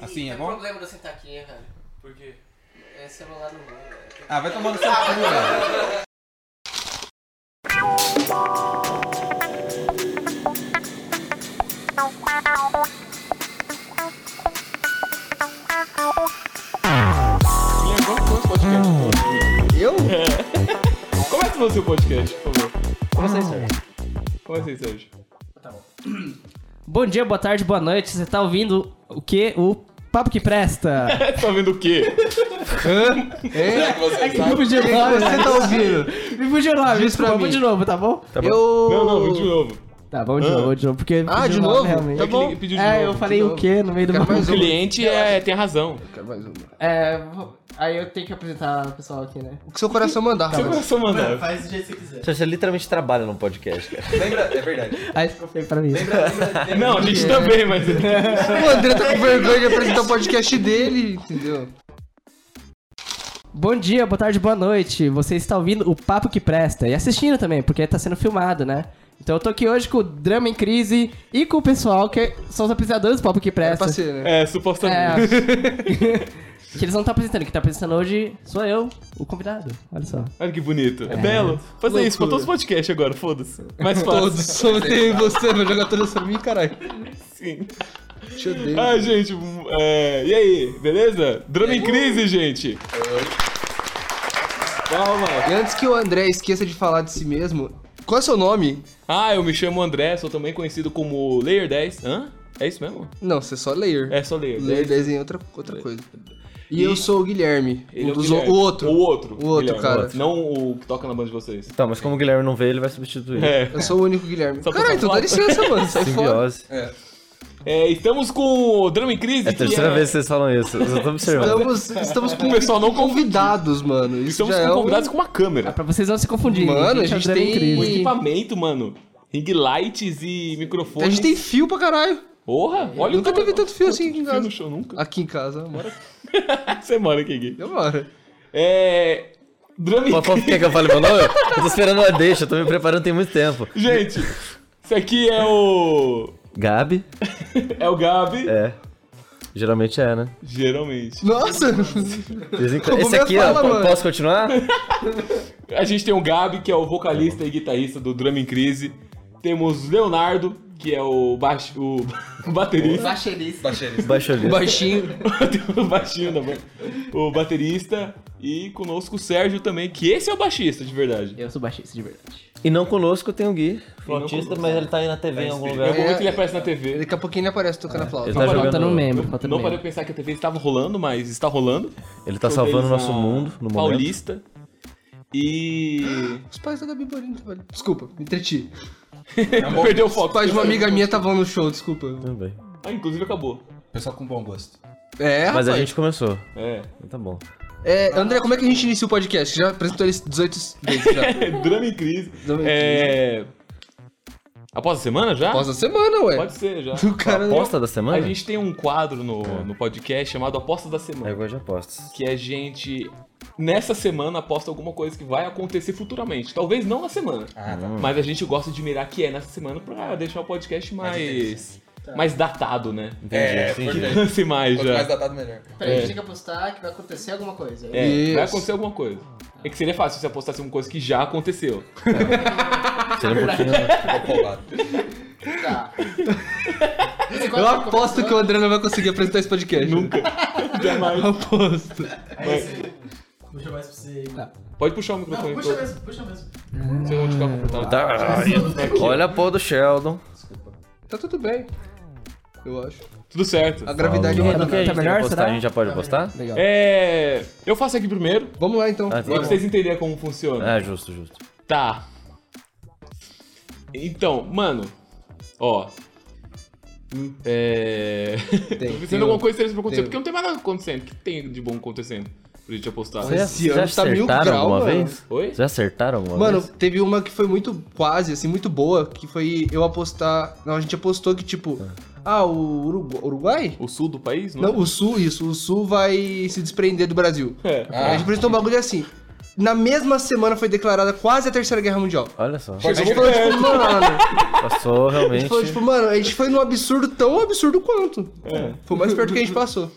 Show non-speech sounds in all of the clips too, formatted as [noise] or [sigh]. Assim, eu é tenho bom? problema de eu sentar aqui, hein, velho. Por quê? É celular no ruim, velho. Ah, vai tomar no seu cu, velho. Lembrou quantos podcasts? Eu? Começa é você o podcast, por favor. Começa aí, Sérgio. Começa aí, Sérgio. Bom dia, boa tarde, boa noite. Você tá ouvindo o quê? O Papo que [laughs] Presta. Você tá vendo o [laughs] quê? Hã? Será Hein? que você sabe? É Me fugiu o O que nome. né? você tá ouvindo? Me fugiu o nome. Diz pra desculpa, mim. Vamos de novo, tá bom? Eu. Não, não, de novo. Tá, vamos de novo, vamos de novo. Porque Ah, fugiu de o nome, novo? realmente. Tá bom. Ele pediu de É, eu novo. um. falei o quê no meio do Quero papo? mais O cliente é, tem razão. Quero mais uma. É, vou- aí eu tenho que apresentar o pessoal aqui, né? O que seu coração mandar, Você mas- começou a mandar. Faz do jeito que você quiser. Você literalmente trabalha num podcast, cara. Lembra, é verdade. [laughs] Aí ficou feio pra mim. Não, a gente também, mas. é O André tá com vergonha de apresentar o podcast dele, entendeu? Bom dia, boa tarde, boa noite. Você está ouvindo o Papo que Presta e assistindo também, porque tá sendo filmado, né? Então eu tô aqui hoje com o Drama em Crise e com o pessoal que são os apresentadores do Papo que É Presta. pra ser, né? É, supostamente. É. que eles não estão apresentando, que tá apresentando hoje sou eu, o convidado. Olha só. Olha que bonito. É belo. Fazer isso pra todos os podcasts agora, foda-se. Mais fácil. Todos, só tem você, vai jogar todas pra mim, caralho. Sim. Te odeio. Ah, gente, um, é, e aí, beleza? Drama em crise, gente. Calma. E antes que o André esqueça de falar de si mesmo, qual é seu nome? Ah, eu me chamo André, sou também conhecido como Layer 10. Hã? É isso mesmo? Não, você é só Layer. É só Layer 10. Layer desenha outra, outra coisa. E, E- eu sou o Guilherme. Ele um é dos- Guilherme. o outro. O outro. O outro, Guilherme, cara. Não o que toca na banda de vocês. Tá, mas como o Guilherme não veio, ele vai substituir. É. Eu sou o único Guilherme. Só pra Caralho, então dá falar. licença, mano. Sai fora. Simbiose. É, É, estamos com o Drama em Crise. a que terceira é- vez que vocês falam isso. Eu só tô observando. Estamos, estamos com O pessoal não convidados, mano. Isso Estamos já é com um- convidados com uma câmera. É pra vocês não se confundirem. Mano, a é o gente Drama em tem- O Crise. equipamento, mano. Ring lights e microfone. A gente tem fio pra caralho. Porra, olha o Nunca tamanho. teve tanto fio assim aqui em Fio casa. no chão, nunca. [laughs] Aqui em casa, mora. Você mora aqui, Gui. Demora. É. Drama em Pô, pô, Quer que eu fale meu nome? Eu tô esperando ela deixa, eu tô me preparando tem muito tempo. Gente, isso aqui é o. Gabi? É o Gabi. É. Geralmente é, né? Geralmente. Nossa! Eles enc- Como Esse é aqui, fala, ó, po- mano? posso continuar? A gente tem o Gabi, que é o vocalista e guitarrista do Drama em Crise. Temos Leonardo, que é o, [laughs] baixo, o baterista. [laughs] Baixelista. Baixa ali. Baixinho. Tem o baixinho da banda. O baterista. E conosco o Sérgio também, que esse é o baixista, de verdade. Eu sou baixista de verdade. E não conosco tem o Gui, flautista, conosco. mas ele tá aí na TV em algum Em lugar. algum momento é ele aparece na TV. Daqui a pouquinho ele aparece tocando a flauta. Ele tá Falta no jogando. membro, falta no Não parei membro. pra pensar que a TV estava rolando, mas está rolando. Ele tá Show salvando o deles nosso na mundo no momento. Paulista. E. Os pais da Gabi Bolinho, velho. Desculpa, me entreti. [laughs] Perdeu o foco. Os pais de uma amiga minha estavam no show, desculpa. Também. Ah, inclusive acabou. Pessoal com bom gosto. É, Mas rapaz. a gente começou. É. Tá bom. É, André, como é que a gente inicia o podcast? Já apresentou eles 18 vezes [laughs] já. [laughs] Drama em crise. Drama em é... Após a semana já? Após a semana, ué. Pode ser já. O cara Aposta da A semana? gente tem um quadro no, no podcast chamado Aposta da É, Eu Semana. gosto de apostas. Que a gente, nessa semana, aposta alguma coisa que vai acontecer futuramente. Talvez não na semana. Ah, tá. Mas a gente gosta de mirar que é nessa semana pra deixar o podcast mais. interessante. mais datado, né? Entendi, É, entendi. verdade. Lance mais Quanto já. mais datado, melhor. Peraí, É. a gente tem que apostar que vai acontecer alguma coisa. É, vai Isso. acontecer alguma coisa. É que seria fácil se apostasse em uma coisa que já aconteceu. Seria um pouquinho. Ficou colado. Tá. Eu aposto que o André não vai conseguir apresentar esse podcast. Nunca. [laughs] Jamais. Aposto. É Puxa mais pra você. Tá. Pode puxar o microfone todo. Vocês mesmo, puxa mesmo. vão ficar confortável. Tá, Olha a porra do Sheldon. Tá tudo bem. Eu acho. Tudo certo. A gravidade né? Fala. manda é Do que Tá mais. a gente tem que melhor, postar? será? A gente já pode postar? Legal. É. Eu faço aqui primeiro, Vamos lá então. Ah, pra vocês entenderem como É. funciona. Ah, justo, justo. Tá. Então, mano. Ó. É. [laughs] Tem- Tô tem pensando em alguma um- coisa interessante pra acontecer, tem- porque não tem nada acontecendo. O que tem de bom acontecendo pra gente apostar? Olha. Esse ano tá mil grau, alguma mano. vez? Oi? Já acertaram alguma Mano, vez? teve uma que foi muito quase, assim, muito boa, que foi eu apostar. Não, a gente apostou que, tipo, ah, o Urugu- Uruguai? O sul do país? Não, o Sul, isso, o Sul vai se desprender do Brasil. É. A gente apresentou um bagulho assim. Na mesma semana foi declarada quase a Terceira Guerra Mundial. Olha só. A gente Chegou falou, tipo, perto. mano. Passou A realmente. gente falou, tipo, mano, a gente foi num absurdo tão absurdo quanto. É. Foi o mais perto que a gente passou.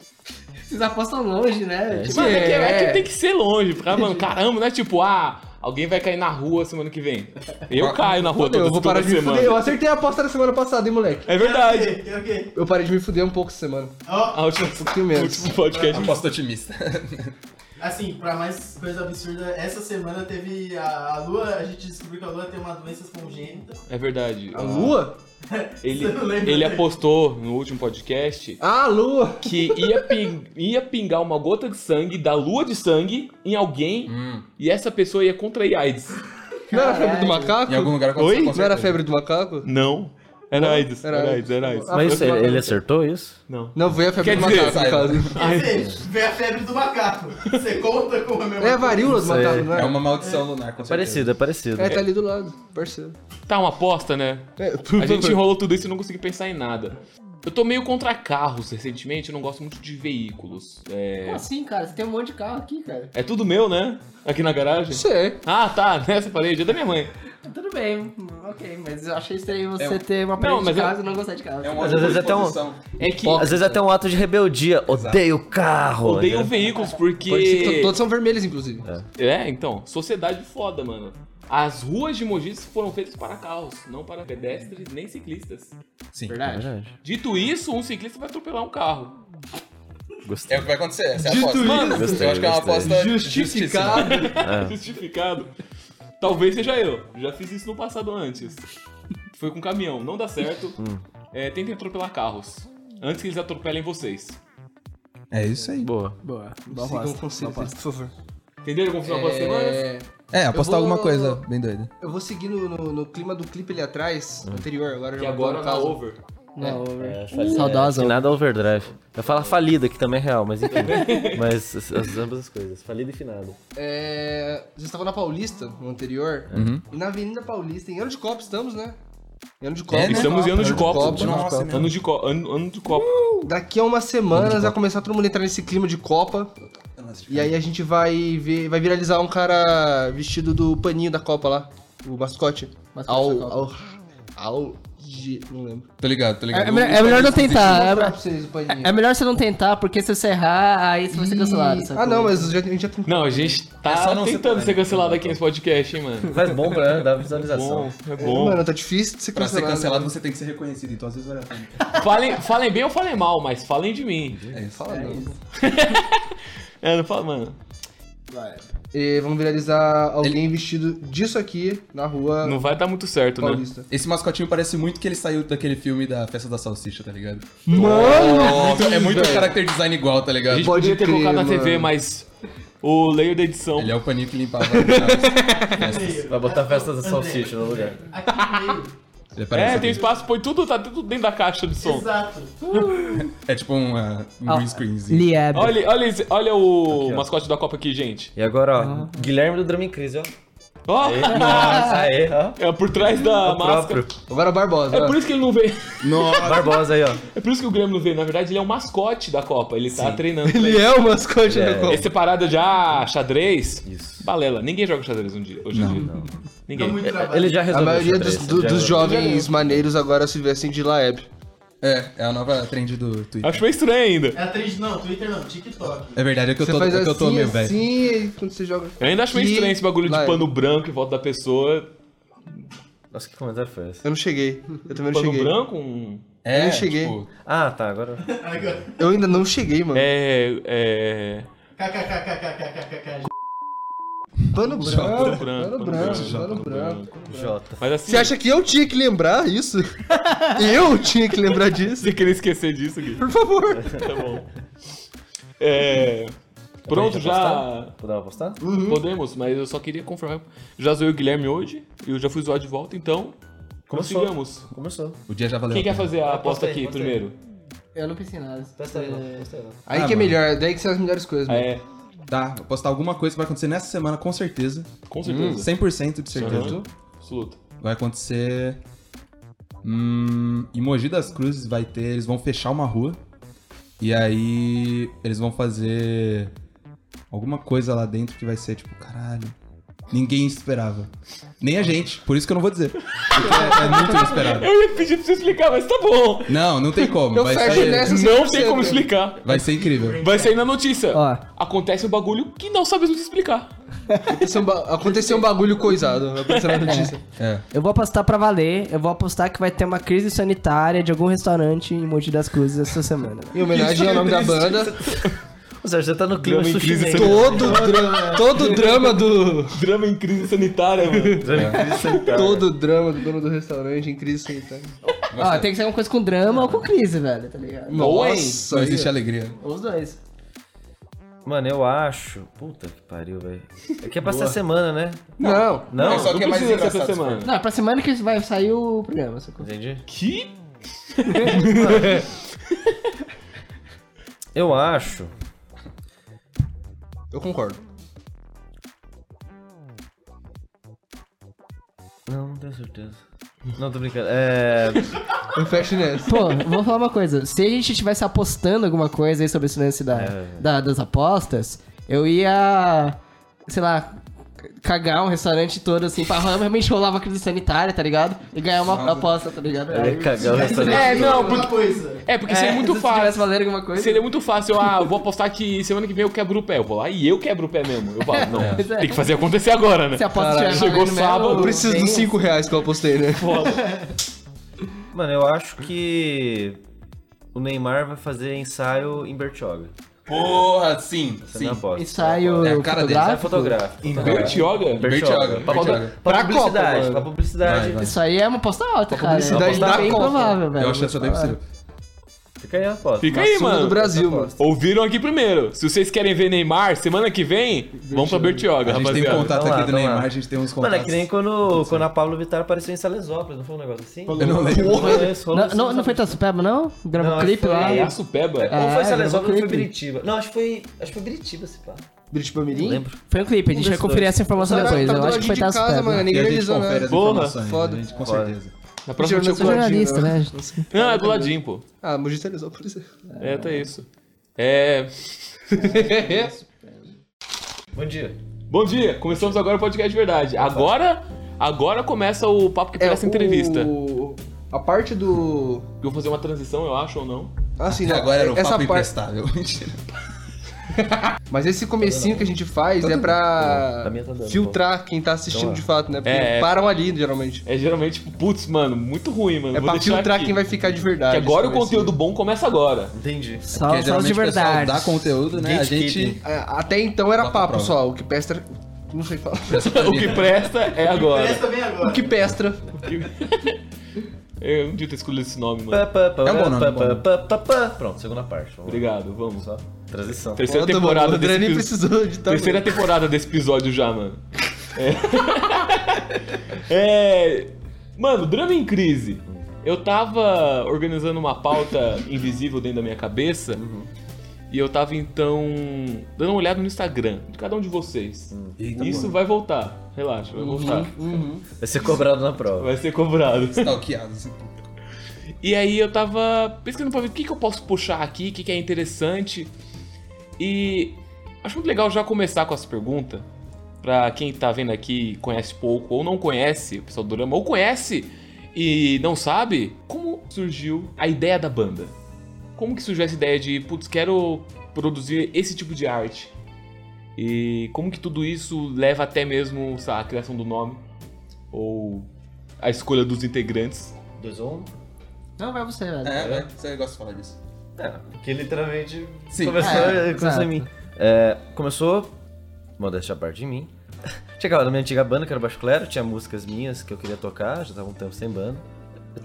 Vocês apostam longe, né? Tipo, Mano, é que, é que É. tem que ser longe. Porque, mano, caramba, não é tipo, ah, alguém vai cair na rua semana que vem. Eu caio na rua Eu, toda, vou toda parar de me semana. fuder. Eu acertei a aposta da semana passada, hein, moleque. É verdade. É o quê? Eu parei de me fuder um pouco essa semana. A última, pouquinho menos. último podcast. Aposta otimista. Assim, pra mais coisa absurda, essa semana teve a, a Lua, a gente descobriu que a Lua tem uma doença congênita. É verdade. A lua? Ele, Ah, Você não lembra ele dele? apostou no último podcast Ah, a lua! que ia, pin- ia pingar uma gota de sangue da lua de sangue em alguém e essa pessoa ia contrair AIDS. Não era a febre do macaco? Em algum lugar aconteceu, Oi? com Não era a certeza. febre do macaco? Não. Era AIDS. Era Era AIDS. AIDS, era AIDS. Ah, Mas isso, foi- ele acertou isso? Não. Não, foi a febre Quer do dizer, macaco, no caso. Ai. Quer dizer, vê a febre do macaco. Você conta com a mesma É a varíola do Isso aí. macaco, não É é? uma maldição lunar, com certeza. Parecido, é parecido. É, tá ali do lado, parceiro. Tá uma aposta, né? É, A gente enrolou tudo isso e não consegui pensar em nada. Eu tô meio contra carros recentemente, eu não gosto muito de veículos. É, Como assim, cara? Você tem um monte de carro aqui, cara. é tudo meu, né? Aqui na garagem. Sei. Ah, tá, [laughs] nessa parede é da minha mãe. Ah, Tudo bem, ok, mas eu achei estranho você É um- ter uma parede mas de é- casa e não gostar de casa. É uma Às vezes é até um- posição. É que Às vezes é até um ato de rebeldia. Odeio carro. odeio né? veículos Pode ser, to- porque. todos são vermelhos, inclusive. É, então, sociedade foda, mano. As ruas de Mogi foram feitas para carros, não para pedestres nem ciclistas. Sim. É Verdade. verdade. Dito isso, um ciclista vai atropelar um carro. É Gostei. o que vai acontecer, essa é a Dito aposta. isso. Mano, eu acho que é uma Gostei, aposta justíssima. Justificado. É. Justificado. Talvez seja eu. Já fiz isso no passado antes. Foi com caminhão, não dá certo. É, tentem atropelar carros. Antes que eles atropelem vocês. É isso aí. Boa. Boa, boa Sigam aposta. conselhos, por favor. Entenderam como funcionou a próxima semana? É, É, apostar Eu vou- alguma coisa bem doida. eu vou seguir no, no- no clima do clipe ali atrás, anterior, agora Uhum. eu Que já agora é, no tá caso. over. Não, over. fali- Saudosa. é, finada overdrive. Eu falo falida, que também é real, mas enfim. mas as, as- ambas as coisas. Falida e finada. É, vocês estavam na Paulista, no anterior, Uhum. e na Avenida Paulista, em ano de Copa estamos, né? Em ano de Copa. É, né? Estamos em ano de né? copo. Copa, ano de Nossa, né? Copa. meu. Ano de copo. Ano, ano de copo. Daqui a umas semanas vai começar todo mundo a entrar nesse clima de Copa. E aí a gente vai ver, vai viralizar um cara vestido do paninho da Copa lá, o mascote. Mascote Al, da Copa. al, al, G- não lembro. Tô ligado, tô ligado. É, é melhor- é melhor não Tá, Vou mostrar tentar. pra vocês o paninho. É, é melhor você não tentar, porque se você errar, aí você vai ser cancelado. E- sacou? Ah, não, mas já- a gente já tem. Não, a gente tá É só não ser tentando polêmico, né? ser cancelado aqui nesse podcast, [laughs] hein, mano. Faz bom pra dar É visualização. bom, é bom. Mano, tá difícil de ser Pra ser cancelado. cancelado você tem que ser reconhecido, então às vezes vale a pena. Falem, falem bem ou falem mal, mas falem de mim. É isso. Fala não. É, não fala, mano. E vamos viralizar alguém vestido disso aqui na rua Não vai dar muito certo, né? paulista. Esse mascotinho parece muito que ele saiu daquele filme da Festa da Salsicha, tá ligado? Mano! Nossa, é muito velho. character design igual, tá A ligado? gente Pode podia ter crer, colocado na TV, mano. mas o layer da edição. Ele é o paninho que limpava as [laughs] festas. Vai botar festa da salsicha no lugar. Aqui no meio. Ele parece É, aquele- tem espaço, põe tudo, tá tudo dentro da caixa de som. Exato. é tipo um, ah, um Ah, green screenzinho. Lieb. Olha, olha, esse- olha o Aqui, ó. mascote da Copa aqui, gente. E agora, ó, Guilherme do Drama em Crise, ó. Ó, Aê, nossa, aê, ó. [laughs] é por trás da Ah, O máscara. próprio. Agora Barbosa. É por isso que ele não veio. Nossa! Barbosa aí, ó. [laughs] É por isso que o Grêmio não veio. Na verdade, ele é o mascote da Copa. Ele tá treinando. Ele é o mascote Ele da é. Copa. Essa parada de ah, xadrez. Isso. Balela. Ninguém joga xadrez um dia, hoje em dia. Deu Ninguém. muito trabalho. Ele já A resolveu. maioria essa dos, treta, do- já dos resolveu. jovens maneiros agora se vestem de Laeb. É, é a nova trend do Twitter. Acho meio estranho ainda. É a trend, não, Twitter não, TikTok. É verdade, é que eu Você tô, faz é que eu tô assim, meio velho. assim, e quando você joga... Eu ainda acho meio Que estranho esse bagulho de live. pano branco em volta da pessoa. Nossa, que comentário foi esse? Eu não cheguei. Eu também não Pano cheguei. branco? Um... É, Eu cheguei. tipo, Ah, tá, agora. Agora, Eu ainda não cheguei, mano. É. É. kkkkkkkkk. Pano branco. Pano branco. Pano branco. branco, Pano branco. Jota. Mas assim. Você acha que eu tinha que lembrar isso? eu tinha que lembrar disso? Você queria esquecer disso, Gui? Por favor. [laughs] Tá bom. É. Pronto, já. Uhum. Podemos apostar? Podemos, mas eu só queria confirmar. Já zoei o Guilherme hoje, eu já fui zoar de volta, então. Começou. Conseguimos. Começou. tipo, o dia já valeu. Quem a quer pena. fazer a aposta Apostei, aqui apostei. primeiro? Eu não pensei em nada. Aí Ah, que é mano. melhor. Daí que são as melhores coisas, mano. É, Tá, vou postar alguma coisa que vai acontecer nessa semana, com certeza. com certeza. 100% de certeza. Aham. Absoluto. Vai acontecer. Hum, em Mogi das Cruzes vai ter. Eles vão fechar uma rua. E aí. Eles vão fazer. alguma coisa lá dentro que vai ser tipo, caralho. Ninguém esperava. Nem a gente, por isso que eu não vou dizer. Porque é, é muito inesperado. Eu ia pedir pra você explicar, mas tá bom. Não, não tem como. Eu vai, fecho ser, nessa. Não tem como explicar. vai ser incrível. Vai sair na notícia. Ó. Acontece um bagulho que não sabemos explicar. Aconteceu um, ba- aconteceu um bagulho coisado. Aconteceu na notícia. É. Eu vou apostar pra valer, eu vou apostar que vai ter uma crise sanitária de algum restaurante em Monte das Cruzes essa semana. [laughs] Em homenagem ao nome da banda. Ô, Sérgio, você tá no clima Drama em sushi crise né? sanitária. Todo, dra- todo o drama [laughs] do. Drama em crise sanitária, mano. Drama em crise sanitária. Todo o drama do dono do restaurante em crise sanitária. [laughs] Ó, tem que ser alguma coisa com drama ou com crise, velho, tá ligado? Nossa, Só aí, existe ó. alegria. Os dois. Mano, eu acho. Puta que pariu, velho. É que é pra essa semana, né? Não. Não? Mas só que é mais precisa ser engraçado, essa semana. Não, é pra semana que vai sair o programa, sacou? Entendi. Que? Eu acho. Eu concordo. Não, não tenho certeza. Não, tô brincando. É. Eu fecho nessa. Pô, vou falar uma coisa. Se a gente estivesse apostando alguma coisa aí sobre esse lance da, da- das apostas, eu ia, sei lá, cagar um restaurante todo assim, pra realmente rolar uma crise sanitária, tá ligado? E ganhar uma aposta, tá ligado? Eu ia cagar o restaurante. É, não, Uma coisa. É, porque seria muito se Se tivesse fácil. valendo alguma coisa. Seria muito fácil, eu, ah, vou apostar que semana que vem eu quebro o pé. Eu vou lá e eu quebro o pé mesmo. Eu falo, [laughs] não, Pois é. tem que fazer acontecer agora, né? Se a aposta Caralho, tivesse chegou valendo sábado, mesmo, Eu preciso bem- dos 5 reais que eu apostei, né? Mano, eu acho que. O Neymar vai fazer ensaio em Bertioga. Porra, sim, Você não aposta. Ensaio É a cara dele, Ensaio fotográfico. fotográfico. Bertioga? Bertioga, Pra, Bertioga. pra Pra publicidade. Copa, pra mano. publicidade. Vai, vai. Isso aí é uma aposta alta, cara. publicidade é uma da bem Copa. provável, velho. Eu acho essa daí é possível. Fica aí a aposta. Fica aí, Suma mano. do Brasil, mano. Ouviram aqui primeiro. Se vocês querem ver Neymar, semana que vem, vamos pra Bertioga, A gente tem rapaziada. contato Vamos lá, aqui do vamos lá. Neymar, a gente tem uns Mano, contatos. é que nem quando, quando a Pablo Vittar apareceu em Salesópolis, não foi um negócio assim? Eu não lembro. Foi, isso, rolou Não, isso, não, não foi tão superba, não? Gravou um clipe acho que lá. foi- É a Supeba. Ou É, foi Salesópolis ou gravou foi clipe. Biritiba. Não, acho que foi. Acho que foi Biritiba, se pá. British Mirim? Lembro. Foi um clipe, a gente Um vai desses conferir dois. essa informação Caraca, depois. tá Eu tão acho que longe foi de tão casa, superba. mano. E a Ninguém né? gente realizou confere nada. as Porra, informações, né? a gente com foda. certeza. Na próxima Eu Jornal- tinha sou jornalista, né? Ah, é do ladinho, pô. Ah, Mogi Salesópolis. É, tá isso. É. Bom dia. Bom dia, começamos agora o podcast de verdade. Agora. Agora começa o papo que parece entrevista. o- É, A parte do... Eu vou fazer uma transição, eu acho, ou não? Ah, sim, E não, agora era um essa papo parte- imprestável. [laughs] Mentira. Mas esse comecinho que a gente faz é pra A minha tá dando, filtrar quem tá assistindo Então, de fato, né? Porque É. param ali, geralmente. É geralmente, tipo, putz, mano, muito ruim, mano. É vou pra deixar filtrar aqui. quem vai ficar de verdade. Que agora o sabe, assim. conteúdo bom começa agora. [laughs] Entendi. Só, Porque só os de geralmente o pessoal verdade. dá conteúdo, né? A gente... Gatekeeping. É, Até então era Bota a papo prova. só, o que pestra... Não sei [laughs] falar. o que presta é agora. Presta bem agora. O que pestra. Eu não devia ter escolhido esse nome, mano. Pá, pá, pá, É um bom nome, pá, é um bom nome. pá, pá, pá. Pronto, segunda parte. Vamos lá. Obrigado, vamos. Só. Transição. Terceira Foda, temporada mano, O desse Dani episódio. precisou de tá tal. Terceira temporada desse episódio já, mano. É. [laughs] É, Mano, drama em crise. Eu tava organizando uma pauta invisível dentro da minha cabeça. E eu tava então dando uma olhada no Instagram de cada um de vocês. Eita, Isso vai voltar, relaxa, vai voltar. Vai ser cobrado na prova. Vai ser cobrado. Stalkeado, assim. E aí eu tava pesquisando pra ver o que, que eu posso puxar aqui, o que, que é interessante. E acho muito legal já começar com essa pergunta. Pra quem tá vendo aqui e conhece pouco ou não conhece o pessoal do drama, ou conhece e não sabe, como surgiu a ideia da banda? Como que surgiu essa ideia de, putz, quero produzir esse tipo de arte? E como que tudo isso leva até mesmo, sei lá, a criação do nome? Ou a escolha dos integrantes? Dois ou um? Não, vai você, velho. É, né? Você gosta de falar disso. É, porque literalmente Sim. começou, É, começou exato. em mim. É, começou, modéstia à parte em mim. Chegava na minha antiga banda, que era o Baixo Clero, tinha músicas minhas que eu queria tocar, já tava um tempo sem banda.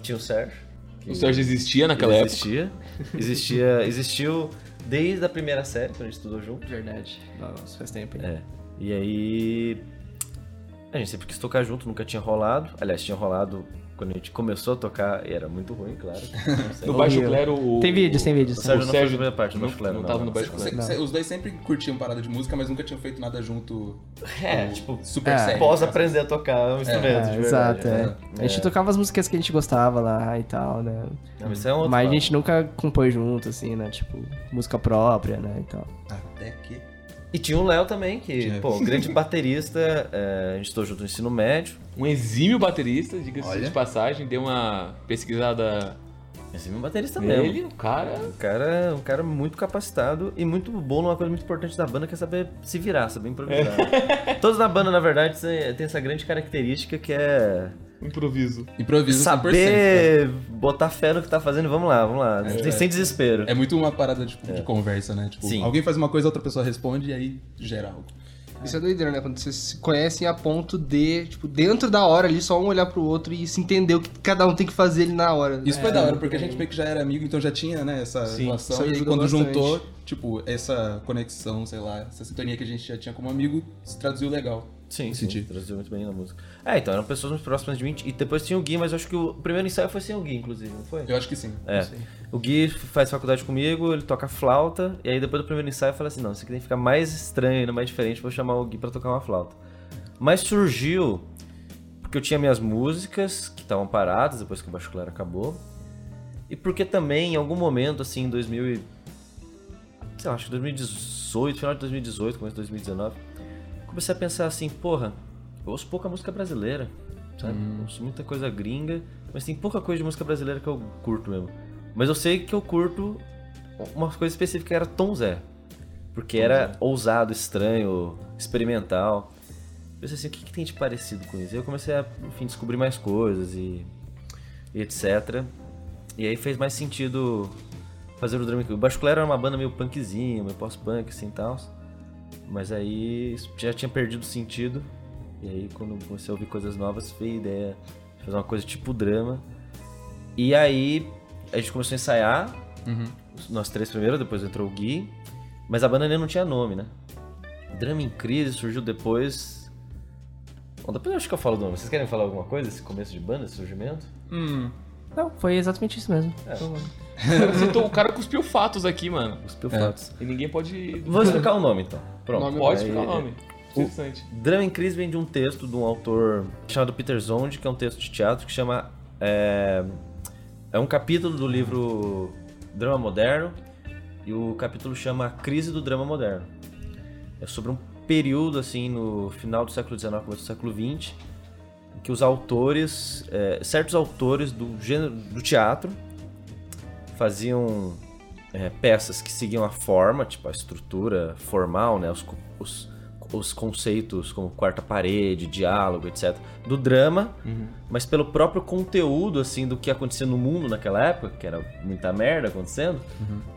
Tinha o Sérgio. que O Sérgio existia naquela época. existia, existia, existiu desde a primeira série, quando a gente estudou junto. Verdade. Nossa, faz tempo. É. E aí. A gente sempre quis tocar junto, nunca tinha rolado. Aliás, tinha rolado quando a gente começou a tocar e era muito ruim, claro. Não sei. No Baixo Horrível. Clero. o- Tem vídeos, tem vídeos. O Sérgio o não Sérgio fez a primeira parte do não- Baixo Clero. não tava no Baixo Você- Clero. você- os dois sempre curtiam parada de música, mas nunca tinham feito nada junto É, tipo, super É. sério. né? após aprender a tocar um instrumento, É, de verdade. exato, né? é. A gente tocava as músicas que a gente gostava lá e tal, né? Não, mas isso é um outro Mas a papo. gente nunca compôs junto, assim, né? Tipo, música própria, né? E tal. Até que... E tinha o Léo também, que, Tinha. pô, grande [laughs] baterista, é, a gente estou junto no ensino médio, Um exímio baterista, diga-se Olha. de passagem, deu uma pesquisada mas ele é um baterista mesmo. nele, o cara. Um cara, um cara muito capacitado e muito bom numa coisa muito importante da banda que é saber se virar, saber improvisar. [laughs] Todos na banda, na verdade, cê- tem essa grande característica que é um Improviso. Improviso 100%, saber botar fé no que tá fazendo. e Vamos lá, vamos lá. Sem- Sem desespero. cara. É muito uma parada tipo, de conversa, né? Tipo, Sim. alguém faz uma coisa, outra pessoa responde e aí gera algo. Isso é doideira, né? Quando vocês se conhecem a ponto de, tipo, dentro da hora ali, só um olhar pro outro e se entender o que cada um tem que fazer ali na hora. Isso foi da hora, porque a gente meio que já era amigo, então já tinha, né, essa Sim, relação. isso E aí, ajuda quando bastante. juntou, tipo, essa conexão, sei lá, essa sintonia que a gente já tinha como amigo, se traduziu legal. Sim, Nesse sim, dia. traduziu muito bem na música. É, então, eram pessoas muito próximas de mim. E depois tinha o Gui, mas eu acho que o primeiro ensaio foi sem o Gui, inclusive, não foi? Eu acho que sim. É. O Gui faz faculdade comigo, ele toca flauta, e aí depois do primeiro ensaio eu falei assim, não, isso aqui tem que ficar mais estranho, ainda mais diferente, vou chamar o Gui pra tocar uma flauta. Mas surgiu, porque eu tinha minhas músicas, que estavam paradas depois que o Bascular acabou, e porque também em algum momento, assim, em 2000 e... sei lá, acho que 2018, final de 2018, começo de 2019, comecei a pensar assim, porra, eu ouço pouca música brasileira, sabe? Ouço muita coisa gringa, mas tem pouca coisa de música brasileira que eu curto mesmo. Mas eu sei que eu curto uma coisa específica que era Tom Zé. Porque era ousado, estranho, experimental. Eu Pensei assim, o que, que tem de parecido com isso? E eu comecei a, enfim, descobrir mais coisas e, e etc. E aí fez mais sentido fazer o Drama Club. O Basculero era uma banda meio punkzinha, meio pós-punk, assim, tal. Mas aí isso já tinha perdido sentido. E aí quando comecei a ouvir coisas novas, veio a ideia de fazer uma coisa tipo drama. E aí a gente começou a ensaiar, nós três primeiro, depois entrou o Gui. Mas a banda ainda não tinha nome, né? Drama em Crise surgiu depois... Bom, depois eu acho que eu falo o nome. Vocês querem falar alguma coisa desse começo de banda, esse surgimento? Não, foi exatamente isso mesmo. Citou- o cara cuspiu fatos aqui, mano. Os É, Pilfatos. E ninguém pode. É. Vou explicar o nome então. Pronto. Nome Pode né? Aí- explicar o nome. é. Interessante. Drama em Crise vem de um texto de um autor chamado Peter Zond, que é um texto de teatro que chama. É, é um capítulo do livro Drama Moderno e o capítulo chama A Crise do Drama Moderno. É sobre um período assim no final do século XIX, começo do século XX, em que os autores, é, certos autores do gênero do teatro faziam é, peças que seguiam a forma, tipo a estrutura formal, né, os, co- os, os conceitos como quarta parede, diálogo, etc. Do drama, mas pelo próprio conteúdo assim do que acontecia no mundo naquela época, que era muita merda acontecendo,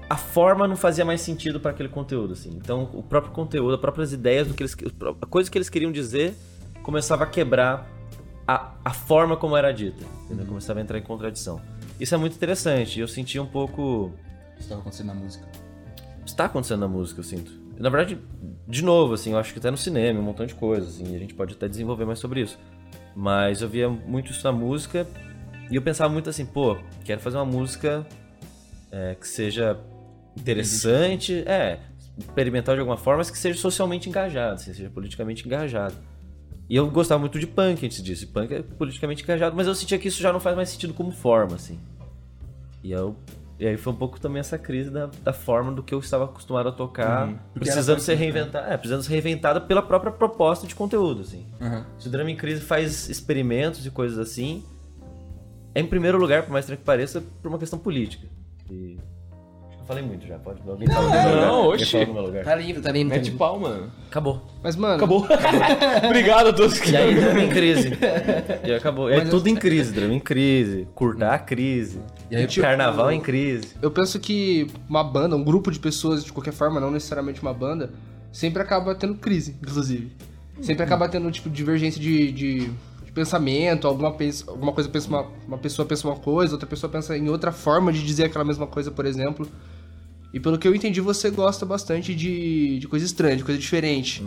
a forma não fazia mais sentido para aquele conteúdo assim. Então o próprio conteúdo, as próprias ideias do que eles, a coisa que eles queriam dizer começava a quebrar a, a forma como era dita, entendeu? começava a entrar em contradição. Isso é muito interessante. e Eu senti um pouco Isso estava acontecendo na música. está acontecendo na música, eu sinto. Na verdade, de novo, assim, eu acho que até no cinema, um montão de coisas, assim, a gente pode até desenvolver mais sobre isso. Mas eu via muito isso na música e eu pensava muito assim, pô, quero fazer uma música é, que seja interessante, é, experimental de alguma forma, mas que seja socialmente engajado, assim, seja politicamente engajado. E eu gostava muito de punk antes disso, e punk é politicamente engajado, mas eu sentia que isso já não faz mais sentido como forma, assim. E, eu, e aí foi um pouco também essa crise da, da forma do que eu estava acostumado a tocar, Porque era precisando punk, ser né? reinventada, é, precisando ser reinventada pela própria proposta de conteúdo, assim. Se o Drama em Crise faz experimentos e coisas assim, é em primeiro lugar, por mais estranho que pareça, por uma questão política. E... acho que Eu falei muito já, pode alguém falar no meu lugar. não, Alguém oxi. fala no meu lugar. lindo, tá É tipo lindo. Mete pau, mano. Acabou. Mas, mano, Acabou. Obrigado a todos que. [laughs] E aí, Drama em Crise. E acabou. E aí, Mas tudo em crise. Drama em crise. Curtar a crise. E aí, tipo, Carnaval em crise. eu penso que uma banda, um grupo de pessoas, de qualquer forma, não necessariamente uma banda, sempre acaba tendo crise, inclusive. Sempre acaba tendo, tipo, divergência de, de, de pensamento, alguma, pes- alguma coisa pensa uma, uma pessoa pensa uma coisa, outra pessoa pensa em outra forma de dizer aquela mesma coisa, por exemplo. E pelo que eu entendi, você gosta bastante de, de coisa estranha, de coisa diferente.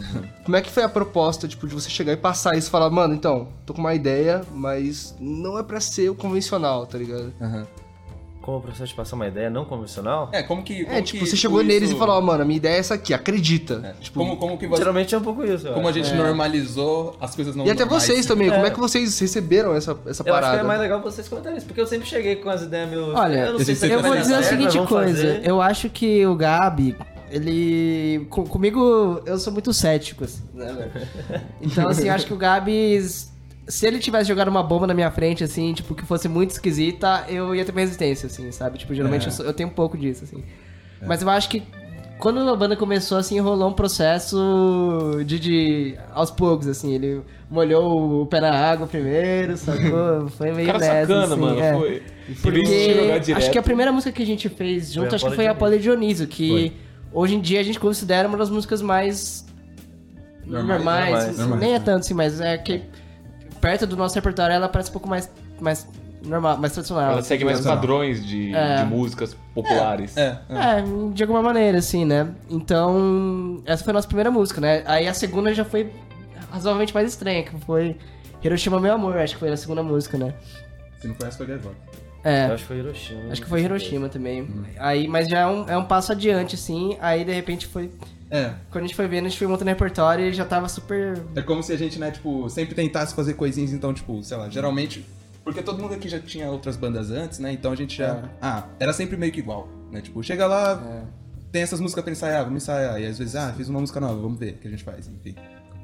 Como é que foi a proposta, tipo, de você chegar e passar isso e falar, mano, então, tô com uma ideia, mas não é pra ser o convencional, tá ligado? Aham. Como o processo de passar uma ideia não convencional? É, como que. É, como Então, tipo, que você chegou isso- neles e falou, ó, mano, a minha ideia é essa aqui, acredita. É, Tipo, como, como que você. Geralmente é um pouco isso. eu Como a acho. gente normalizou as coisas não e até normais. vocês também, como É. é que vocês receberam essa, essa Eu acho parada? que é mais legal vocês comentarem isso, porque eu sempre cheguei com as ideias meio. Olha, eu não sei se é eu vai Eu vou dar dizer a certo, mas seguinte vamos coisa, fazer. eu acho que o Gabi, ele. com- comigo, eu sou muito cético, assim, né, velho? Então, assim, acho que o Gabs. Se ele tivesse jogado uma bomba na minha frente, assim, tipo, que fosse muito esquisita, eu ia ter minha resistência, assim, sabe? Tipo, geralmente É. eu, sou- eu tenho um pouco disso, assim. Mas eu acho que quando a banda começou, assim, rolou um processo de, de- aos poucos, assim. Ele molhou o pé na água primeiro, sacou? Foi meio Cara nessa, sacana, assim, mano. é. Foi. Em vez de jogar Porque direto. acho que é a primeira música que a gente fez junto, Foi a acho que Paula foi a Paula Dionísio, Dionísio. que hoje em dia a gente considera uma das músicas mais normais, Normais, normais, normais, nem é né? tanto assim, mas é que perto do nosso repertório ela parece um pouco mais, mais normal, mais tradicional. Ela segue mais Sensacional. padrões de, É. de músicas populares. É, é. É, de alguma maneira, assim, né? Então, essa foi a nossa primeira música, né? Aí a segunda já foi razoavelmente mais estranha, que foi Hiroshima Meu Amor, acho que foi a segunda música, né? Se não conhece, pode agora. É. Eu acho que foi Hiroshima. Acho que foi Hiroshima também. Aí, mas já é um, é um passo adiante, assim. Aí, de repente, foi. É. Quando a gente foi vendo, a gente foi montando repertório e já tava super. É como se a gente, né, tipo, sempre tentasse fazer coisinhas, então, tipo, sei lá, geralmente. Porque todo mundo aqui já tinha outras bandas antes, né? Então a gente já. É. Ah, era sempre meio que igual, né? Tipo, chega lá, tem essas músicas pra ensaiar, vamos ensaiar. E às vezes, ah, fiz uma música nova, vamos ver o que a gente faz, enfim.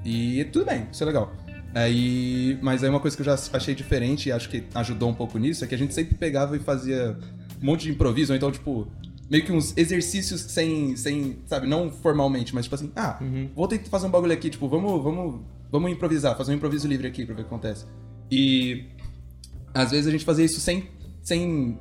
E tudo bem, isso é legal. Aí, mas aí uma coisa que eu já achei diferente e acho que ajudou um pouco nisso é que a gente sempre pegava e fazia um monte de improviso, ou então, tipo, meio que uns exercícios sem, sem sabe, não formalmente, mas tipo assim, ah, vou tentar fazer um bagulho aqui, tipo, vamos, vamos, vamos improvisar, fazer um improviso livre aqui pra ver o que acontece. E às vezes a gente fazia isso sem, sem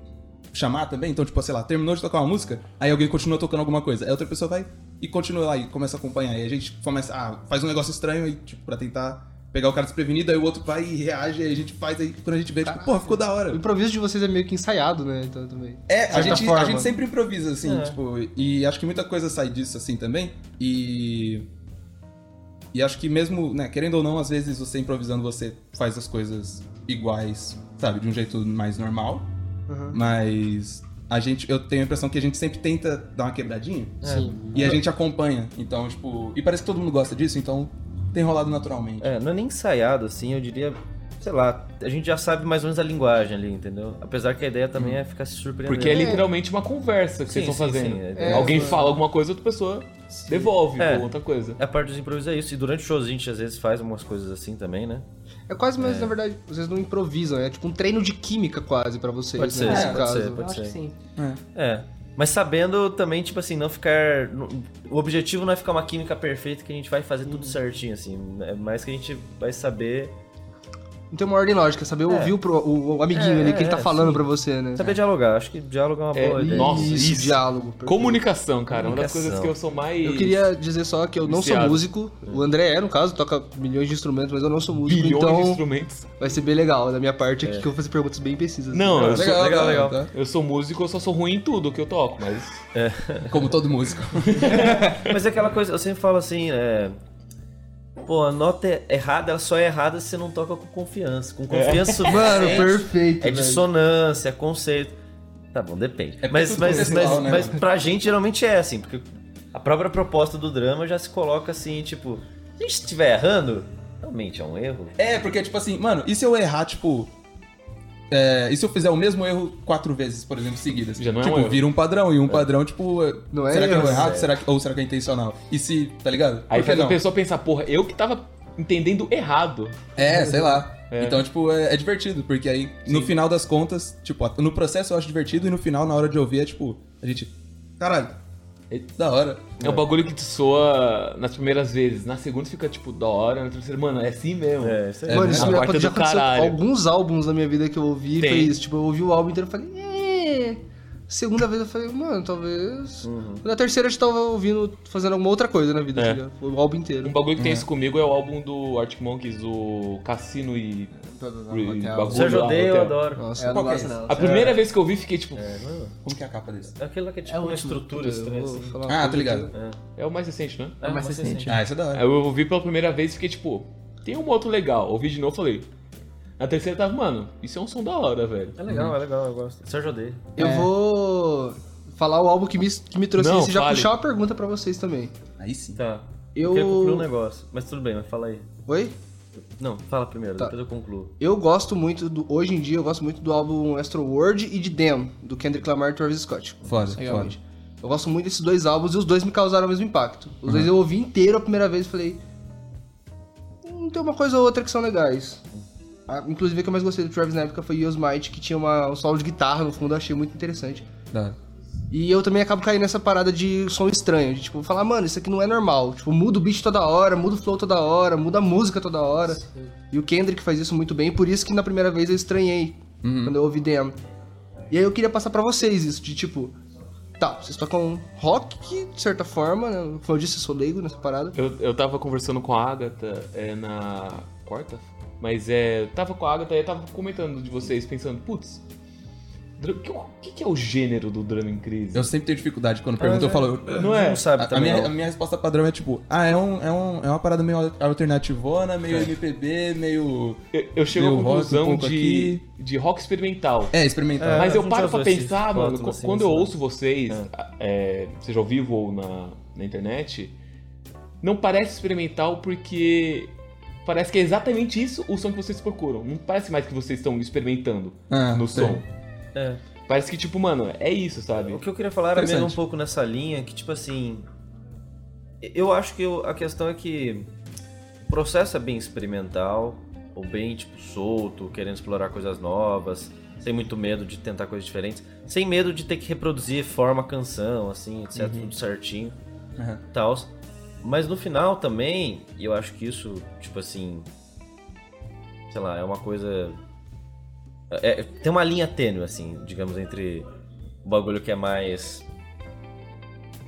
chamar também. Então, tipo, sei lá, terminou de tocar uma música, aí alguém continua tocando alguma coisa. Aí outra pessoa vai e continua lá e começa a acompanhar. E a gente começa, ah, faz um negócio estranho aí, tipo, pra tentar pegar o cara desprevenido, aí o outro vai e reage, aí a gente faz, aí quando a gente vê, tipo, porra, ficou da hora. O improviso de vocês é meio que ensaiado, né? Então também. É, a certa gente, a forma. gente sempre improvisa, assim, tipo, e acho que muita coisa sai disso, assim, também. E. E acho que mesmo, né, querendo ou não, às vezes você improvisando, você faz as coisas iguais, sabe, de um jeito mais normal. Mas a gente, eu tenho a impressão que a gente sempre tenta dar uma quebradinha Sim. e a gente acompanha. Então, tipo, e parece que todo mundo gosta disso, então tem rolado naturalmente. É, não é nem ensaiado, assim, eu diria, sei lá, a gente já sabe mais ou menos a linguagem ali, entendeu? Apesar que a ideia também é ficar se surpreendendo. Uhum. Porque é literalmente uma conversa que vocês Sim, estão sim, fazendo. sim, é. Alguém É, fala alguma coisa, outra pessoa devolve É. ou outra coisa. A parte dos improvisos é isso, e durante os shows a gente às vezes faz algumas coisas assim também, né? É quase mais, na verdade, vocês não improvisam, é tipo um treino de química quase pra vocês. Pode ser, né, nesse pode caso. ser. É, Eu acho que sim. É. Mas sabendo também, tipo assim, não ficar. O objetivo não é ficar uma química perfeita que a gente vai fazer tudo Uhum. certinho, assim. É mais que a gente vai saber. Não tem uma ordem lógica, é saber ouvir o, pro- o- o amiguinho É, ali que ele tá é, falando sim. pra você, né? Saber diálogo. Acho que diálogo é uma É, boa ideia. nossa, isso, isso. diálogo. perfeito. Comunicação, cara, é uma das Comunicação. coisas que eu sou mais. Eu queria dizer só que eu não Viciado. sou músico, o André é, no caso, toca milhões de instrumentos, mas eu não sou músico, bilhões de então instrumentos. vai ser bem legal da minha parte É. aqui que eu vou fazer perguntas bem precisas. Não, eu sou, legal, legal. tá? eu sou músico, eu só sou ruim em tudo que eu toco, mas. Como todo músico. Mas é aquela coisa, eu sempre falo assim, é. Pô, a nota é errada, ela só é errada se você não toca com confiança. Com confiança Mano, suficiente, perfeito. É velho. dissonância, é conceito. Tá bom, depende. É mas, tudo mas, mas, conceitual, né, mas mano? pra gente geralmente é assim, porque a própria proposta do drama já se coloca assim, tipo, se a gente estiver errando, realmente é um erro. É, porque, tipo assim, mano, e se eu errar, tipo. É, e se eu fizer o mesmo erro quatro vezes, por exemplo, seguidas? Já não é tipo, um erro. vira um padrão, e um padrão, tipo, Não é será que eu erro, vou errado? é. Será que- ou será que é intencional? E se, tá ligado? Por Aí que faz a não? pessoa pensar, porra, eu que tava entendendo errado. É, sei lá. É. Então, tipo, é, é divertido, porque aí, no final das contas, tipo, no processo eu acho divertido e no final, na hora de ouvir, é tipo, a gente. Caralho, é da hora. É um bagulho que te soa nas primeiras vezes. Na segunda fica, tipo, da hora, na terceira, mano, é assim mesmo. É, isso aí. É. Mano, né? isso A me- quarta já do aconteceu caralho. alguns álbuns na minha vida que eu ouvi, Tem. foi isso. Tipo, eu ouvi o álbum inteiro e falei, é. Segunda vez eu falei, mano, talvez. Na terceira eu já tava ouvindo, fazendo alguma outra coisa na vida, Uhum. É. tá ligado? o álbum inteiro. Um bagulho que tem isso comigo é o álbum do Arctic Monkeys, o Cassino e. e bagulho Você lá, odeia, eu hotel. adoro. Nossa, É, eu não Qual que é gosto, esse? não. A primeira vez que eu vi, fiquei tipo. É, não. Como que é a capa desse? É aquilo lá que é tipo É o uma último. estrutura Puta, eu estranha. vou assim. falar uma tá Ah, tô coisa ligado. É o mais recente, né? É uma mais coisa recente. Ah, essa é da Aí hora. eu ouvi pela primeira vez e fiquei tipo, tem um outro legal. Ouvi de novo e falei. Na terceira tava, mano, isso é um som da hora, velho. É legal, é legal, eu gosto. Sérgio odeia. que- Eu vou falar o álbum que me, que me trouxe Não, isso e já fale. puxar uma pergunta pra vocês também. Aí sim. Tá. Eu- Eu queria concluir um negócio, mas tudo bem, mas fala aí. Oi? Não, fala primeiro, Tá. depois eu concluo. Eu gosto muito, do, hoje em dia, eu gosto muito do álbum Astro World e de Damn, do Kendrick Lamar e Travis Scott. Foda, foda. Realmente. Eu gosto muito desses dois álbuns e os dois me causaram o mesmo impacto. Os Uhum. dois eu ouvi inteiro a primeira vez e falei. Hum, tem uma coisa ou outra que são legais. A- inclusive, a que eu mais gostei do Travis na época foi Yo's Might, que tinha uma, um solo de guitarra no fundo, eu achei muito interessante. Dá. E eu também acabo caindo nessa parada de som estranho, de tipo, falar, mano, isso aqui não é normal. Tipo, muda o beat toda hora, muda o flow toda hora, muda a música toda hora. E o Kendrick faz isso muito bem, por isso que na primeira vez eu estranhei quando eu ouvi Damn. E aí eu queria passar pra vocês isso, de tipo, tá, vocês tocam rock, que, de certa forma, né? Como eu disse, eu sou leigo nessa parada. Eu, eu tava conversando com a Agatha é, na quarta, mas é, eu tava com a Agatha e eu tava comentando de vocês, pensando, putz, dra- o que, o que que é o gênero do drama em crise? Eu sempre tenho dificuldade quando perguntam, eu falo. eu- Não é? Não sabe A, a também. minha, não. a minha resposta padrão é tipo, ah, é, um, é, um, é uma parada meio al- alternativona, meio MPB, meio. Eu, eu chego Meu à rock um conclusão pouco de, de rock experimental. É, experimental. É. Mas eu não paro tinha pra usado esse pensar, rótulo mano, co- assim, quando não eu sei. ouço vocês, é, seja ao vivo ou na, na internet, não parece experimental porque parece que é exatamente isso o som que vocês procuram. Não parece mais que vocês estão experimentando Ah, no sei. som. É. Parece que, tipo, mano, é isso, sabe? O que eu queria falar era mesmo um Interessante. pouco nessa linha, que tipo assim. Eu acho que eu- a questão é que o processo é bem experimental, ou bem tipo solto, querendo explorar coisas novas, sem muito medo de tentar coisas diferentes, sem medo de ter que reproduzir forma canção, assim, etc, tudo certinho Aham. tal. Mas no final também, e eu acho que isso, tipo assim. Sei lá, é uma coisa. é- é- tem uma linha tênue, assim, digamos, entre o bagulho que é mais.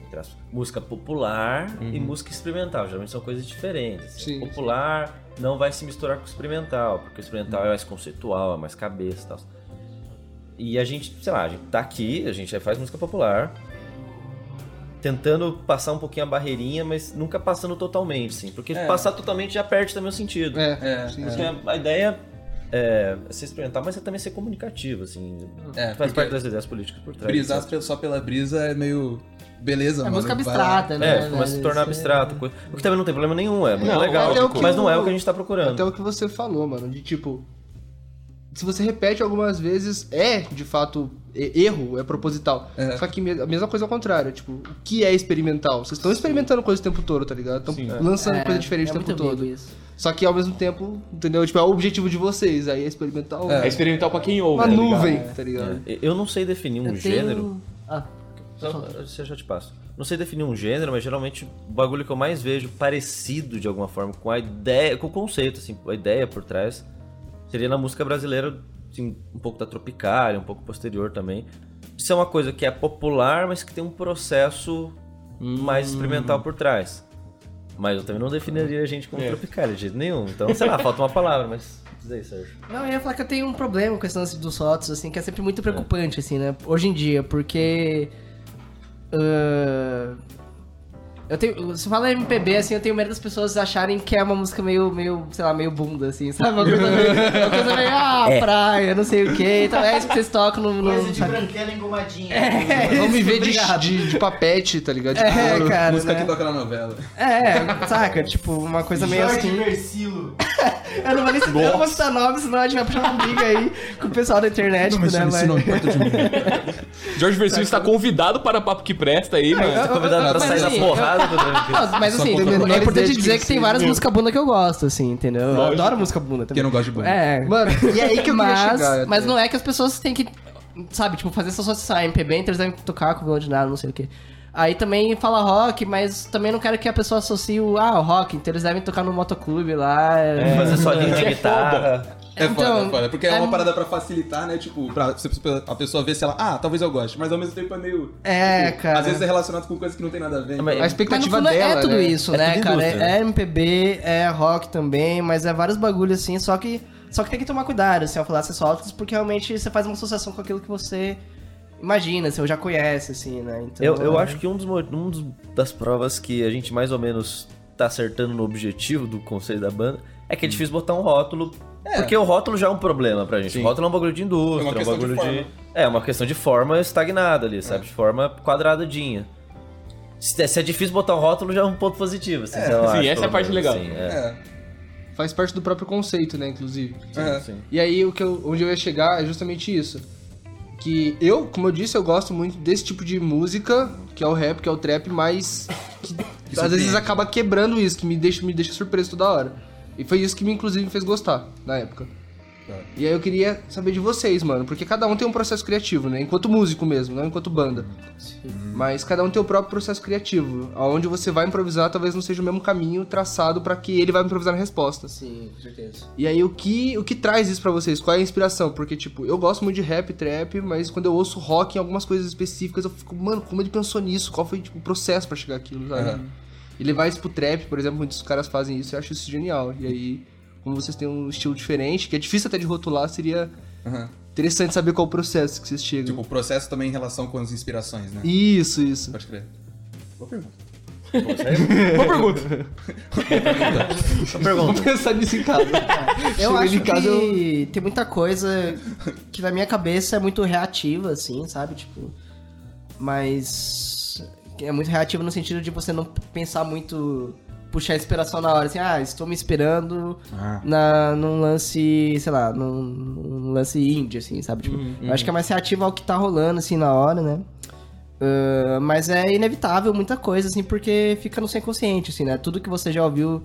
entre aspas, Música popular e música experimental. Geralmente são coisas diferentes. Uhum. assim. Sim, popular não vai se misturar com o experimental, porque o experimental é mais conceitual, é mais cabeça e tal. E a gente, sei lá, a gente tá aqui, a gente faz música popular, tentando passar um pouquinho a barreirinha, mas nunca passando totalmente, sim. Porque É. passar totalmente já perde também o sentido. É, É, Sim, é. Porque a- A ideia é ser experimental, mas é também ser comunicativo, assim. É, faz porque parte das né? ideias políticas por trás. Brisar etc. pe- só pela brisa é meio. Beleza, É mano. música vai lá. abstrata, né? É, começa a se tornar velho? Isso é- abstrato. coisa- O que também não tem problema nenhum, é muito Não, legal. é o que mas não é o- o que a gente tá procurando. Até o que você falou, mano, de tipo. Se você repete algumas vezes, é de fato e- erro, é proposital. É. Só que me- a mesma coisa ao contrário, tipo, o que é experimental? Vocês estão experimentando coisa o tempo todo, tá ligado? Estão Sim. lançando É, coisa diferente é o tempo muito todo. amigo isso. Só que ao mesmo tempo, entendeu? Tipo, é o objetivo de vocês, aí é experimental. É É. experimental pra quem ouve, Uma tá ligado? nuvem, tá ligado? É, Eu não sei definir um Eu gênero. tenho- Ah, Só, eu já te passo. Não sei definir um gênero, mas geralmente o bagulho que eu mais vejo parecido de alguma forma com a ideia, com o conceito, assim, a ideia por trás, seria na música brasileira, assim, um pouco da Tropicália, um pouco posterior também. Isso é uma coisa que é popular, mas que tem um processo mais experimental por trás. Mas eu também não definiria a gente como É. Tropicália de jeito nenhum. Então, sei lá, falta uma palavra, mas diz aí, Sérgio. Não, eu ia falar que eu tenho um problema com esse lance dos fotos, assim, que é sempre muito preocupante, assim, né? Hoje em dia, porque. ahn, eu tenho. Se fala MPB, assim, eu tenho medo das pessoas acharem que é uma música meio, meio sei lá, meio bunda, assim, sabe? Uma coisa meio. Uma coisa meio [laughs] ah, É. praia, não sei o quê. Então é isso que vocês tocam no. no- Coisa de [laughs] sabe? branquela engomadinha. É, Não me isso, ver de, [laughs] obrigado. de, de papete, tá ligado? De É, couro. cara. música né? que toca na novela. É, saca? Tipo, uma coisa meio Jorge assim. Versilo. Eu não vou nem citar, eu não vou citar nome, senão a gente vai puxar uma briga aí com o pessoal da internet, Não, mas né? isso não mas- importa de mim. Jorge Versilo está convidado para Papo que Presta aí, mano. Tá convidado pra Mas sair assim, na porrada do Drone Kids. Não, mas Só assim, contra- é importante Menores dizer de que tem várias músicas bunda que eu gosto, assim, entendeu? Eu Lógico. adoro música bunda também. Porque eu não gosto de banda. É. Mano, e aí que eu queria mas, chegar. mas não é que as pessoas têm que, sabe, tipo, fazer essa associação. MPB, então eles devem tocar com violão de nada, não sei o quê. Aí também fala rock, mas também não quero que a pessoa associe o, ah, o rock, então eles devem tocar no motoclube lá. é. Fazer solinho de guitarra. É foda, Então, é foda. Porque é, é- uma parada pra facilitar, né? Tipo, pra você- pra a pessoa ver se ela. Ah, talvez eu goste. Mas ao mesmo tempo é meio. É, tipo, cara. Às vezes é relacionado com coisas que não tem nada a ver. Mas- então- A Mas no expectativa fundo dela. é tudo né? isso, É né, tudo cara? indústria, né? É, é MPB, é rock também, mas é vários bagulhos assim, só que só que tem que tomar cuidado, assim, ao falar esses altos, porque realmente você faz uma associação com aquilo que você imagina, assim, ou já conhece, assim, né? Então, Eu, eu acho que um dos, mo- um dos- das provas que a gente mais ou menos tá acertando no objetivo do conselho da banda é Hum. que é difícil botar um rótulo. Porque o rótulo já é um problema pra gente. O rótulo é um bagulho de É uma indústria, é um questão de bagulho de, forma. É, uma questão de forma estagnada ali, sabe? De forma quadradinha. Se, é- se é difícil botar um rótulo, já é um ponto positivo. Assim, sei lá, Sim, essa acho, é a pelo parte menos, legal. assim, Tá é. É, Faz parte do próprio conceito, né, inclusive. é. Sim. E aí o que eu- onde eu ia chegar é justamente isso. que eu, como eu disse, eu gosto muito desse tipo de música, que é o rap, que é o trap, mas que às vezes surpreende. acaba quebrando isso, que me deixa, me deixa surpreso toda hora. E foi isso que me, inclusive, me fez gostar na época. Tá. E aí eu queria saber de vocês, mano, porque cada um tem um processo criativo, né? Enquanto músico mesmo, não enquanto banda. Mas cada um tem o próprio processo criativo. Aonde você vai improvisar talvez não seja o mesmo caminho traçado pra que ele vai improvisar na resposta. Sim, com certeza. E aí, o que, o que traz isso pra vocês? Qual é a inspiração? Porque, tipo, eu gosto muito de rap, trap, mas quando eu ouço rock em algumas coisas específicas, eu fico, mano, como ele pensou nisso? Qual foi tipo, o processo pra chegar aquilo, sabe? Aham. E levar isso pro trap, por exemplo, muitos caras fazem isso, eu acho isso genial. E aí, como vocês têm um estilo diferente, que é difícil até de rotular, seria Aham. interessante saber qual o processo que vocês chegam. Tipo, o processo também em relação com as inspirações, né? Isso, isso. Pode crer. Boa pergunta. Boa pergunta. Uma Vamos pergunta. pensar nisso em casa. [laughs] [laughs] Eu Chegando acho né? em casa, que tem muita coisa que na minha cabeça é muito reativa, assim, sabe? Tipo, mas é muito reativa no sentido de você não pensar muito, puxar inspiração na hora, assim, ah, estou me inspirando Ah. na, num lance, sei lá, num, num lance indie, assim, sabe? Tipo, Uhum, eu acho que é mais reativa ao que tá rolando, assim, na hora, né? Ah, mas é inevitável muita coisa, assim, porque fica no seu inconsciente, assim, né? Tudo que você já ouviu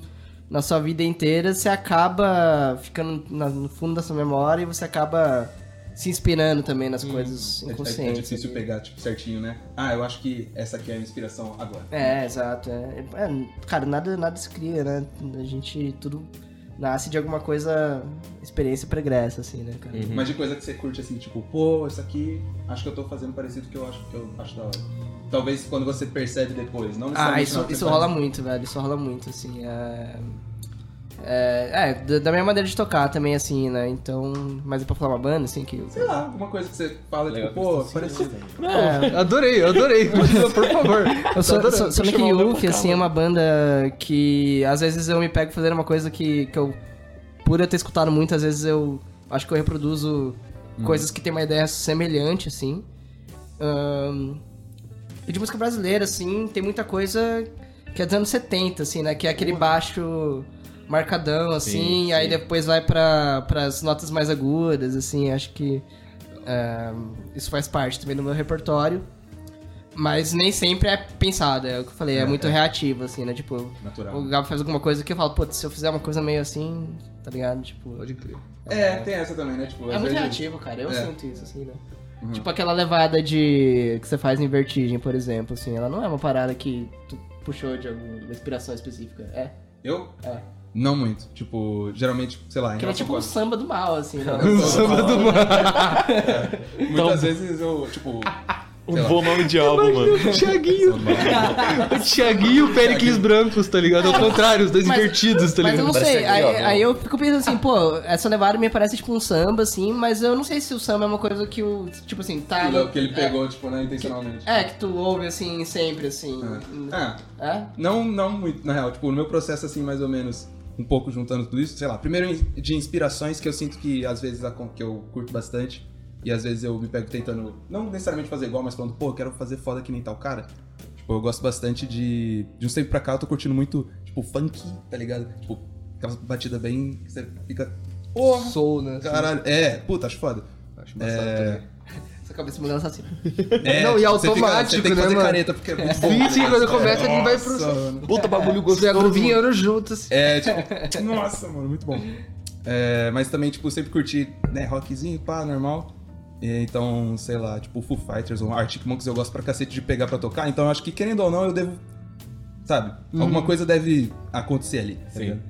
na sua vida inteira, você acaba ficando na- no fundo da sua memória e você acaba se inspirando também nas coisas É, é- é inconscientes. assim. difícil pegar, tipo, certinho, né? Ah, eu acho que essa aqui é a inspiração agora. É, exato. é. É, cara, nada, nada se cria, né? A gente tudo nasce de alguma coisa, experiência pregressa, assim, né, cara? Mas de coisa que você curte assim, tipo, pô, isso aqui acho que eu tô fazendo parecido com o que eu acho que eu acho da hora. Talvez quando você percebe depois, não necessariamente. Ah, na isso, hora que isso você rola faz. muito, velho. Isso rola muito, assim. É, é, é, da- da minha maneira de tocar também, assim, né? Então. Mas é pra falar uma banda, assim, que. Sei lá, alguma coisa que você fala, Legal, tipo, pô, parecido. É, [laughs] Adorei, adorei. Por favor. eu sou, sou, sou meio que chamar o meu Yuffie, assim, é uma banda que às vezes eu me pego fazendo uma coisa que, que eu. Por eu ter escutado muito, às vezes eu acho que eu reproduzo coisas que tem uma ideia semelhante, assim. Ahn, e de música brasileira, assim, tem muita coisa que é dos anos 70, assim, né? Que é aquele baixo marcadão, assim, Sim, e aí sim. depois vai pra, pras notas mais agudas, assim, acho que ahn, isso faz parte também do meu repertório. Mas nem sempre é pensado, é o que eu falei, é, muito reativo, assim, né? Tipo, [laughs] Natural. o Gabo faz alguma coisa que eu falo, putz, se eu fizer uma coisa meio assim, tá ligado? Tipo, Pode crer. É, tem essa também, né? Tipo, é às muito vezes- reativo, cara. Eu É. sinto isso, assim, né? Tipo aquela levada de. que você faz em vertigem, por exemplo, assim, ela não é uma parada que tu puxou de alguma inspiração específica. É. Eu? É. Não muito. Tipo, geralmente, sei lá, em Que ela é relação tipo com um as- samba do mal, assim, [laughs] né? Samba do mar. Muitas vezes eu, [laughs] tipo. Um bom nome de álbum, mano. Tiaguinho. [laughs] O Tiaguinho e o Pericles Brancos, tá ligado? Ao contrário, os dois invertidos, tá Mas eu ligado? não sei, Parece aí, aquele, ó, aí eu fico pensando assim, pô, essa levada me parece tipo um samba, assim, mas eu não sei se o samba é uma coisa que o. Tipo assim, tá. aquilo que ele pegou, tipo, né, intencionalmente. É, que tu ouve assim, sempre, assim. Ah, É? Não, não muito, na real. Tipo, no meu processo, assim, mais ou menos, um pouco juntando tudo isso, sei lá. Primeiro in- de inspirações que eu sinto que, às vezes, acon- que eu curto bastante. E às vezes eu me pego tentando, não necessariamente fazer igual, mas falando, pô, eu quero fazer foda que nem tal cara. Tipo, eu gosto bastante de. De um tempo pra cá, eu tô curtindo muito, tipo, funk, tá ligado? Tipo, aquelas batidas bem. que você fica. Porra! Sou, né? Caralho. É, puta, acho foda. Acho embaçado também. Essa cabeça mudando assassina. É, [laughs] Não, você e fica- você tem automático, que né, fazer mano? careta, porque é muito bom. Sim, sim, tá quando ligado? começa ele vai pro. Nossa, mano. Puta bagulho gostoso. E a Glovinha eram [laughs] juntas. É, tipo, nossa, mano, muito bom. É, mas também, tipo, sempre curti, né, rockzinho, pá, normal. E, Então, sei lá, tipo, Foo Fighters ou Arctic Monkeys eu gosto pra cacete de pegar pra tocar. Então, eu acho que, querendo ou não, eu devo, sabe, alguma coisa deve acontecer ali. tá Sim, ligado?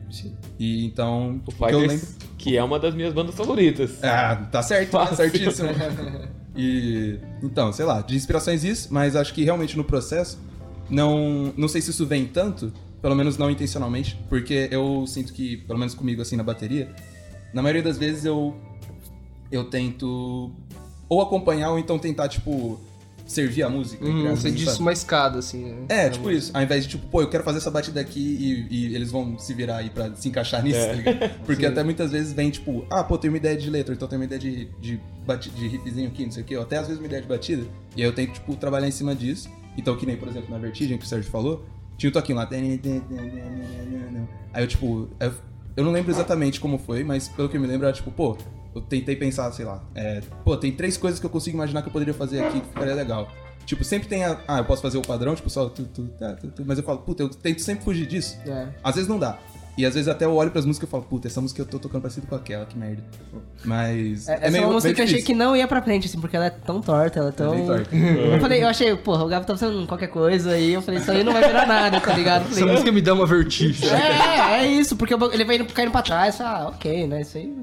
E então, O o que eu lembro... Fighters, que é uma das minhas bandas favoritas. Ah, tá certo, tá Fácil. certíssimo. E então, sei lá, de inspirações isso, mas acho que realmente no processo não, não sei se isso vem tanto, pelo menos não intencionalmente, porque eu sinto que, pelo menos comigo assim na bateria, na maioria das vezes eu eu tento ou acompanhar ou então tentar tipo servir a música. entre Hum, aspas, você disse sabe? uma escada, assim. né? É, tipo isso. Ao invés de, tipo, pô, eu quero fazer essa batida aqui e, e eles vão se virar aí pra se encaixar nisso, tá ligado? Porque até muitas vezes vem, tipo, ah, pô, tem uma ideia de letra, então tem uma ideia de, de, bati- de riffzinho aqui, não sei o quê, ou até às vezes uma ideia de batida. E aí eu tento, tipo, trabalhar em cima disso. Então, que nem, por exemplo, na Vertigem, que o Sérgio falou, tinha o toquinho lá. Aí eu, tipo, eu, eu não lembro exatamente como foi, mas pelo que eu me lembro, era tipo, pô, eu tentei pensar, sei lá, é, pô, tem três coisas que eu consigo imaginar que eu poderia fazer aqui que ficaria legal. Tipo, sempre tem a. Ah, eu posso fazer o padrão, tipo, só. Tu, tu, tá, tu, tu, mas eu falo, puta, eu tento sempre fugir disso. É. Às vezes não dá. E às vezes até eu olho pras músicas e falo, puta, essa música eu tô tocando parecida com aquela, que merda. Mas. É, essa é meio- uma música meio que eu achei que difícil. não ia pra frente, assim, porque ela é tão torta, ela é É tão. meio torto. Eu falei, eu achei, porra, o Gabo tá fazendo qualquer coisa aí. Eu falei, isso aí não vai virar nada, tá ligado? Eu Essa Falei, música me dá uma vertigem. é, é isso, porque o bagulho- ele vai indo, caindo pra trás, fala, ah, ok, né? Isso aí.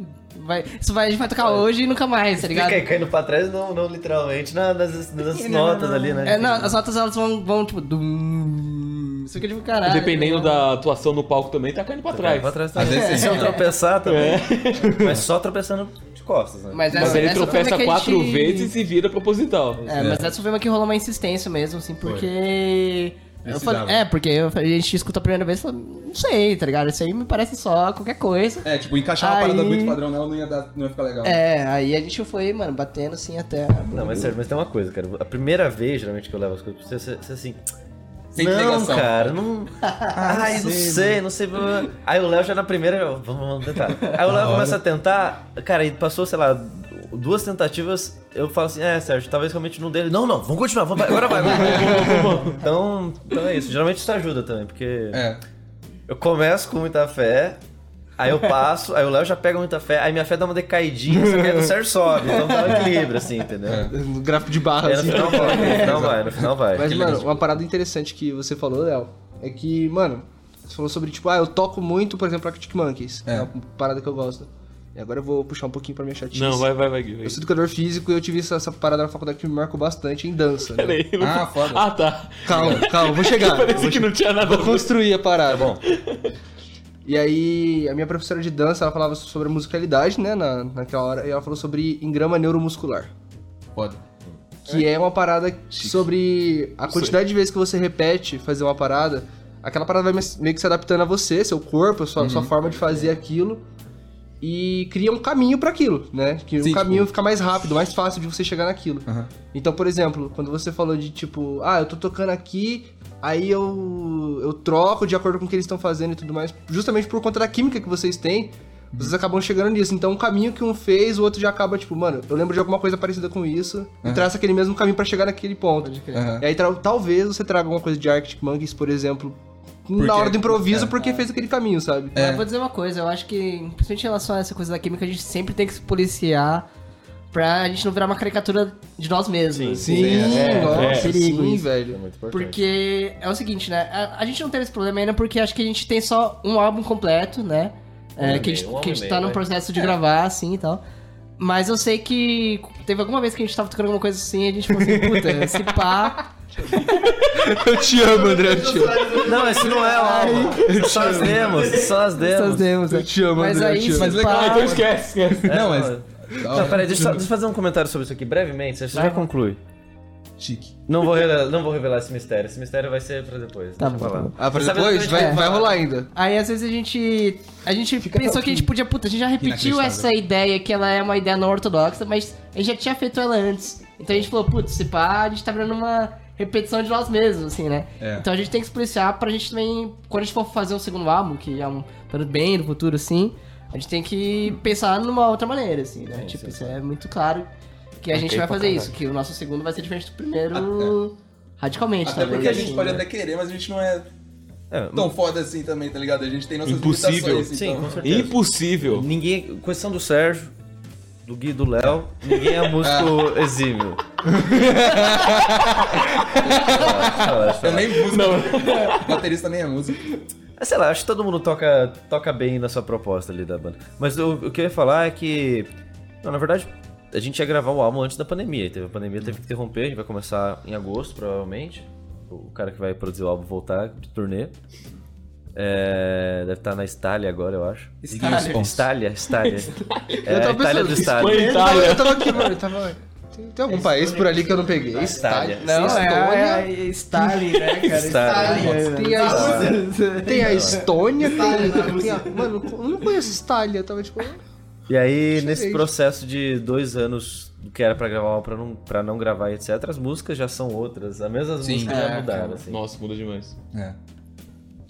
Vai, isso vai, a gente vai tocar hoje e nunca mais, tá ligado? Fica aí caindo pra trás, não, não literalmente, na- nas, nas notas ali, né? É, não, as notas elas vão, vão tipo. Dum, isso aqui é tipo caralho. Dependendo né? da atuação no palco também, tá caindo pra Cai trás. pra [laughs] trás Às também. vezes Se eu tropeçar também. Mas só tropeçando de costas, né? É. Mas, Mas essa- ele essa foi uma que tropeça a quatro gente- vezes e vira proposital. É, mas essa foi uma que rolou uma insistência mesmo, assim, porque. Eu falei- Precisava. é, porque eu falei- a gente escuta a primeira vez e fala, não sei, tá ligado? Isso aí me parece só qualquer coisa. É, tipo, encaixar uma parada Aí- muito padrão nela não ia, dar, não ia ficar legal. É, aí a gente foi, mano, batendo assim até. Não, mas sério, mas tem uma coisa, cara. A primeira vez, geralmente, que eu levo as coisas pra você, você, você assim. Sem não, negação. cara, não. Ai, não sei, não sei. Aí o Léo já na primeira, eu, vamos, vamos tentar. Aí o Léo começa a tentar, cara, e passou, sei lá, duas tentativas. Eu falo assim, é, Sérgio, talvez realmente não dele. Não, não, vamos continuar, vamos, agora vai. Vamos, vamos, vamos, vamos. Então, então é isso. Geralmente isso ajuda também, porque É. eu começo com muita fé. Aí eu passo, aí o Léo já pega muita fé, aí minha fé dá uma decaidinha, só que aí o Sérgio sobe, então dá um equilíbrio, assim, entendeu? É. No gráfico de barra, É, no assim. final vai, no final vai, no final vai. Mas, mano, uma parada interessante que você falou, Léo, é que, mano, você falou sobre, tipo, ah, eu toco muito, por exemplo, Arctic Monkeys. É, É. uma parada que eu gosto. E agora eu vou puxar um pouquinho pra minha chatice. Não, vai, vai, vai, Gui, vai. Eu sou educador físico e eu tive essa, essa parada na faculdade que me marcou bastante em dança. né? Peraí, não- Ah, foda. Ah, tá. Calma, calma, vou chegar. Parece vou que não tinha nada a Vou ver. construir a parada. Tá bom. E aí, a minha professora de dança, ela falava sobre a musicalidade, né, na, naquela hora, e ela falou sobre engrama neuromuscular. Foda. Que é, uma parada sobre a quantidade de vezes que você repete fazer uma parada, aquela parada vai me- meio que se adaptando a você, seu corpo, a sua, Uhum. sua forma de fazer aquilo. E cria um caminho pra aquilo, né? Que Sim, o caminho tipo- fica mais rápido, mais fácil de você chegar naquilo. Aham. Então, por exemplo, quando você falou de tipo, ah, eu tô tocando aqui, aí eu, eu troco de acordo com o que eles estão fazendo e tudo mais, justamente por conta da química que vocês têm, vocês acabam chegando nisso. Então, um caminho que um fez, o outro já acaba, tipo, mano, eu lembro de alguma coisa parecida com isso, e Aham. traça aquele mesmo caminho pra chegar naquele ponto. Aham. E aí tra- talvez você traga alguma coisa de Arctic Monkeys, por exemplo, Porque- na hora do improviso, é. porque fez aquele caminho, sabe? Mas eu vou dizer uma coisa, eu acho que, principalmente em relação a essa coisa da química, a gente sempre tem que se policiar pra a gente não virar uma caricatura de nós mesmos. assim, Sim, É, nossa, é. Perigo sim, isso. É velho. muito importante. Porque é o seguinte, né? A, a gente não teve esse problema ainda porque acho que a gente tem só um álbum completo, né? É, Um e que a gente, meio, um que a gente álbum e tá meio, num né? processo de gravar, assim e tal. Mas eu sei que teve alguma vez que a gente tava tocando alguma coisa assim e a gente falou assim, [laughs] puta, esse pá. [laughs] Eu te amo, André, eu te amo. Não, esse não [laughs] é o álbum. Só as demos, só as Essas demos. É, demos, né? Eu te amo, Mas André, eu aí, te amo. Mas legal, pá, Ah, então esquece, esquece. Não, é mas. Não, peraí, deixa eu só- deixa eu fazer um comentário sobre isso aqui brevemente, você já conclui. Chique. Não vou, revelar, não vou revelar esse mistério, esse mistério vai ser pra depois. Tá deixa bom, eu tá falar. Ah, pra Você sabe depois? exatamente o Vai, que é? vai eu vou rolar falar. ainda. Aí às vezes a gente. A gente pensou que a gente podia. Puta, a gente já repetiu Inacreditável. essa ideia, que ela é uma ideia não ortodoxa, mas a gente já tinha feito ela antes. Então a gente falou, putz, se pá, a gente tá virando uma repetição de nós mesmos, assim, né? É. Então a gente tem que se policiar pra gente também. Quando a gente for fazer um segundo álbum, que é um plano bem no futuro, assim, a gente tem que pensar numa outra maneira, assim, né? tipo, isso é muito claro que a gente vai fazer isso, que o nosso segundo vai ser diferente do primeiro. Radicalmente, Ah, é. Até porque a talvez, gente assim, pode né? até querer, mas a gente não é tá É, tão foda assim também, tá ligado? A gente tem nossas Impossível. limitações, sim, então. com certeza. Impossível. Ninguém. Questão do Sérgio, do Gui do Léo, ninguém é músico Ah. [laughs] exímio. [laughs] Eu nem música. [laughs] Baterista nem é música. Ah, Sei lá, acho que todo mundo toca, toca bem na sua proposta ali da banda. Mas o, o que eu ia falar é que. Não, na verdade, a gente ia gravar o álbum antes da pandemia. e Teve a pandemia, teve que interromper. A gente vai começar em agosto, provavelmente. O cara que vai produzir o álbum voltar de turnê. É, deve estar na Itália agora, eu acho. Estália. Estália, Estália. É, Eu a tava Itália pensando, do Espanha. Estália. Eu Itália. tava- Eu tava aqui, mano. Eu tava... Tem, tem algum país por ali que eu não peguei? Itália. Não, é, Estônia. é, é Stalin, né, cara? Stalin. É, Tem a, Est- tem a Estônia. Itália, tem- na tem a- Rússia. Mano, eu não conheço Itália. Eu tava tipo. E aí, nesse Diferente. processo de dois anos do que era pra gravar, pra não, pra não gravar, etc., as músicas já são outras. As mesmas Sim. músicas É, já mudaram, assim. Nossa, muda demais. É.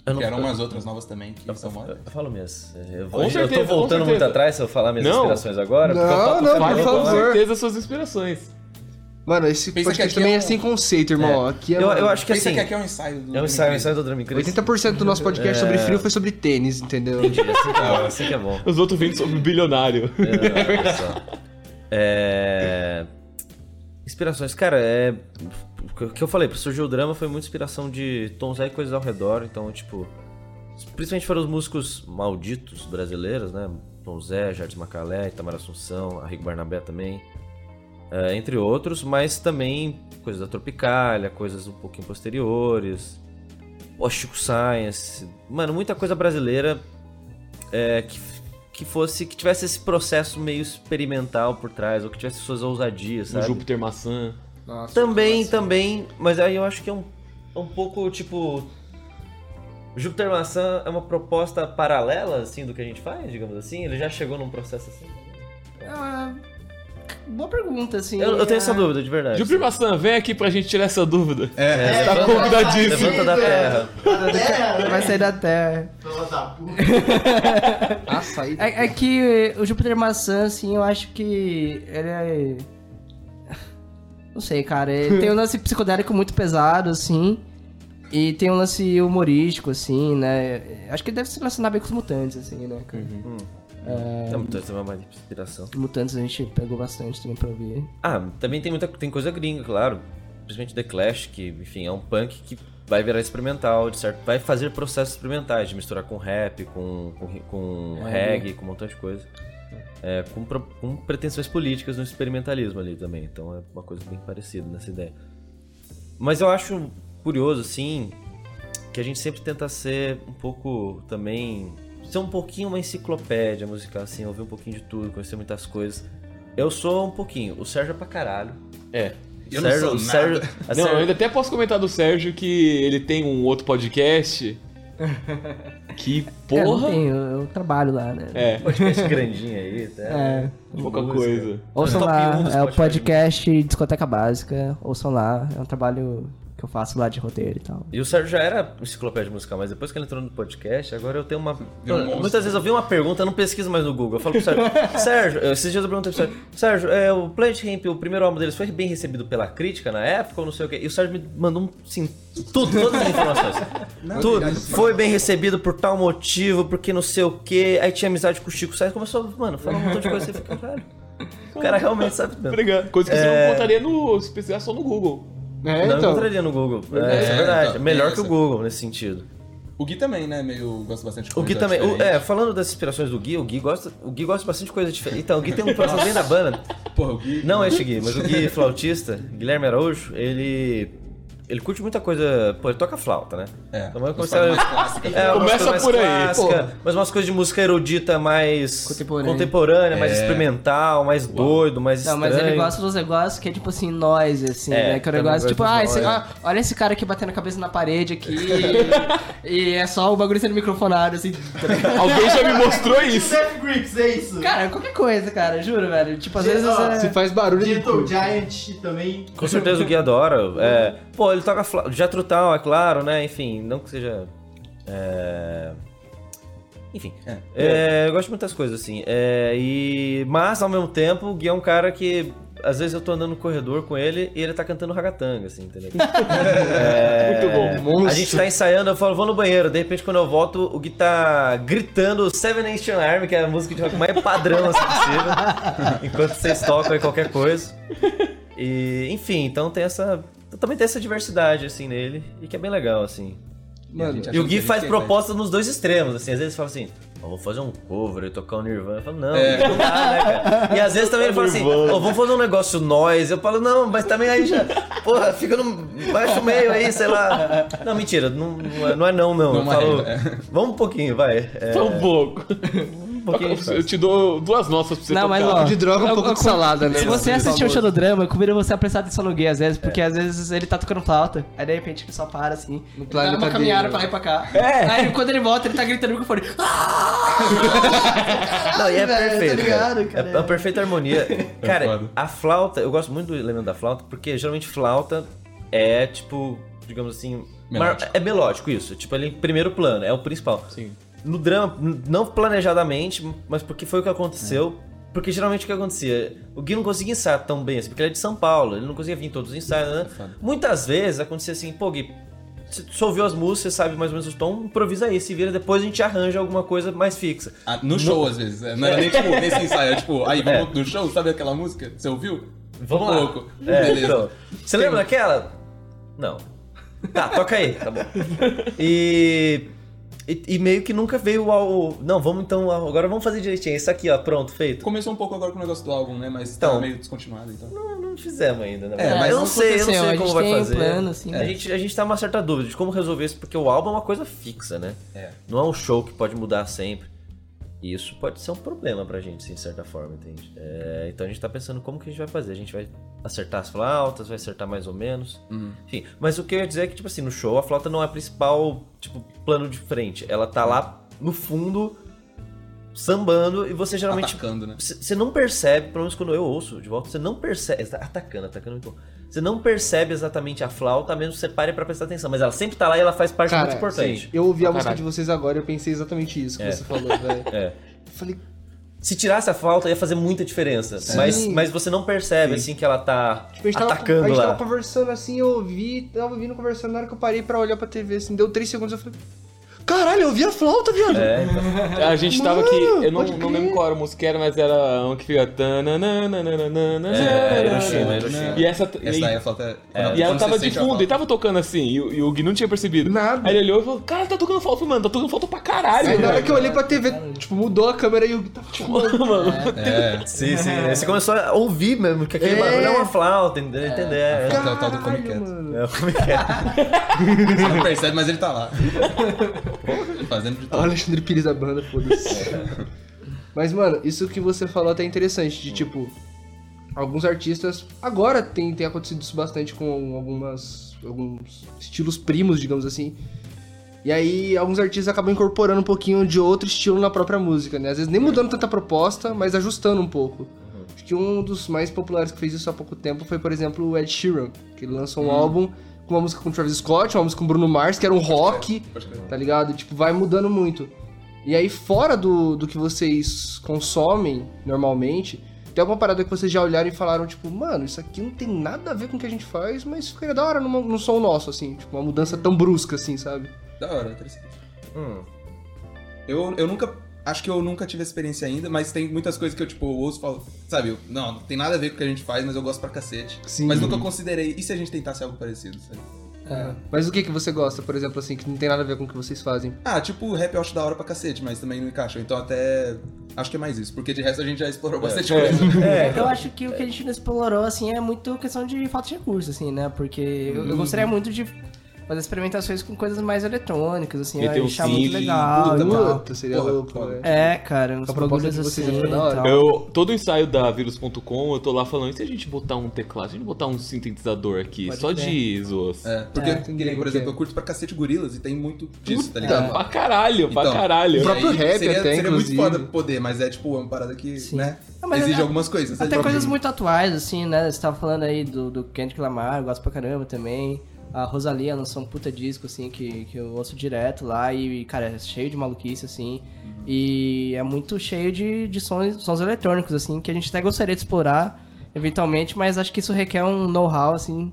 Eu não- que eram eu- umas outras novas também que são Eu, modas. eu falo minhas. eh, Eu, Com vou- eu certeza, tô com voltando muito certeza. atrás se eu falar minhas Não. inspirações agora. porque eu Não, Ah, toco não, sempre por Fale no com balão. favor. certeza suas inspirações. Mano, Pensa esse que podcast aqui também é é, um- sem conceito, irmão. Aqui é, Eu, eu mano, acho que Pensa assim. que aqui é um ensaio do. É um ensaio, um ensaio do Drama Incrível. 80% do nosso podcast sobre frio foi sobre tênis, entendeu? Entendi, assim que é bom, assim que é bom. Os outros vindo sobre bilionário. É, olha só. É, Inspirações, cara, é. O que eu falei, pra surgir o drama foi muita inspiração de tons aí e coisas ao redor, então, tipo. Principalmente foram os músicos malditos brasileiros, né? Tom Zé, Jardim Macalé, Itamar Assunção, Arrigo Barnabé também, é, entre outros, mas também coisas da Tropicália, coisas um pouquinho posteriores, o Chico Science, mano, muita coisa brasileira é, que, que fosse, que tivesse esse processo meio experimental por trás, ou que tivesse suas ousadias, O sabe? Júpiter maçã. Também, também, mas aí eu acho que é um, é um pouco tipo. Júpiter Maçã é uma proposta paralela, assim, do que a gente faz, digamos assim? Ele já chegou num processo assim? É Boa pergunta, assim. Eu, eu tenho é- essa dúvida, de verdade. Júpiter maçã, vem aqui pra gente tirar essa dúvida. É, É, Tá levanta- convidadíssimo. Levanta da terra. Até, Vai sair da Terra. Fala da puta. Açaí. É, é que o Júpiter Maçã, assim, eu acho que ele é... Não sei, cara. Ele tem um [laughs] lance psicodélico muito pesado, assim. E tem um lance humorístico, assim, né? Acho que ele deve se relacionar bem com os mutantes, assim, né, cara? Uhum. É muito essa é uma baita inspiração. Mutantes a gente pegou bastante também pra ouvir. Ah, também tem muita tem coisa gringa, claro. Principalmente The Clash, que, enfim, é um punk que vai virar experimental, de certo? Vai fazer processos experimentais, de misturar com rap, com, com, ri- com reggae, com um montão de coisa. É, com, pro- com pretensões políticas no experimentalismo ali também. Então é uma coisa bem parecida nessa ideia. Mas eu acho curioso, assim, que a gente sempre tenta ser um pouco também. ser um pouquinho uma enciclopédia musical, assim, ouvir um pouquinho de tudo, conhecer muitas coisas. Eu sou um pouquinho, o Sérgio é pra caralho. É. Eu não sou o nada. É Sérgio, a Não, Sérgio- é eu ainda até posso comentar do Sérgio que ele tem um [laughs] outro podcast. Que É, não porra! tem, eu, eu trabalho lá, né? É, um podcast grandinho aí, tá? É. pouca Música. coisa. Ouçam Top lá, um é do o Spotify. podcast Discoteca Básica. Ouçam lá, é um trabalho que eu faço lá de roteiro e tal. E o Sérgio já era enciclopédia musical, mas depois que ele entrou no podcast, agora eu tenho uma. Virou um Mano, monstro. Muitas vezes eu vi uma pergunta, eu não pesquiso mais no Google. Eu falo pro Sérgio. [laughs] Sérgio, eu- esses dias eu perguntei pro Sérgio. Sérgio, é, o Planet Hemp, o primeiro álbum deles, foi bem recebido pela crítica na época ou não sei o quê? E o Sérgio me mandou um. Sim, tudo, todas as informações. [laughs] Não, tudo. obrigado. Foi bem recebido por tal motivo, porque não sei o quê. Aí tinha amizade com o Chico Sainz, começou, mano, falar um montão de coisa. Você fica, caralho. O cara realmente sabe mesmo. Obrigado. Coisa que você não contaria no, se pesquisar só no Google. É, não então. encontraria no Google. É, isso é É, verdade. então, Melhor tem que o essa. Google nesse sentido. O Gui também, né? Meio gosta bastante de O Gui coisa também. o- diferente. é, falando das inspirações do Gui, o Gui gosta, o Gui gosta bastante de coisa diferente. Então, o Gui tem um processo bem da banda. Porra, o Gui. é. Não este Gui, mas o Gui flautista, Guilherme Araújo, ele. Ele curte muita coisa. Pô, ele toca flauta, né? É, Então vai umas começar. paradas mais clássicas. É, umas Começa coisas mais por aí, clássica, mas umas coisas de música erudita mais Contemporânea. contemporânea, mais É. experimental, mais doido, mais Não, estranho. mas ele gosta dos negócios que é tipo assim, nós, assim, né? É, Que é o também negócio gosto tipo, dos ah, esse- nós. ah, olha esse cara aqui batendo a cabeça na parede aqui. [laughs] e é só o bagulho sendo microfonado, assim. Alguém já me mostrou isso. Death Grips, é isso. cara, qualquer coisa, cara, juro, velho. Tipo, às vezes. Ó, é- Se faz barulho de Gentle Giant também. Com certeza o Gui adora. É, pô, ele toca fla- já trutal, é claro, né? Enfim, não que seja. é, Enfim. É. É, eu gosto de muitas coisas, assim. É, e... Mas, ao mesmo tempo, o Gui é um cara que. Às vezes eu tô andando no corredor com ele e ele tá cantando ragatanga, assim, entendeu? Muito bom. monstro. A gente tá ensaiando, eu falo, vou no banheiro. De repente, quando eu volto, o Gui tá gritando Seven Nation Army, que é a música de rock mais padrão assim possível. enquanto vocês tocam aí qualquer coisa. E, enfim, então tem essa. Também tem essa diversidade, assim, nele. E que é bem legal, assim. a gente Mano, achando E o que né? a Gui gente faz quer, propostas nos dois extremos, assim. Às vezes fala assim, "Ó, vou fazer um cover e tocar o Nirvana. Eu falo, não, não dá, né, [laughs] cara? E às vezes também ele fala assim, "Ó, vou fazer um negócio nós. Eu falo, não, mas também aí já, porra, fica no baixo meio aí, sei lá. Não, mentira, não, não é não, é não. não. Eu Não é, falo, é. vamos um pouquinho, vai. É, Só um pouco. um [laughs] pouquinho. a gente Eu faz. te dou duas notas pra você Não, mas, tocar. de droga um Eu- pouco eu- de salada, né? Se você Por assistir o favor. show do drama, eu convido você a prestar atenção no gay às vezes, É. porque às vezes ele tá tocando flauta, aí de repente ele só para assim, ele dá planeta uma caminhada dele, pra lá e pra cá. É. Aí quando ele volta, ele tá gritando no microfone. [laughs] Não, e é Ai, velho, perfeito. tá cara. ligado, cara? É uma perfeita harmonia. cara, foda. a flauta, eu gosto muito do elemento da flauta, porque geralmente flauta é tipo. digamos assim. Melódico. mar- É melódico isso. Tipo, ele em primeiro plano, é o principal. Sim. No drama, n- não planejadamente, mas porque foi o que aconteceu. Porque geralmente o que acontecia? O Gui não conseguia ensaiar tão bem assim, porque ele é de São Paulo, ele não conseguia vir em todos os ensaios. né? Muitas vezes acontecia assim, pô, Gui, você só ouviu as músicas, você sabe mais ou menos os tons, improvisa aí, se vira, depois a gente arranja alguma coisa mais fixa. Ah, no show, às vezes. né? Não É. era nem tipo nesse ensaio, era tipo, aí vamos no show, sabe aquela música? Você ouviu? Vamos um lá. pouco. É, Beleza. então. Você lembra daquela? Não. Tá, toca aí, tá bom. E, e. e meio que nunca veio ao. Não, vamos então. ao- Agora vamos fazer direitinho. Isso aqui, ó, pronto, feito. Começou um pouco agora com o negócio do álbum, né? Mas tá Então. meio descontinuado, então. Não, não fizemos ainda, né? É, mas eu não sei, eu não aconteceu, sei a como gente vai tem um fazer. plano, assim, a, né? gente, a gente tá uma certa dúvida de como resolver isso, porque o álbum é uma coisa fixa, né? É. Não é um show que pode mudar sempre. E isso pode ser um problema pra gente, assim, de certa forma, entende? É, então a gente tá pensando como que a gente vai fazer. A gente vai acertar as flautas, vai acertar mais ou menos. Enfim, mas o que eu ia dizer é que, tipo assim, no show a flauta não é a principal, tipo, plano de frente. Ela tá lá no fundo, sambando, e você geralmente Atacando, né? você você não percebe, pelo menos quando eu ouço de volta, você não percebe. exa- Atacando, atacando muito bom. Você não percebe exatamente a flauta, a menos que você pare pra prestar atenção. Mas ela sempre tá lá e ela faz parte Cara, muito importante. Eu ouvi a Pra música caralho. de vocês agora e eu pensei exatamente isso que É. você falou, velho. É. Eu falei, Se tirasse a flauta, ia fazer muita diferença. Sim. Mas, mas você não percebe, assim, que ela tá tipo, a gente tava, a atacando gente lá. tava conversando assim, eu ouvi, tava ouvindo conversando, na hora que eu parei pra olhar pra TV, assim, deu três segundos, eu falei, caralho, eu ouvi a flauta, viado. É, então. A gente tava aqui, eu não, pode não crer. lembro qual era a música, que era, mas era um que fica. tanananananana. É, Hiroshima, Hiroshima. E essa. né? Essa É. e- daí a flauta. quando- E ela quando tava você de sente a fundo, e flauta- tava tocando assim, e, o- e o Gui não tinha percebido. Nada. Aí ele olhou e falou, cara, tá tocando falta. Eu falei, Mano, tá tocando falta pra caralho, Aí na hora velho." que eu olhei pra TV, tipo, mudou a câmera e eu tava tipo, Mano, É, Sim, sim. Aí você começou a ouvir mesmo que aquele É. barulho é uma flauta, entendeu? Entender. É. é o tal do Comic caralho, Cat. mano. É, como é que é? Você não percebe, mas ele tá lá. [laughs] Fazendo de Olha o tudo. [laughs] Alexandre Pires da banda, foda-se. Mas, mano, isso que você falou até é interessante, de tipo, alguns artistas. Agora tem, tem acontecido isso bastante com algumas. alguns estilos primos, digamos assim. E aí, alguns artistas acabam incorporando um pouquinho de outro estilo na própria música, né? Às vezes nem mudando tanta proposta, mas ajustando um pouco. Acho que um dos mais populares que fez isso há pouco tempo foi, por exemplo, o Ed Sheeran, que ele lançou um álbum com uma música com Travis Scott, uma música com Bruno Mars, que era um rock, tá ligado? Tipo, vai mudando muito. E aí, fora do, do que vocês consomem normalmente, tem alguma parada que vocês já olharam e falaram, tipo, mano, isso aqui não tem nada a ver com o que a gente faz, mas ficaria da hora numa- num som nosso, assim, tipo, uma mudança tão brusca, assim, sabe? Da hora, interessante. Hum. Eu, eu nunca. Acho que eu nunca tive essa experiência ainda, mas tem muitas coisas que eu, tipo, ouço e falo. Sabe, eu- não, não tem nada a ver com o que a gente faz, mas eu gosto pra cacete. Sim. Mas nunca considerei. E se a gente tentasse algo parecido, sabe? É. Mas o que que você gosta, por exemplo, assim, que não tem nada a ver com o que vocês fazem? Ah, tipo, rap eu acho da hora pra cacete, mas também não encaixa. Então até. Acho que é mais isso, porque de resto a gente já explorou bastante coisa. É, Eu acho que o que a gente não explorou, assim, é muito questão de falta de recurso, assim, né? Porque eu, Uhum. eu gostaria muito de fazer experimentações com coisas mais eletrônicas, assim, eu Meter ia um achar muito synth, legal. puta, e tal. mano. Puta, seria Porra, louco, foda. velho. É, cara, uns A proposta bagulhos de vocês assim. é da hora. e tal. Eu, todo ensaio da Vírus.com, eu tô lá falando, e se a gente botar um teclado, se a gente botar um sintetizador aqui, Pode só crer. de zoas. É, porque, É, que nem, por exemplo, eu curto pra cacete gorilas e tem muito disso, tá Ah, ligado? Pra caralho, pra Então, caralho. E próprio aí, rap seria, até, Seria muito inclusive. foda poder, mas é tipo uma parada que, Sim. né, Ah, mas exige é- algumas coisas. né? Até sabe? coisas muito atuais, assim, né? Você tava falando aí do, do Kendrick Lamar, eu gosto pra caramba também. A Rosalia lançou um puta disco, assim, que, que eu ouço direto lá e, cara, é cheio de maluquice, assim. E é muito cheio de, de sons, sons eletrônicos, assim, que a gente até gostaria de explorar eventualmente, mas acho que isso requer um know-how, assim,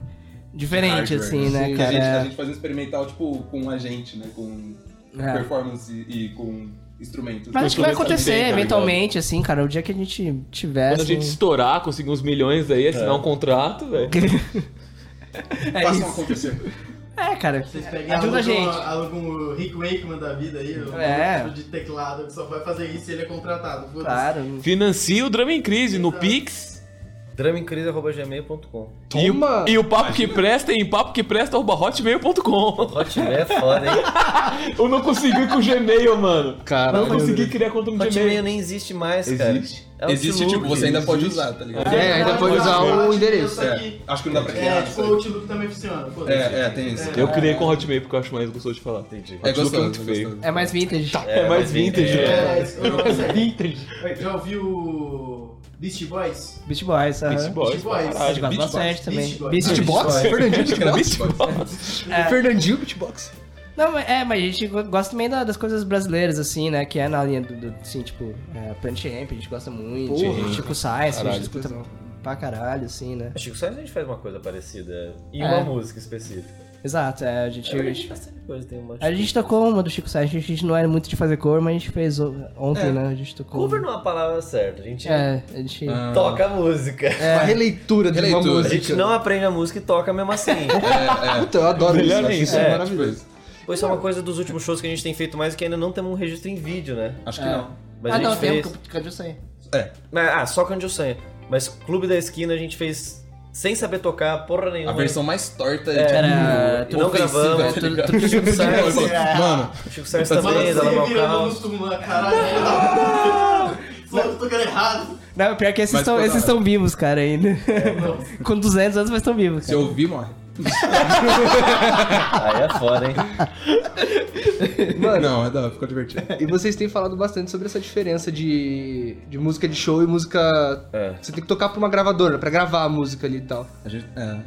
diferente, Hardware, assim, né, Sim, cara? A gente, a É. gente faz um experimental, tipo, com a gente, né? Com É. performance e, e com instrumentos. Mas acho que vai Instrumentos acontecer também, tá ligado? eventualmente, assim, cara, o dia que a gente tiver. Quando a assim, gente estourar, conseguir uns milhões aí, assinar um contrato, velho. [laughs] é, Façam isso. acontecer. é, cara. Vocês peguem Ajuda a gente. algum Rick Wakeman da vida aí, um É. tipo de teclado, que só vai fazer isso se ele é contratado. Foda-se. Claro. Financia o Drama em Crise no Exato. Pix. dramaincrise.gmail.com. E Toma! o, e o papo que presta em papo que presta é hotmail.com. Hotmail é foda, hein? [laughs] Eu não consegui com o Gmail, mano. Caralho, Não consegui criar conta no Hotmail né? Gmail. nem existe mais, cara. Existe? É o Existe, Outlook. tipo, você ainda pode usar, tá ligado? É, ainda pode usar o endereço. Só que- Acho que não dá é. pra criar. É, tipo, o Outlook também funciona. foda-se. É, é, tem isso. Eu criei com o Hotmail porque eu acho mais gostoso de falar. Entendi. É é gostoso, muito feio. gostoso. É Tá. mais vintage. né? É mais vintage, É, velho. isso que eu- Vintage. Já ouviu Beast Boys? Beast Boys, aham. Beast Boys, Beast pra Boys. Vocês caralho. gostam Beast bastante também. Beast Boys. Beast Beatbox? Fernandinho [laughs] Beatbox? É. Fernandinho Beatbox? Não, mas- é, mas a gente go- gosta também da- das coisas brasileiras, assim, né? Que é na linha do, do- assim, tipo, é, Planet Ramp, a gente gosta muito. tipo, Porra. Chico Science, a Caralho. gente escuta pra caralho, assim, né? É. Chico Sainz a gente faz uma coisa parecida em É. uma música específica. Exato, é, a gente... É, a a gente gente- bastante coisa, tem um monte a gente tocou uma do Chico Science, a gente não era muito de fazer cover, mas a gente fez o- ontem, É. né? A gente tocou... Cover não é a palavra certa, a gente É, a gente... Ah, toca a música. Uma É. releitura de Releitura. uma A música. gente não aprende a música e toca mesmo assim. Puta, eu adoro isso. Melhor eu acho nem Isso é isso. maravilhoso. Pois é uma coisa dos últimos shows que a gente tem feito mais que ainda não temos um registro em vídeo, né? Acho que não. Mas ah, a gente não, tem fez. um campo de sair. É, Mas, Ah, só Candio Sanha. Mas Clube da Esquina a gente fez sem saber tocar porra nenhuma. a versão mais torta e Era tipo, E não ofensiva, gravamos, tá tudo- ligado? tudo [laughs] Chico Sainz. Mano, tá Chico Sainz Mano, também, da Lamal virando Caos. no túmulo, caralho. Só eu um tô tocando errado. Não, pior que esses Mas estão toda- esses estão vivos, cara, ainda. [laughs] Com 200 anos, mas estão vivos, se cara. eu ouvir, morre. Aí é foda, hein? Mano, não, é da, ficou divertido. E vocês têm falado bastante sobre essa diferença de, de música de show e música. É. Você tem que tocar pra uma gravadora, pra gravar a música ali e tal. A gente, é.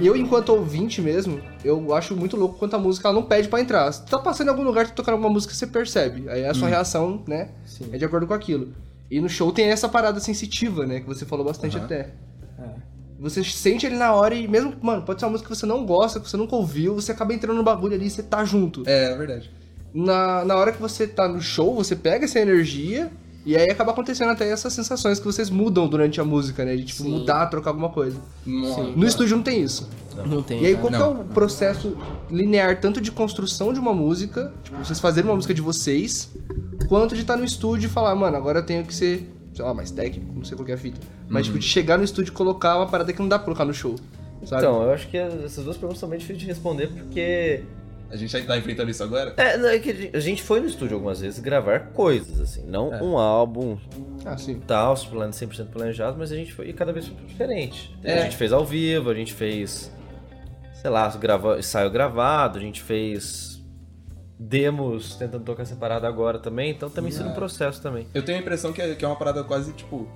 E eu, enquanto ouvinte mesmo, eu acho muito louco quanto a música ela não pede pra entrar. Você tá passando em algum lugar, tá tocando alguma música, você percebe. Aí a sua reação, né, é de acordo com aquilo. E no show tem essa parada sensitiva, né, que você falou bastante Aham. até. Você sente ele na hora e mesmo, mano, pode ser uma música que você não gosta, que você nunca ouviu, você acaba entrando no bagulho ali e você tá junto. É, é verdade. Na, na hora que você tá no show, você pega essa energia e aí acaba acontecendo até essas sensações que vocês mudam durante a música, né, de tipo mudar, trocar alguma coisa. Morre. No estúdio não tem isso. Não tem. E aí, cara. qual que é Não. o processo linear, tanto de construção de uma música, tipo, vocês fazerem uma música de vocês, quanto de estar no estúdio e falar, mano, agora eu tenho que ser, sei lá, mais técnico, não sei qual que é a fita. Mas, Uhum. tipo, de chegar no estúdio e colocar uma parada que não dá pra colocar no show, sabe? Então, eu acho que essas duas perguntas são bem difíceis de responder, porque. A gente aí tá enfrentando isso agora? É, não, é que a gente foi no estúdio algumas vezes gravar coisas, assim. Não um álbum ah, sim. tal, se plane- 100% planejado, mas a gente foi. E cada vez foi diferente. É. A gente fez ao vivo, a gente fez. Sei lá, grava, ensaio gravado, a gente fez. Demos tentando tocar separado agora também, então também isso é um processo também. Eu tenho a impressão que é, que é uma parada quase tipo.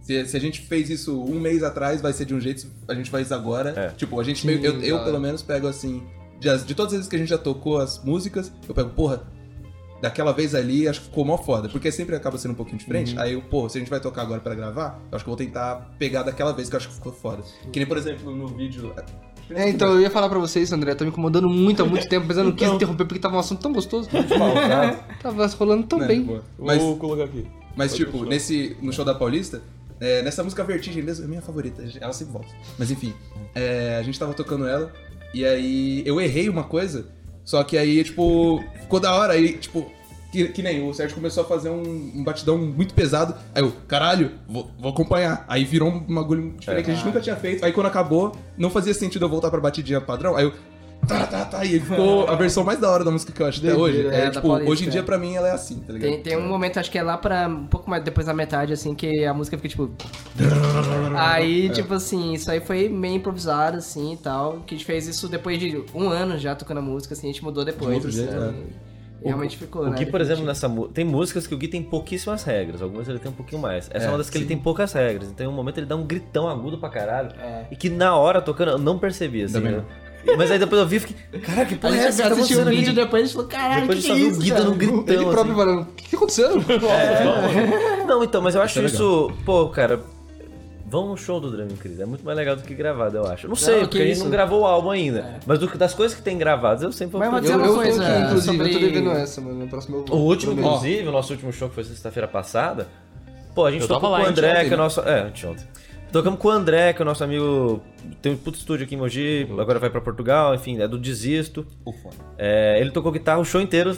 Se, se a gente fez isso um mês atrás, vai ser de um jeito, se a gente faz agora. É. Tipo, a gente meio. Eu, eu, pelo menos, pego assim. De, as- de todas as vezes que a gente já tocou as músicas, eu pego, porra, daquela vez ali, acho que ficou mó foda. Porque sempre acaba sendo um pouquinho diferente. Aí eu, pô, se a gente vai tocar agora pra gravar, eu acho que eu vou tentar pegar daquela vez que eu acho que ficou foda. Que nem, por exemplo, no vídeo. É, então, eu ia falar pra vocês, André, tá me incomodando muito há muito tempo, mas eu não quis Então. interromper porque tava um assunto tão gostoso. tava rolando tão Né, é bem. boa. Mas, Vou colocar aqui. Mas, Pode tipo, continuar. nesse, no show da Paulista, é, nessa música Vertigem mesmo, é minha favorita, ela sempre volta. Mas enfim, é, a gente tava tocando ela, e aí eu errei uma coisa, só que aí, tipo, ficou da hora, aí, tipo, que, que nem o Sérgio começou a fazer um, um batidão muito pesado, aí eu, caralho, vou, vou acompanhar. Aí virou um bagulho diferente É. que a gente nunca tinha feito, aí quando acabou, não fazia sentido eu voltar pra batidinha padrão, aí eu. Tá, tá, tá, e ficou a versão mais da hora da música que eu acho até hoje. é, É, da tipo, Paulista, hoje em é. dia pra mim ela é assim, tá ligado? Tem, tem um momento, acho que é lá pra. um pouco mais depois da metade, assim, que a música fica tipo. É. Aí, tipo assim, isso aí foi meio improvisado, assim e tal. Que a gente fez isso depois de um ano já tocando a música, assim, a gente mudou depois. outro jeito, assim, e Realmente ficou, O né? Gui, por exemplo, definitivo. nessa mu- tem músicas que o Gui tem pouquíssimas regras, algumas ele tem um pouquinho mais. Essa é, uma das que ele tem poucas regras, então em um momento ele dá um gritão agudo pra caralho, É. e que na hora tocando eu não percebi, assim, Também né? Mas aí depois eu vi e fiquei, caraca, que porra é essa? a Tá gente assistiu o acontecendo aqui?" vídeo depois e a gente falou, caralho, Depois que que de é só ver o isso, Gui cara? dando um gritão, Ele assim. próprio falando, o que, que aconteceu? Não, então, mas eu acho é legal. isso. Pô, cara. Vão no show do Drama em Crise. É muito mais legal do que gravado, eu acho. Não sei, que porque a gente isso. É. não gravou o álbum ainda. Mas do- das coisas que tem gravadas, eu sempre vou Mas eu vou Eu, Tem uma eu coisa tenho que, inclusive, eu tô sobre- devendo essa, mano. No próximo eu O vou. último, prometo. inclusive, o nosso último show que foi sexta-feira passada. Pô, a gente Eu tava tocou lá com o André, anteontem, que é né? nosso. É, anteontem. Tocamos com o André, que é o nosso amigo. Tem um puto estúdio aqui em Mogi, Uhum. agora vai pra Portugal, enfim, é do Desisto. Por fora. É, ele tocou guitarra o show inteiro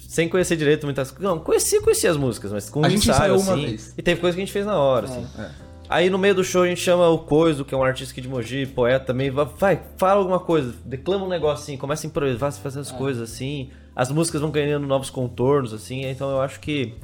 sem conhecer direito muitas coisas. Não, conhecia, conhecia as músicas, mas com A um gente ensaio, ensaiou uma assim, vez. E teve coisa que a gente fez na hora, assim. É. Aí no meio do show a gente chama o Coiso, que é um artista aqui de Mogi, poeta também. va- Vai, fala alguma coisa, declama um negócio assim, começa a improvisar, fazer É. as coisas assim. As músicas vão ganhando novos contornos, assim. Então eu acho que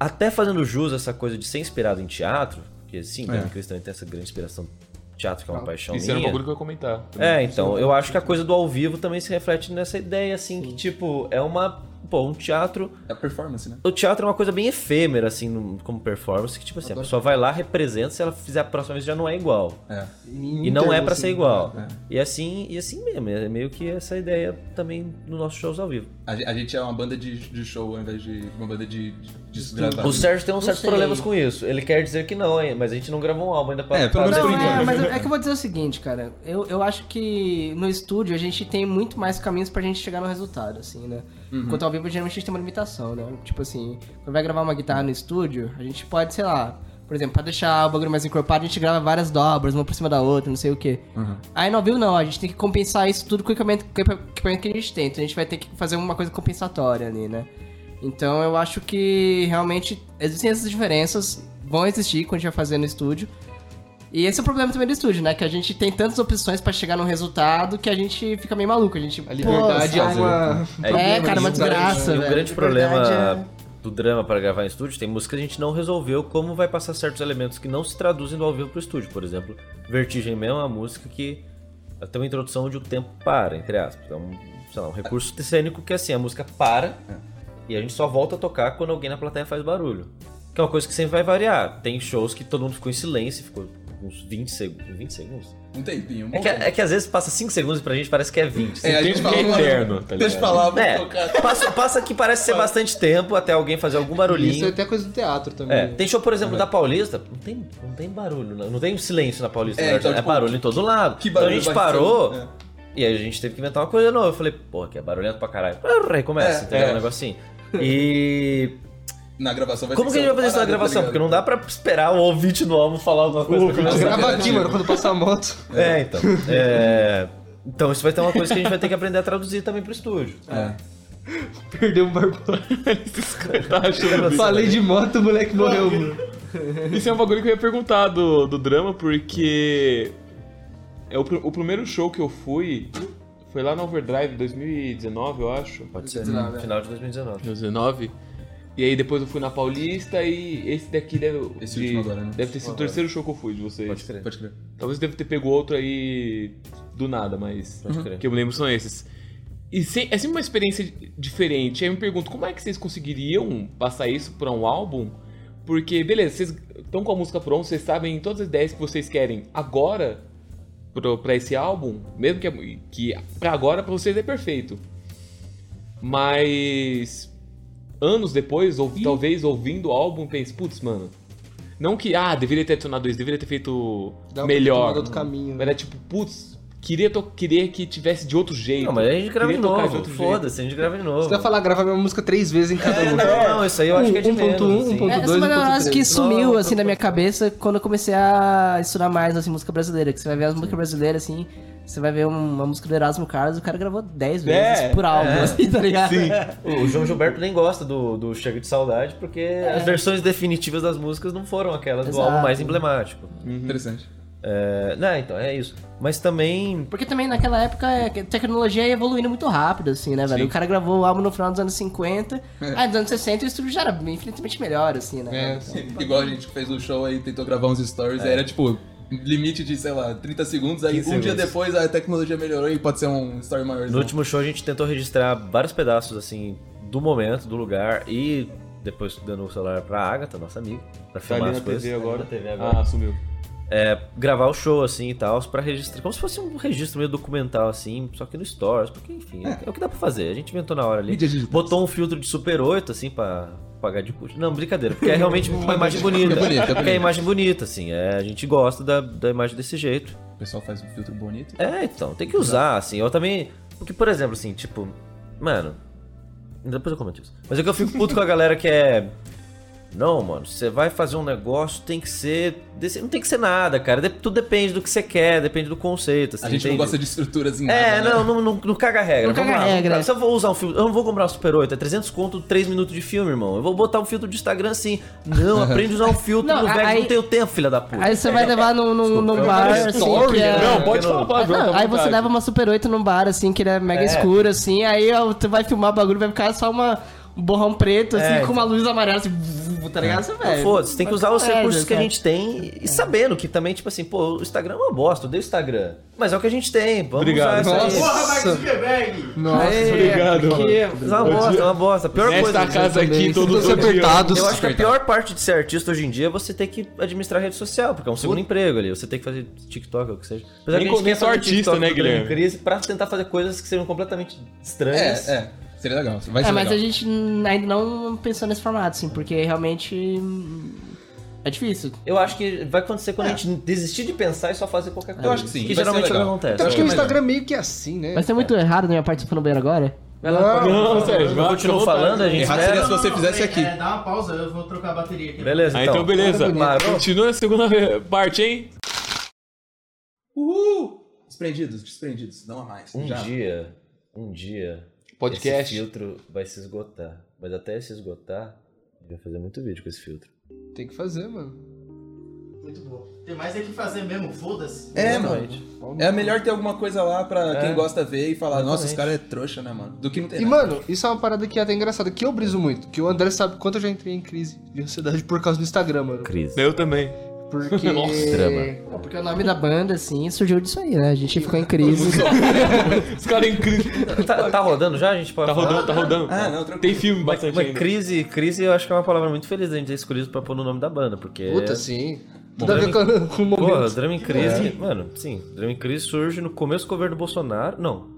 até fazendo jus a essa coisa de ser inspirado em teatro, porque sim, É. é. o Cristão tem essa grande inspiração do teatro, que é uma paixão Isso era um minha. bagulho que eu ia comentar. É, então, eu acho que a coisa do ao vivo também se reflete nessa ideia, assim, que, tipo, é uma pô, um teatro. É performance, né? O teatro é uma coisa bem efêmera, assim, num- como performance, que tipo assim, a pessoa vai lá, representa, se ela fizer a próxima vez já não é igual. É. E não é pra ser igual. né? E assim, e assim mesmo, é meio que essa ideia também nos nossos shows ao vivo. A, ge- a gente é uma banda de, de show ao invés de uma banda de, de, de desgraçado. O Sérgio tem uns certos sei. problemas com isso. Ele quer dizer que não, hein, mas a gente não gravou um álbum ainda pra. É, pelo pra- menos Não, por é, enquanto. mas é que eu vou dizer o seguinte, cara. Eu, eu acho que no estúdio a gente tem muito mais caminhos pra gente chegar no resultado, assim, né? Uhum. Enquanto ao vivo, geralmente a gente tem uma limitação, né? Tipo assim, quando vai gravar uma guitarra no estúdio, a gente pode, sei lá, por exemplo, pra deixar o bagulho mais encorpado, a gente grava várias dobras, uma por cima da outra, não sei o quê. Uhum. Aí no ao vivo não, a gente tem que compensar isso tudo com o equipamento, com o equipamento que a gente tem. Então a gente vai ter que fazer uma coisa compensatória ali, né? Então eu acho que realmente existem essas diferenças, vão existir quando a gente vai fazer no estúdio. E esse é o problema também do estúdio, né? Que a gente tem tantas opções pra chegar num resultado que a gente fica meio maluco. A gente. A liberdade pô, é sabe? uma. É, cara, uma e o grande- desgraça, E o velho. grande De problema verdade, é. do drama para gravar em estúdio, tem música que a gente não resolveu como vai passar certos elementos que não se traduzem do ao vivo pro estúdio. Por exemplo, Vertigem mesmo é uma música que ela tem uma introdução onde o tempo para, entre aspas. É um, sei lá, um recurso cênico que assim, a música para e a gente só volta a tocar quando alguém na plateia faz barulho. Que é uma coisa que sempre vai variar. Tem shows que todo mundo ficou em silêncio, ficou uns 20 segundos. 20 segundos? Um tempinho, um É bom que, tempo. é que às vezes passa 5 segundos e pra gente parece que é 20. É, a tem gente um fala, que é mano, eterno, tá Deixa eu ligado? falar, vamos [laughs] tocar. É, passa, passa que parece ser bastante tempo até alguém fazer Isso algum é barulhinho. até coisa do teatro também. É, tem show, por exemplo, da Paulista, não tem, não tem barulho, não não tem silêncio na Paulista, É, na verdade, então, é tipo, barulho em todo lado. que Então barulho a vai gente ser? parou É. e aí a gente teve que inventar uma coisa nova. Eu falei, porra, que é barulhento pra caralho. Aí começa, É, entendeu? é. Um negocinho. [laughs] E. Na gravação vai Como que ser a gente vai fazer isso na parada, gravação? tá Porque ligado? não dá pra esperar o ouvinte do álbum falar alguma coisa. pra A gente começar. grava aqui, mano, quando passar a moto. [laughs] É, então. É, Então isso vai ter uma coisa que a gente vai ter que aprender a traduzir também pro estúdio. É. Perdeu o barbudo. Tá achando isso? né? Falei de moto, o moleque morreu, mano. Isso é um bagulho que eu ia perguntar do, do drama, porque. É o, pr- o primeiro show que eu fui foi lá na Overdrive 2019, eu acho. Pode ser Sei lá, no né? final de 2019. 2019. E aí depois eu fui na Paulista e esse daqui deve. Esse último agora, né? Deve ter sido o terceiro show que eu fui de vocês. Pode crer. Pode crer. Talvez eu deva ter pego outro aí do nada, mas. Pode crer. Que eu me lembro são esses. E se- é sempre uma experiência di- diferente. Aí eu me pergunto, como é que vocês conseguiriam passar isso pra um álbum? Porque, beleza, vocês estão com a música pronta, vocês sabem todas as ideias que vocês querem agora pro- pra esse álbum, mesmo que, a- que pra agora pra vocês é perfeito. Mas anos depois, ou talvez ouvindo o álbum, pense, putz, mano. Não que, ah, deveria ter adicionado isso, deveria ter feito Dá uma melhor. tomada Outro caminho. né? Mas era tipo, putz, queria, to- queria que tivesse de outro jeito. Não, mas aí a gente grava de Queria tocar de novo. outro jeito. tá Foda-se, a gente grava de novo. Você vai falar gravar minha música três vezes em cada É, [laughs] um. não, não, isso aí eu acho que é de 1.1, menos, assim. 1.2. É, essa é dois, uma ponto frase três. que sumiu Não, assim da minha cabeça quando eu comecei a estudar mais assim música brasileira, que você vai ver as músicas brasileiras assim, você vai ver um, uma música do Erasmo Carlos, o cara gravou 10 vezes por álbum, assim, tá ligado? O João Gilberto nem gosta do, do Chega de Saudade, porque as versões definitivas das músicas não foram aquelas do Exato. álbum mais emblemático. Interessante. É, não, então, é isso. Mas também. Porque também naquela época é, que a tecnologia ia evoluindo muito rápido, assim, né, velho? Sim. O cara gravou o álbum no final dos anos 50, aí nos anos 60 o estúdio já era infinitamente melhor, assim, né? É, Igual a gente fez o show aí, tentou gravar uns É. stories, aí era tipo, limite de, sei lá, 30 segundos, aí um 15 dia segundos. depois a tecnologia melhorou e pode ser um story maior. No último show a gente tentou registrar vários pedaços, assim, do momento, do lugar e. Depois dando o celular pra Agatha, nossa amiga, Tá pra filmar ali as na coisas. TV agora. Tá ali na TV agora. Ah, sumiu. é, gravar o show, assim, e tal, pra registrar. Como se fosse um registro meio documental, assim, só que no Stories, porque, enfim, é, é o que dá pra fazer. A gente inventou na hora ali. Mídias digitais. Botou um filtro de Super 8, assim, pra pagar de custo. Não, brincadeira, porque é [laughs] realmente uma imagem bonita. É bonita, é Porque é bonita. a imagem bonita, assim, é, a gente gosta da, da imagem desse jeito. O pessoal faz um filtro bonito. É, então, tem que usar, assim. Eu também. Porque, por exemplo, assim, tipo. Mano. Depois eu comento isso. Mas é que eu fico puto com a galera que é. Não, mano, você vai fazer um negócio, tem que ser. desse- Não tem que ser nada, cara. De- Tudo depende do que você quer, depende do conceito. Assim, A gente não entende? gosta de estruturas em nada. É, né? não, não, não, não caga a regra. Não Vamos caga lá, a regra. vamos lá. Se eu vou usar um filtro. Eu não vou comprar um Super 8, é 300 conto, 3 minutos de filme, irmão. Eu vou botar um filtro de Instagram assim. [laughs] Não, aprende a usar um filtro Não, no Vegas, aí- não tenho tempo, filha da puta. Aí você vai levar num, num, num bar, assim, que né? é... né? Não, pode falar Ah, palavrão. não, tá à aí você vontade. É. leva uma Super 8 num bar, assim, que ele é mega escuro, assim, aí ó, tu vai filmar o bagulho, vai ficar só uma, um borrão preto, assim, É, com uma luz amarela, assim, vu, tá ligado? Você, É, velho. Foda-se, tem que usar os merda, recursos que a cara. gente tem e- e sabendo que também, tipo assim, pô, o Instagram é uma bosta, eu dei o Instagram. Mas é o que a gente tem, vamos Obrigado. usar Ah, isso aí. Porra, Mark é Zuckerberg! Nossa, Obrigado, mano. Mas É uma bosta, é uma bosta. A pior coisa. Nesta casa aqui, todo todos todo dia. apertados. Eu acho que a pior parte de ser artista hoje em dia é você ter que administrar a rede social, porque é um segundo emprego ali. Você tem que fazer TikTok, ou o que seja. Nem Apesar que a gente com- quer nem só fazer artista, TikTok né, do Guilherme Guilherme? Cris pra tentar fazer coisas que sejam completamente estranhas. É, é. Seria legal. Vai ser É, mas legal. a gente hum, ainda não pensou nesse formato, assim, porque realmente. hum, É difícil. Eu acho que vai acontecer quando a gente desistir de pensar e só fazer qualquer coisa. É, Eu acho que sim. Que vai ser geralmente legal. não acontece. Eu acho que o Mas- Instagram meio que é assim, né? Mas tem muito errado na minha parte se for no banheiro agora? Não, Sérgio, Eu vai, continuo fica à vontade. falando, a gente Errado espera. seria se você fizesse aqui. É, dá uma pausa, eu vou trocar a bateria aqui. Beleza, Ah, então beleza. Parou? Continua a segunda ve- parte, hein? Uhul! Desprendidos, desprendidos. Não há mais. Um Já. dia, um dia, esse Podcast. filtro vai se esgotar. Mas até se esgotar, a gente vai fazer muito vídeo com esse filtro. Tem que fazer, mano. Muito bom. Tem mais é que fazer mesmo, foda-se. É, mano. É melhor ter alguma coisa lá pra quem É. gosta ver e falar, nossa, esse Exatamente. cara é trouxa, né, mano? Do que não tem E, nada. mano, isso é uma parada que é até engraçada, que eu briso muito. Que o André sabe quanto eu já entrei em crise de ansiedade por causa do Instagram, mano. Crise. Eu também. [laughs] Porque... Nossa, drama. É porque o nome da banda, assim, surgiu disso aí, né? A gente ficou em [laughs] crise. Os caras é em crise. Tá, tá rodando já? A gente pode Tá falar? rodando, tá rodando. Ah, não, tranquilo. Tem filme bastante Mas ainda. crise, crise eu acho que é uma palavra muito feliz da gente ter escolhido pra pôr no nome da banda, porque... É. Puta, É. sim. Tudo a ver Drama- com, com o Porra, momento. Drama em Crise... Mano, sim, Drama em Crise surge no começo do governo Bolsonaro... Não,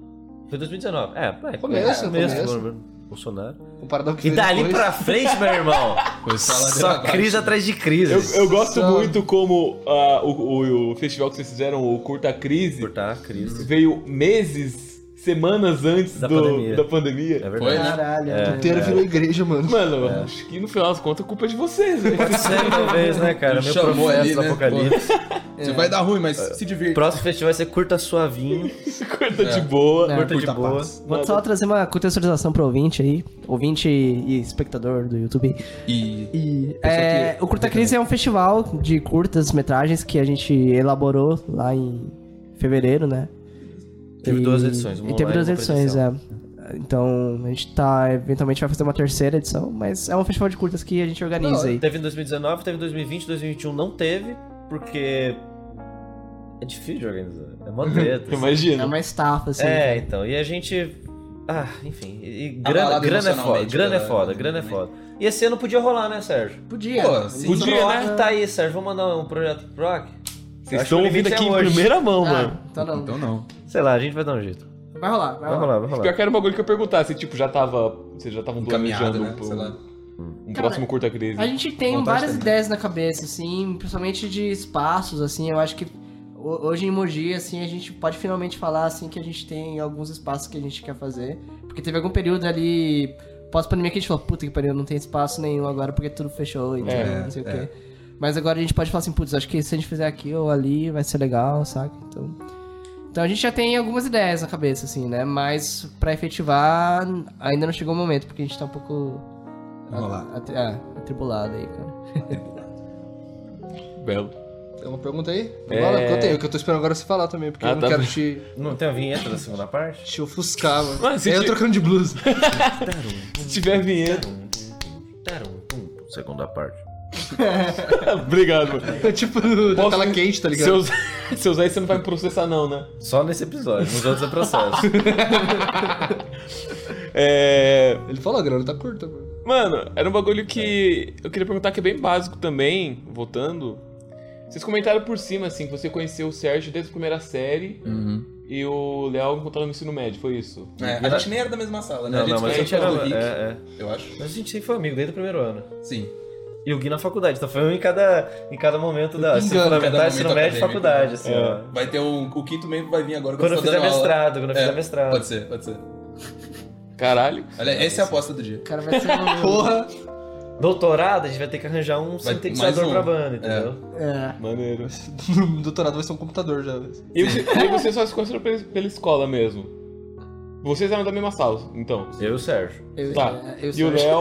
foi 2019. É, é Começo, é, começo. do governo Bolsonaro. Comparado ao que E veio dali depois. pra frente, [laughs] meu irmão, Foi só ladeira só abaixo. crise atrás de crise. Eu, eu gosto Só- muito como ah, o, o- o festival que vocês fizeram, o Curta Crise, Cortar a crise. veio meses, semanas antes Da do- pandemia. da pandemia. É Foi, verdade. né? Caralho. É. O É. inteiro virou igreja, mano. Mano, acho que no final das contas a culpa é de vocês, [laughs] né? Pode ser, talvez, né, cara? Meu Chamou profeta ali, do né? [laughs] apocalipse. É. Você vai dar ruim, mas se O divirta. próximo festival vai ser curta suavinho, Curta de boa. curta de curta boa. paz. Vou só trazer uma contextualização pro ouvinte aí, ouvinte e e espectador do YouTube. E E, é, que- o Curta Crise é um festival de curtas metragens que a gente elaborou lá em fevereiro, né? Teve E- duas edições, uma E teve online, duas uma edições, é. Então, a gente tá, eventualmente vai fazer uma terceira edição, mas é um festival de curtas que a gente organiza aí. Teve em 2019, teve em 2020, 2021 não teve, porque é difícil de organizar. É mó [laughs] treta. assim. É Imagina. uma estafa, assim. É, então. E a gente. Ah, enfim. E, e grana, Abalado grana é foda. emocionalmente, Grana é né? foda, grana é foda. E esse ano podia rolar, né, Sérgio? Podia. Pô, sim. O Podia, Proc né? tá aí, Sérgio. Vamos mandar um projeto pro Proc? Vocês Acho que estão o ouvindo limite aqui é em hoje. primeira mão, mano. Ah, então não. Então não. Sei lá, a gente vai dar um jeito. Vai rolar, vai né? Vai rolar. rolar, vai rolar. Pior que era um bagulho que eu perguntasse, tipo, já tava. Vocês já estavam Encaminhado, planejando né? um, Sei lá. um próximo curta crise. A gente tem Vontade várias também. ideias na cabeça, assim, principalmente de espaços, assim, eu acho que ho- hoje em Mogi, assim, a gente pode finalmente falar, assim, que a gente tem alguns espaços que a gente quer fazer, porque teve algum período ali pós-pandemia que a gente falou, puta que pariu, não tem espaço nenhum agora porque tudo fechou e É, tudo, não sei o quê. Mas agora a gente pode falar assim, putz, acho que se a gente fizer aqui ou ali vai ser legal, saca? Então... Então a gente já tem algumas ideias na cabeça, assim, né? Mas pra efetivar ainda não chegou o momento, porque a gente tá um pouco Enrolado. Atri- ah, atribulado aí, cara. Belo. Tem uma pergunta aí? É. Agora que eu tenho, que eu tô esperando agora é você falar também, porque Ah, eu não tá quero bem. te, Não tem a vinheta da segunda parte? te ofuscar, mano. Mas se é, eu te- trocando de [laughs] blusa. Se tiver vinheta. Tarum, pum. Segunda parte. [laughs] Obrigado, mano. É tipo, da Posso- tela quente, tá ligado? Se eu usar, [laughs] se eu usar isso, você não vai me processar, não, né? Só nesse episódio, nos outros [laughs] é processo. É. Ele falou, a grana tá curta, mano. Mano, era um bagulho que eu queria perguntar que é bem básico também, voltando. Vocês comentaram por cima, assim, que você conheceu o Sérgio desde a primeira série Uhum. e o Léo encontraram no ensino médio, foi isso? É, a gente nem era da mesma sala, né? Não, a gente não, mas a foi gente pra era. do Rick, É, é. eu acho. Mas a gente sempre foi amigo desde o primeiro ano. Sim. E o Gui na faculdade, então foi um em cada, em cada momento da Engano, ensino cada fundamental, ensino momento médio acadêmico. e é né? faculdade, assim, É. ó. Vai ter um, o quinto membro vai vir agora Quando eu você tá fizer dando aula. mestrado, quando eu É, fizer mestrado. Pode ser, pode ser. Caralho. Olha, essa é a aposta do dia. O cara [laughs] vai ser um... [laughs] Porra! Doutorado, a gente vai ter que arranjar um Vai- sintetizador mais um. pra banda, entendeu? É. Maneiro. doutorado vai ser um computador já. velho. [laughs] E você, e você só se conheceu pela, pela escola mesmo. Vocês eram da mesma sala, então. É. Eu e o Sérgio. Eu, Tá. é, eu e o sou- Léo.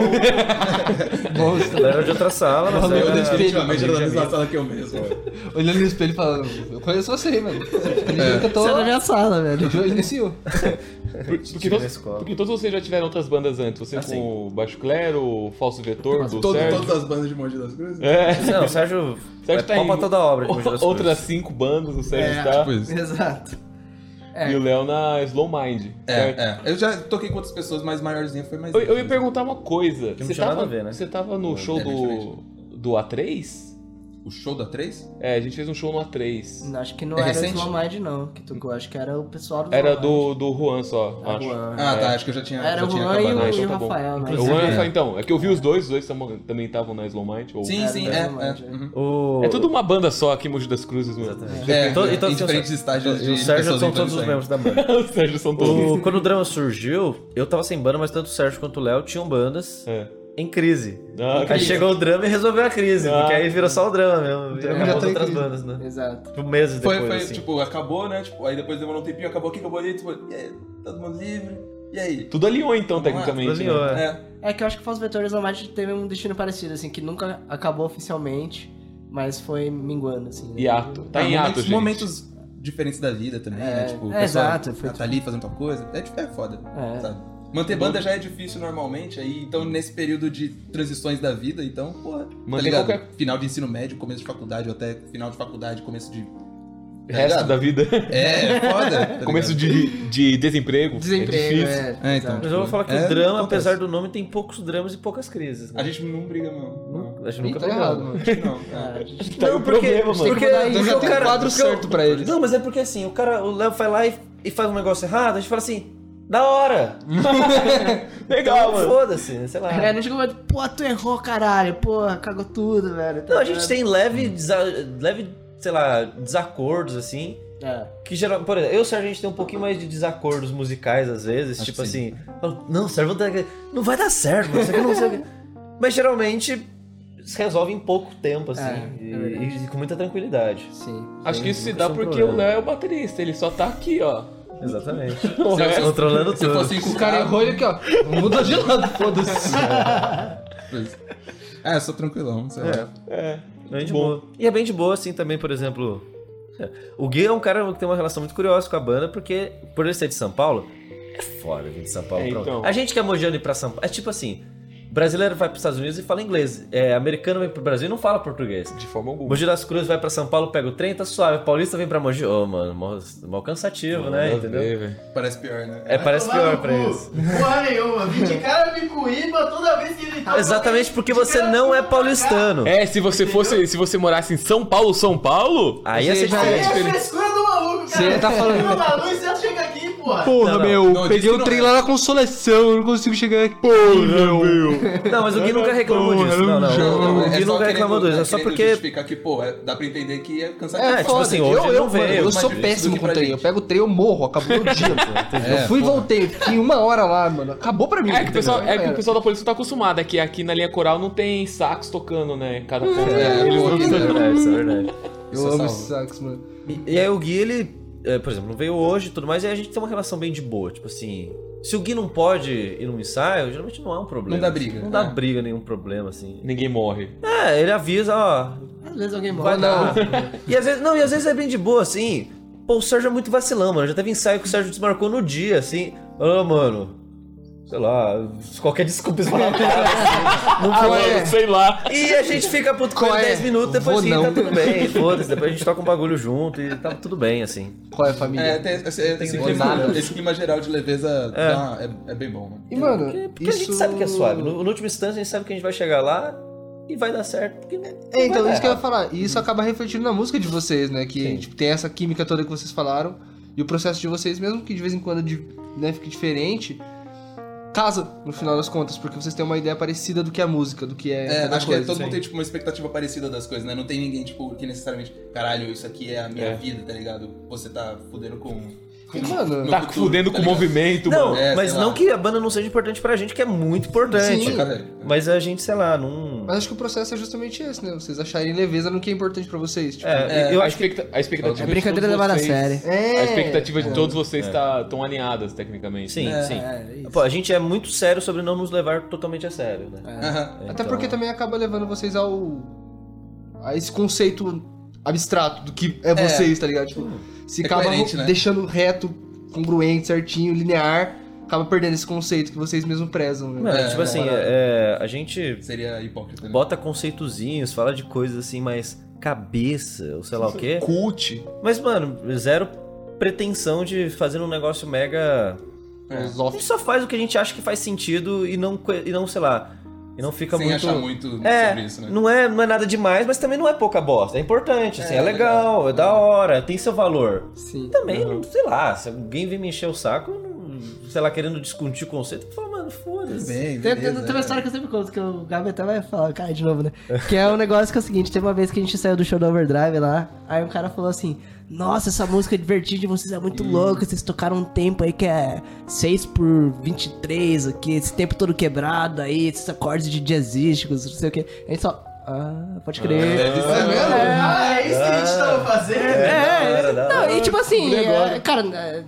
Ela era de outra sala, mas Eu era... definitivamente era da mesma sala que eu mesmo. Olhando no espelho e falando, eu conheço você, mano. Ele eu tô... Você é da minha sala, [laughs] velho. [laughs] Eu iniciou. Porque, na todos, escola. porque todos vocês já tiveram outras bandas antes. Você Ah, sim. com o Baixo Clero, o Falso Vetor, do Todo- Sérgio. todas as bandas de Monte das Cruzes. É. Não, o Sérgio, Sérgio tá tá é topa toda [laughs] a obra. de Mogi [laughs] das Outras Cruzes. cinco bandas, o Sérgio É, está. tipo isso. Exato. E o Léo na Slow Mind. certo? É, é. Eu já toquei com outras pessoas, mas maiorzinha foi mais. Eu, eu ia perguntar uma coisa. não Você tinha tava, nada a ver, né? você tava no show é do, do A3? O show da 3? É, a gente fez um show no A3. Acho que não É era recente? Slow Mind, não, que tocou. Acho que era o pessoal do Era Slow Mind. do, do Juan só, Ah, acho. Juan. Ah, tá. Acho que eu já tinha. Era já o tinha Juan e acabado. o, Ah, e então o tá bom. Rafael, né? O Juan É. é. então, é que eu vi os dois, os dois tamo- também estavam na Slow Mind. Ou... Sim, sim, é. Era é. do Juan, uhum. O... É tudo uma banda só aqui em Mogi das Cruzes, mano. Exatamente. É, E to- e em todos tinham- diferentes estágios então, E o de Sérgio pessoas são entrando todos e os saindo. membros da [laughs] banda. Os Sérgio são todos. O- quando o drama surgiu, eu tava sem banda, mas tanto o Sérgio quanto o Léo tinham bandas É. em crise. Ah, Aí chegou o drama e resolveu a crise, Ah. porque aí virou só o drama mesmo. E drama acabou já as tá em outras crise. bandas, né? Exato. Tipo, meses Foi, depois, foi, assim. tipo, acabou, né? Tipo, aí depois demorou um tempinho, acabou aqui, acabou ali, tipo, e aí, todo mundo livre. E aí? Tudo alinhou então, Vamos lá, tecnicamente. né? Cozinhou, é. É. É que eu acho que o Falso Vetor e o Slow Mind teve um destino parecido, assim, que nunca acabou oficialmente, mas foi minguando, assim. né? E ato. Tá Ah, em ato, momentos, gente. momentos diferentes da vida também, né? É, Tipo, o é, pessoal exato, foi tá ali fazendo tal coisa. É, tipo, é foda. É. sabe? Manter banda já é difícil normalmente, aí então nesse período de transições da vida, então, porra, tá Manter ligado? qualquer- Final de ensino médio, começo de faculdade, ou até final de faculdade, começo de. Tá Resto da vida. É, foda. tá [laughs] Começo ligado? de, de desemprego. É Desemprego, difícil. é. É, então. Mas eu vou falar que É, o drama, acontece. apesar do nome, tem poucos dramas e poucas crises. A Né? gente não briga, não. não. Nunca- A gente Ih, nunca tá brigou. errado, mano. Acho que não. [laughs] é. Tá aí o problema, mano. Porque mudar isso. porque Já tem um quadro porque o- certo pra eles. Não, mas é porque assim, o cara, o Léo vai lá e, e faz um negócio errado, a gente fala assim, da [laughs] hora! Legal, Então, mano. Foda-se, sei lá. É, não chegou mas, pô, tu errou, caralho, porra, cagou tudo, velho. É. Não, a gente tem leve, desa- leve, sei lá, desacordos, assim. É. Que geral, por exemplo, eu e o Sérgio, a gente tem um pouquinho mais de desacordos musicais, às vezes. Acho tipo que assim, fala, não, Sérgio, não tá- não vai dar certo, mano, isso aqui não sei o quê." Mas geralmente se resolve em pouco tempo, assim. É, e, é verdade. e com muita tranquilidade. Sim. Acho que isso se Sem dá problema. porque o Léo é o baterista, ele só tá aqui, ó. Exatamente. O resto- [laughs] Controlando Se tudo. fosse ah, com O cara errou ele aqui, ó. Muda de lado, foda-se. É, eu sou tranquilão, sei lá. É, É. bem de Bom. boa. E é bem de boa, assim, também, por exemplo. [laughs] O Gui é um cara que tem uma relação muito curiosa com a banda, porque, por ele ser de São Paulo, é foda vir de São Paulo. É, pra- então. A gente que é mogiano ir pra São Paulo. É tipo assim: brasileiro vai pros Estados Unidos e fala inglês. É, americano vem pro Brasil e não fala português. De forma alguma. Mogi das Cruzes vai pra São Paulo, pega o trem, tá suave. Paulista vem pra Mogi. Ô, mano, mó, mó cansativo, né? Nada a Entendeu? ver, velho. Parece pior, né? É, parece Vai pior tomar no pra cu. eles. Porra nenhuma. Vim de cara bicuíba toda vez que ele toca. Exatamente porque de você cara não é pra cá. paulistano. É, se você fosse. Se você morasse em São Paulo, São Paulo. Aí ia ser já Aí é diferente. a frescura do maluco, cara. Você tá falando- Frescura do maluco, você chega aqui, porra. Porra, Não, não. meu, Não, disse peguei que o não trem é. lá na consolação, eu não consigo chegar aqui. Porra, meu. Não, mas o Gui nunca reclamou disso. Não, não. O Gui nunca reclamou disso. É só porque Ficar que, pô, é- dá pra entender que é cansativo. É, É, tipo foda. assim, eu, hoje eu, não veio, mano, eu mais difícil sou do péssimo que com pra trem. gente. É, Eu pego o trem, eu morro, acabou meu [laughs] dia. mano. eu fui e voltei, fiquei uma hora lá, mano. Acabou pra mim. É que, o pessoal, é que o entendeu? pessoal da polícia tá acostumado, é que aqui na linha coral não tem sax tocando, né? Cada ponto. É, Eles pô, não- Isso é verdade, isso é verdade. Isso é Eu amo salvo. esse sax, mano. E, e aí o Gui, ele, é, por exemplo, não veio hoje e tudo mais, e a gente tem uma relação bem de boa. Tipo assim, se o Gui não pode ir num ensaio, geralmente não é um problema. Não dá briga, Não dá é. briga, né? nenhum problema, assim. Ninguém morre. É, ele avisa, ó. Às vezes alguém morre. Vai dar. E às vezes, não, e às vezes é bem de boa, assim. Pô, o Sérgio é muito vacilão, mano. Já teve ensaio que o Sérgio desmarcou no dia, assim. Ah, mano. Sei lá, qualquer desculpa esfarrapada. Não Ah, foi. é. mano, sei lá. E a gente fica puto com Qual ele é? 10 minutos, depois Vou sim, não. tá tudo bem, [laughs] foda-se, depois a gente toca um bagulho junto e tá tudo bem, assim. Qual é, É, família? tem esse, esse- esse Tem clima, nada. esse clima geral de leveza dá uma- é. é bem bom, mano. E, mano, Porque, porque isso... a gente sabe que é suave. No, no último instante a gente sabe que a gente vai chegar lá e vai dar certo. Porque não É, então, vai isso que eu dar Uhum. ia falar. E isso acaba refletindo na música de vocês, né? Que Sim. tipo, tem essa química toda que vocês falaram. E o processo de vocês, mesmo que de vez em quando de- né, fique diferente, casa, no final das contas, porque vocês têm uma ideia parecida do que é a música, do que é. É, cada acho que é, coisa. todo mundo tem tipo, uma expectativa parecida das coisas, né? Não tem ninguém, tipo, que necessariamente, caralho, isso aqui é a minha É. vida, tá ligado? Você tá fudendo com. Mano, Tá futuro, fudendo tá com o ligado? movimento, Não, mano. É, mas sei lá. não que a banda não seja importante pra gente, que é muito importante. Sim. Cara, Mas a gente, sei lá, não. mas acho que o processo é justamente esse, né? Vocês acharem leveza no que é importante pra vocês. Tipo, É, eu a, acho que. expecta- a expectativa. É de brincadeira todos levada a vocês- É. sério. É. A expectativa de todos vocês estão alinhadas, tecnicamente. né? Sim, É, sim. é isso. Pô, a gente é muito sério sobre não nos levar totalmente a sério, né? aham. Até Então- porque também acaba levando vocês ao. a esse conceito abstrato do que é vocês, tá ligado? Tipo, se É acaba coerente, né? deixando reto, congruente, certinho, linear, acaba perdendo esse conceito que vocês mesmos prezam, né? Não, É, tipo assim, é. é, a gente Seria hipócrita. Né? bota conceitozinhos, fala de coisas assim, mais cabeça, ou sei lá o quê. Cult. Mas, mano, zero pretensão de fazer um negócio mega. É. A gente só faz o que a gente acha que faz sentido e não, co- e não sei lá. E não fica Sem muito. achar muito É, sobre isso, né? Não é, não é nada demais, mas também não é pouca bosta. É importante, assim, é, é legal, é da hora, tem seu valor. Sim. Também, não sei lá, se alguém vem me encher o saco, eu não- sei lá, querendo discutir o conceito, eu falo, mano, Tudo foda-se. bem, Tem, tem- beleza, tem uma é. história que eu sempre conto, que o Gabi até vai falar, cara, de novo, né? Que é um negócio que é o seguinte, teve uma vez que a gente saiu do show do Overdrive lá, aí um cara falou assim, nossa, essa música divertida de vocês é muito louca, vocês tocaram um tempo aí que é 6 por 23 aqui, esse tempo todo quebrado aí, esses acordes de jazzísticos, não sei o que. A gente só, ah, pode crer. Deve ser mesmo. Ah, é isso que a gente tava fazendo? da hora, É, da não, hora. Um e tipo assim, Negócio. é, cara, é,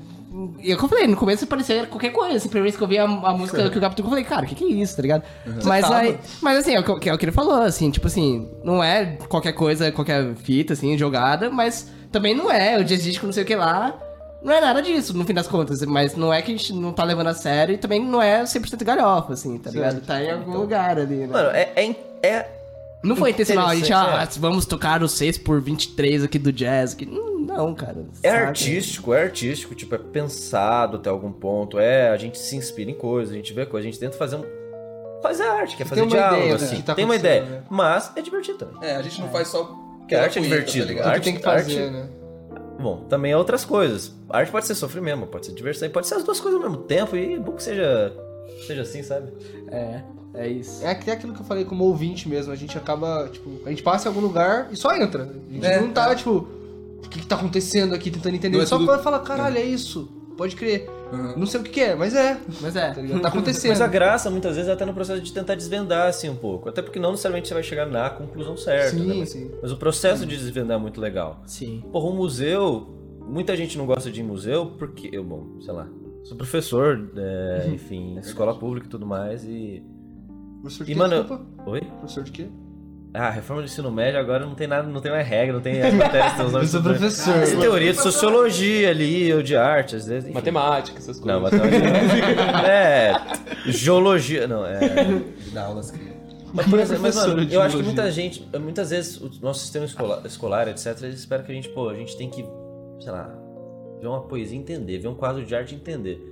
e eu falei, no começo parecia qualquer coisa, assim, primeira vez que eu vi a, a música que o Gabi tocou, eu falei, cara, o que, que é isso, tá ligado? Uhum. Mas aí, mas assim, é o, que, que é o que ele falou, assim, tipo assim, não é qualquer coisa, qualquer fita, assim, jogada, mas também não é, o jazzístico não sei o que lá, não é nada disso, no fim das contas, mas não é que a gente não tá levando a sério e também não é 100% galhofa, assim, tá ligado? Tá em algum Então. lugar ali, né? Mano, é, é, é- Não foi intencional, a gente, ah, Interessante, é. vamos tocar o 6 por 23 aqui do jazz. Que... Hum, Não, cara. é saca? artístico, é artístico, tipo, é pensado até algum ponto, é, a gente se inspira em coisas, a gente vê coisas, a gente tenta fazer um... Fazer arte, quer fazer uma diálogo, ideia do assim, que tá tem uma ideia, acontecendo, né? mas é divertido também. É, a gente não faz só. Que arte é punheta, divertido. Tá É o ligado? que Arte- tem que fazer, né? Bom, também é outras coisas. A arte pode ser sofrer mesmo, pode ser diversão, e pode ser as duas coisas ao mesmo tempo, e é bom que seja, seja assim, sabe? É, é isso. É até aquilo que eu falei como ouvinte mesmo. A gente acaba, tipo, a gente passa em algum lugar e só entra. A gente É, não tá, tipo, o que, que tá acontecendo aqui, tentando entender. Não é só tudo- vai falar, caralho, é isso. Pode crer. Aham. Não sei o que, que é, mas é. Mas é. Tá, [laughs] ligado? tá acontecendo. Mas a graça, muitas vezes, é até no processo de tentar desvendar, assim, um pouco. Até porque não necessariamente você vai chegar na conclusão certa, né? sim, Mas, sim. mas o processo de desvendar é muito legal. Sim. Porra, um museu... Muita gente não gosta de ir em museu porque... Eu, bom, sei lá. Sou professor, [laughs] é, enfim, escola pública e tudo mais, e... Professor E, de quê? mano, Desculpa. Oi? Professor de quê? Ah, reforma do ensino médio agora não tem nada, não tem mais regra, não tem as [laughs] matérias, tem os Eu nomes sou tudo. professor. Tem teoria de sociologia ali, ou de arte, às vezes. enfim. Matemática, essas coisas. Não, matemática. não. é. Geologia. Não, é. Dá assim. aulas crianças. Mas, por exemplo, mas, Professora mano, de eu acho que geologia. muita gente. Muitas vezes o nosso sistema escolar, escolar etc., eles esperam que a gente, pô, a gente tem que, sei lá, ver uma poesia e entender, ver um quadro de arte e entender.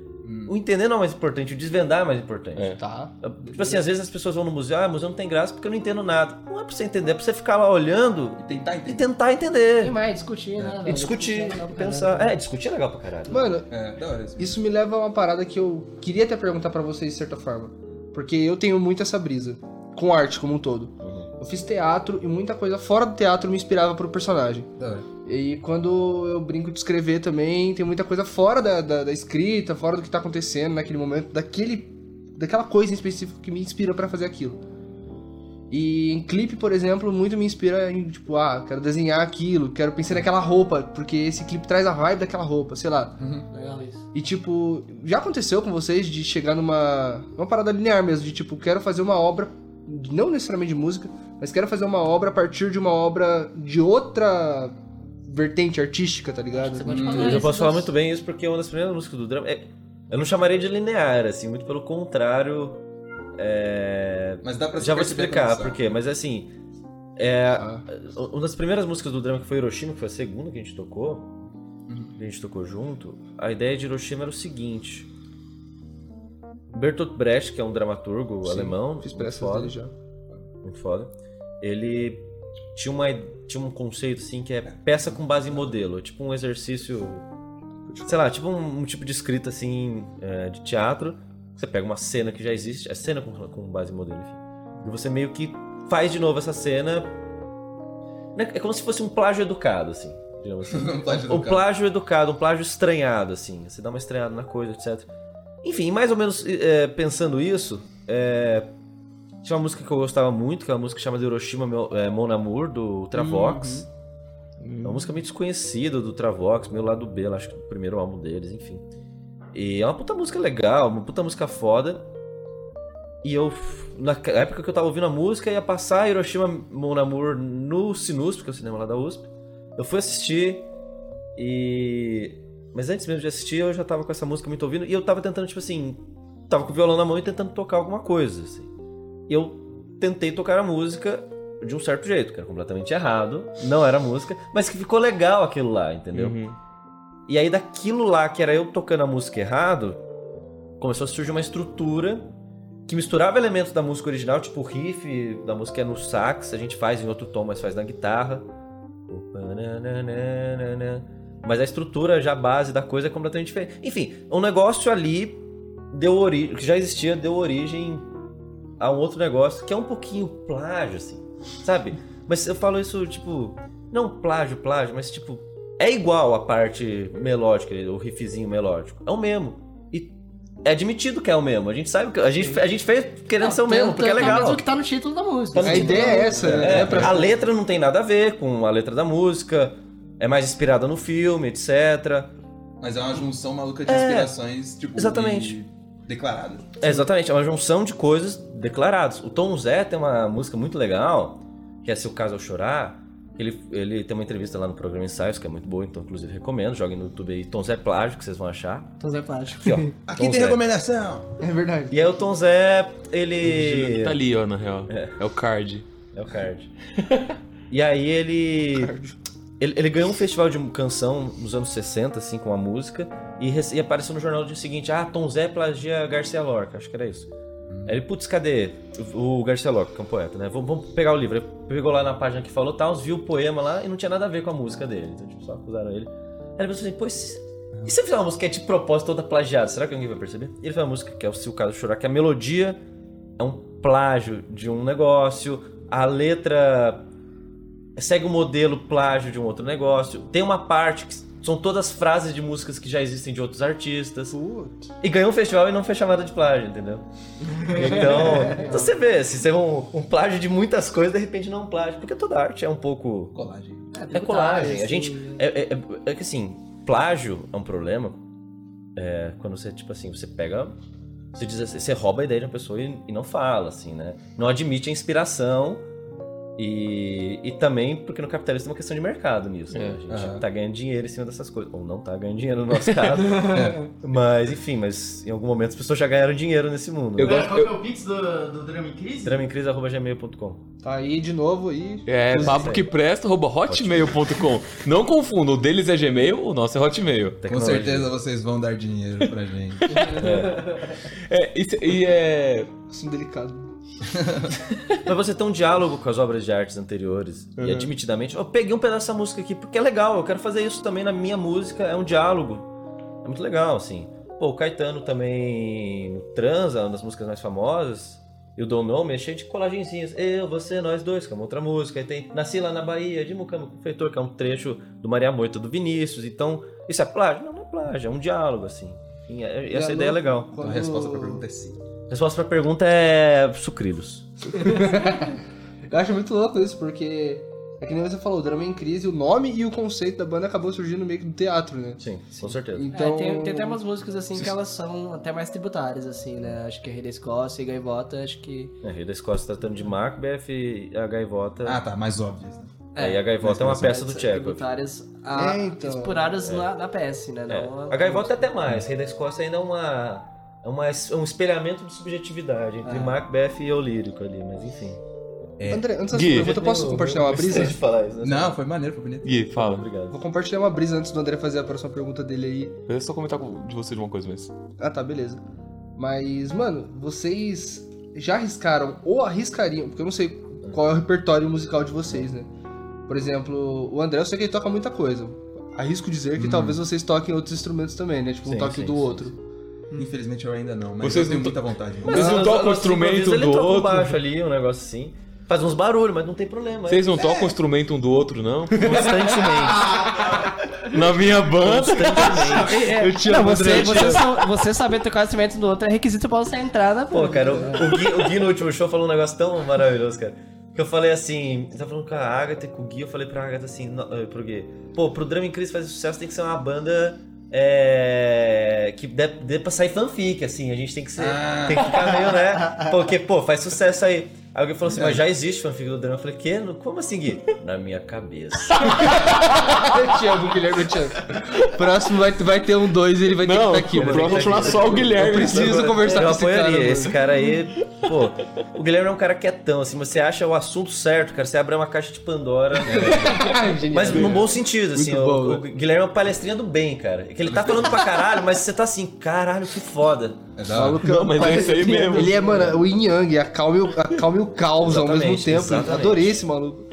O entender não é mais importante, o desvendar é mais importante. É. Tá. Tipo assim, às vezes as pessoas vão no museu, ah, museu não tem graça porque eu não entendo nada. Não é pra você entender, é pra você ficar lá olhando E tentar e entender. tentar entender. Tem mais, discutir, né? velho? E discutir, é legal pra pensar. É, discutir é legal pra caralho. Mano, É, da hora isso. isso me leva a uma parada que eu queria até perguntar pra vocês de certa forma. Porque eu tenho muito essa brisa. Com arte como um todo. Uhum. Eu fiz teatro e muita coisa fora do teatro me inspirava pro personagem. Da hora. E quando eu brinco de escrever também, tem muita coisa fora da, da- da escrita, fora do que tá acontecendo naquele momento, daquele, daquela coisa em específico que me inspira pra fazer aquilo. E em clipe, por exemplo, muito me inspira em, tipo, ah, quero desenhar aquilo, quero pensar naquela roupa, porque esse clipe traz a vibe daquela roupa, sei lá. caralho. Uhum. Legal isso. E tipo, já aconteceu com vocês de chegar numa uma parada linear mesmo, de tipo, quero fazer uma obra, não necessariamente de música, mas quero fazer uma obra a partir de uma obra de outra vertente artística, tá ligado? Você pode Hum, falar Eu já isso posso falar das- muito bem isso porque é uma das primeiras músicas do drama. é- eu não chamaria de linear, assim, muito pelo contrário. É, Mas dá pra se já vou perceber explicar dançar. por quê, mas assim. É, Ah. uma das primeiras músicas do drama que foi Hiroshima, que foi a segunda que a gente tocou, Uhum. que a gente tocou junto, a ideia de Hiroshima era o seguinte. Bertolt Brecht, que é um dramaturgo Sim, alemão, Fiz muito pressas foda, dele já. muito foda. Ele tinha, uma, tinha um conceito assim que é peça com base em modelo, é tipo um exercício, sei lá, tipo um, um tipo de escrita assim é, de teatro. Você pega uma cena que já existe, é cena com, com base em modelo, enfim. E você meio que faz de novo essa cena. né, É como se fosse um plágio educado, assim. digamos assim. Não pode O educar. plágio educado, um plágio estranhado, assim. Você dá uma estranhada na coisa, etc. Enfim, mais ou menos eh, eh, pensando isso, eh, tinha uma música que eu gostava muito, que é uma música chamada Hiroshima Meu- eh, Mon Amour, do Travox. É uma música meio desconhecida do Travox, meio lado B, lá, acho que do primeiro álbum deles, enfim. E é uma puta música legal, uma puta música foda. E eu, na época que eu tava ouvindo a música, ia passar Hiroshima Mon Amour no Sinus, porque é o cinema lá da USP. Eu fui assistir e. Mas antes mesmo de assistir, eu já tava com essa música muito ouvindo e eu tava tentando, tipo assim. Tava com o violão na mão e tentando tocar alguma coisa, assim. E eu tentei tocar a música de um certo jeito, que era completamente errado, não era música, mas que ficou legal aquilo lá, entendeu? Uhum. E aí daquilo lá, que era eu tocando a música errado, começou a surgir uma estrutura que misturava elementos da música original, tipo o riff da música é no sax, a gente faz em outro tom, mas faz na guitarra. Mas a estrutura, já a base da coisa é completamente diferente. Enfim, um negócio ali deu origem, que já existia, deu origem a um outro negócio que é um pouquinho plágio, assim, sabe? Mas eu falo isso, tipo, não plágio, plágio, mas tipo, é igual a parte melódica, o riffzinho melódico. É o mesmo. E é admitido que é o mesmo. A gente sabe que. A gente, a gente fez querendo ser o mesmo, porque é legal. o que tá no título da música. Então, Tá A no ideia é essa, né? É, É pra- A letra não tem nada a ver com a letra da música. É mais inspirada no filme, etc. Mas é uma junção maluca de É, inspirações, tipo. exatamente. e Declarada. É, exatamente, é uma junção de coisas declaradas. O Tom Zé tem uma música muito legal, que é Se o Caso Eu Chorar. Ele, ele tem uma entrevista lá no programa Ensaios, que é muito boa, então inclusive recomendo. Joguem no YouTube aí Tom Zé Plágio, que vocês vão achar. Então Zé Plástico. Aqui, ó. [laughs] Aqui Tom tem Zé. recomendação! É verdade. E aí o Tom Zé, Gino ele. Tá ali, ó, na real. É, o card. É o card. e aí ele, ele. Ele ganhou um festival de canção nos anos 60, assim, com a música. E, rece- e apareceu no jornal no dia seguinte: Ah, Tom Zé plagia Garcia Lorca. Acho que era isso. Aí ele, putz, cadê o o Garcia Lorca, que é um poeta, né? Vamos, vamos pegar o livro. Ele pegou lá na página que falou tal, viu o poema lá e não tinha nada a ver com a música dele. Então, tipo, só acusaram ele. Aí ele pensou assim: pois. E se eu fizer uma música que é de propósito toda plagiada, será que alguém vai perceber? Ele fez uma música que é o Se o Caso Chorar, que a melodia é um plágio de um negócio, a letra segue o modelo plágio de um outro negócio. Tem uma parte que são todas frases de músicas que já existem de outros artistas. E ganhou um festival e não foi chamada de plágio, entendeu? Então, então você vê, se você é um, um plágio de muitas coisas, de repente não é um plágio. Porque toda arte é um pouco Colagem. é colagem. A gente. É, é- é- é que assim, plágio é um problema. é, quando você, tipo assim, você pega. Você diz assim, você rouba a ideia de uma pessoa e, e não fala, assim, né? Não admite a inspiração. E, e também porque no capitalismo tem uma questão de mercado nisso, né? É, A gente aham. tá ganhando dinheiro em cima dessas coisas. Ou não tá ganhando dinheiro no [laughs] nosso caso. Mas, enfim, mas em algum momento as pessoas já ganharam dinheiro nesse mundo. Eu Né? gosto- Qual que é o pix do, do Drama em Crise? Dramencrise.gmail.com Tá aí de novo e. É, Inclusive, papo que presta, arroba hotmail.com. Não confunda, o deles é Gmail, o nosso é Hotmail. Com certeza vocês vão dar dinheiro pra [laughs] gente. É, e, cê- e é. Assim, delicado. Mas você tem um diálogo com as obras de artes anteriores e admitidamente, eu peguei um pedaço dessa música aqui porque é legal, eu quero fazer isso também na minha música, é um diálogo. É muito legal, assim. Pô, o Caetano também no Transa, uma das músicas mais famosas, e o Dom Nome é cheio de colagenzinhas. Eu, você, nós dois, que é uma outra música. Aí tem Nasci lá na Bahia, de Mucama Confeitor, que é um trecho do Maria Moita do Vinícius. Então, isso é plágio? Não, não é plágio, é um diálogo, assim. E é- essa Diálogo. ideia é legal. Então a resposta pra pergunta é sim. Resposta pra pergunta é sucrilhos. Eu acho muito louco isso, porque. É que nem você falou, o drama em crise, o nome e o conceito da banda acabou surgindo meio que do teatro, né? Sim, com certeza. Então. É, tem, tem até umas músicas assim que elas são até mais tributárias, assim, né? Acho que Rei da Escócia e Gaivota, acho que. É, Rei da Escócia tá tratando de Macbeth e a gaivota. Ah, tá, mais óbvias, né? aí a gaivota é uma peça do são Tcheco. Tributárias a, É, então. exploradas na, na peça, né? Não A gaivota é até mais. Rei da Escócia ainda é uma. É uma, é um espelhamento de subjetividade entre Macbeth e o lírico ali, mas enfim. É. André, antes da Gui. sua pergunta, posso Eu- compartilhar uma eu brisa? gostei de falar isso, né? Não, foi maneiro, foi bonito. Gui, fala. Obrigado. Vou compartilhar uma brisa antes do André fazer a próxima pergunta dele aí. Eu ia só comentar com- de você de uma coisa mesmo. Ah, tá, beleza. Mas, mano, vocês já arriscaram ou arriscariam, porque eu não sei qual é o repertório musical de vocês, né? Por exemplo, o André, eu sei que ele toca muita coisa. Arrisco dizer que talvez vocês toquem outros instrumentos também, né? Tipo, um Hum. Sim, toque sim, do sim, outro. Infelizmente eu ainda não, mas Vocês eu tenho não muita vontade. Mas não Mas toca as- o as instrumento improvisas, ele do toca um outro. baixo ali, um negócio assim. Faz uns barulhos, mas não tem problema. [laughs] Vocês é não tocam o instrumento um do outro, não? Constantemente. Na minha banda. constantemente. Eu te amo, É, Não, você, André. você, só- você saber tocar o instrumento do outro é requisito pra você entrar na Pô, banda. cara, o, o Gui, o Gui no último show falou um negócio tão maravilhoso, cara. Que eu falei assim, eu tava falando com a Agatha e com o Gui, eu falei pra Agatha assim, no- eh, pro Gui, pô, pro Drama em Crise fazer sucesso tem que ser uma banda é, que dê, dê pra sair fanfic, assim, a gente tem que ser, Ah. tem que ficar meio, né? Porque, pô, faz sucesso aí. Aí alguém falou assim, mas já É. existe fanfic do Drama. Eu falei, quê? No- Como assim, Gui? Na minha [laughs] cabeça. Eu te amo, Guilherme, eu te amo. Próximo vai, vai ter um 2 e ele vai ter Não, que estar aqui, o mano. próximo é só o Guilherme. Eu preciso conversar eu com esse cara, apoiaria. mano. Esse cara aí, pô, o Guilherme é um cara quietão, assim, você acha o assunto certo, cara, você abre uma caixa de Pandora. É. [laughs] Ai, genial. Mas num bom sentido, assim, Muito o- bom, né? o, Guilherme é uma palestrinha do bem, cara. É Que ele tá falando pra caralho, mas você tá assim, caralho, que foda. É da hora. Não, mas é isso aí mesmo. Ele é, mano, o Yin Yang, a calma e o, a calma e o caos ao mesmo Exatamente, tempo. exatamente. Adorei esse maluco.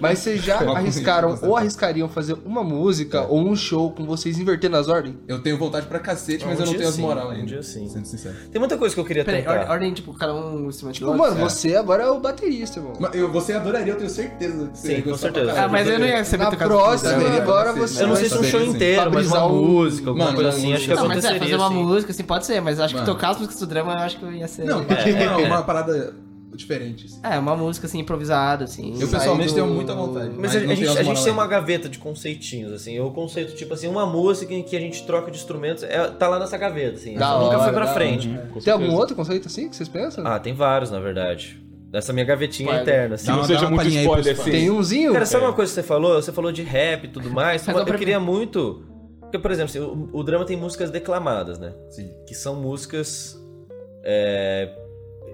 Mas vocês já Calma, arriscaram calma. ou arriscariam fazer uma música ou um show com vocês invertendo as ordens? Eu tenho vontade pra cacete, mas Um eu não dia tenho as sim, moral um ainda. dia sim. Sendo sincero. Tem muita coisa que eu queria Peraí, tentar. or- ordem, tipo, cada um instrumento de Tipo, outro? é. mano, você agora é o baterista, mano. Mas eu, você adoraria, eu tenho certeza. que você Sim, ia com gostar certeza. pra Ah, caralho. mas eu não ia saber Na tocar próxima, Saberia, agora saberia, você. saberia. eu não sei se um Saberia, show assim, sim. inteiro, mas uma Fabrizar o- música, alguma Mano, coisa não, assim, acho que não, Não, mas é, aconteceria. fazer uma assim. música, assim, pode ser, mas acho que Mano. tocar as músicas do drama, eu acho que ia ser... Não, porque É, uma, é. uma parada diferente. assim. É, uma música, assim, improvisada, assim. Eu sai pessoalmente do- tenho muita vontade. Mas, a, não a tenho as gente, a gente moral tem ainda. uma gaveta de conceitinhos, assim. Eu conceito, tipo assim, uma música em que a gente troca de instrumentos, é- tá lá nessa gaveta, assim. Da nunca hora, foi pra da frente. é- Tem algum outro conceito assim que vocês pensam? Ah, tem vários, na verdade. Dessa minha gavetinha Ué, interna, assim. Dá Não uma- dá seja uma muito palhinha aí spoiler pros assim. Tem umzinho? Cara, sabe uma coisa que você falou? Você falou de rap e tudo mais. Agora Eu pra queria muito. Porque, por exemplo, assim, o, o drama tem músicas declamadas, né? Sim. Que são músicas. é,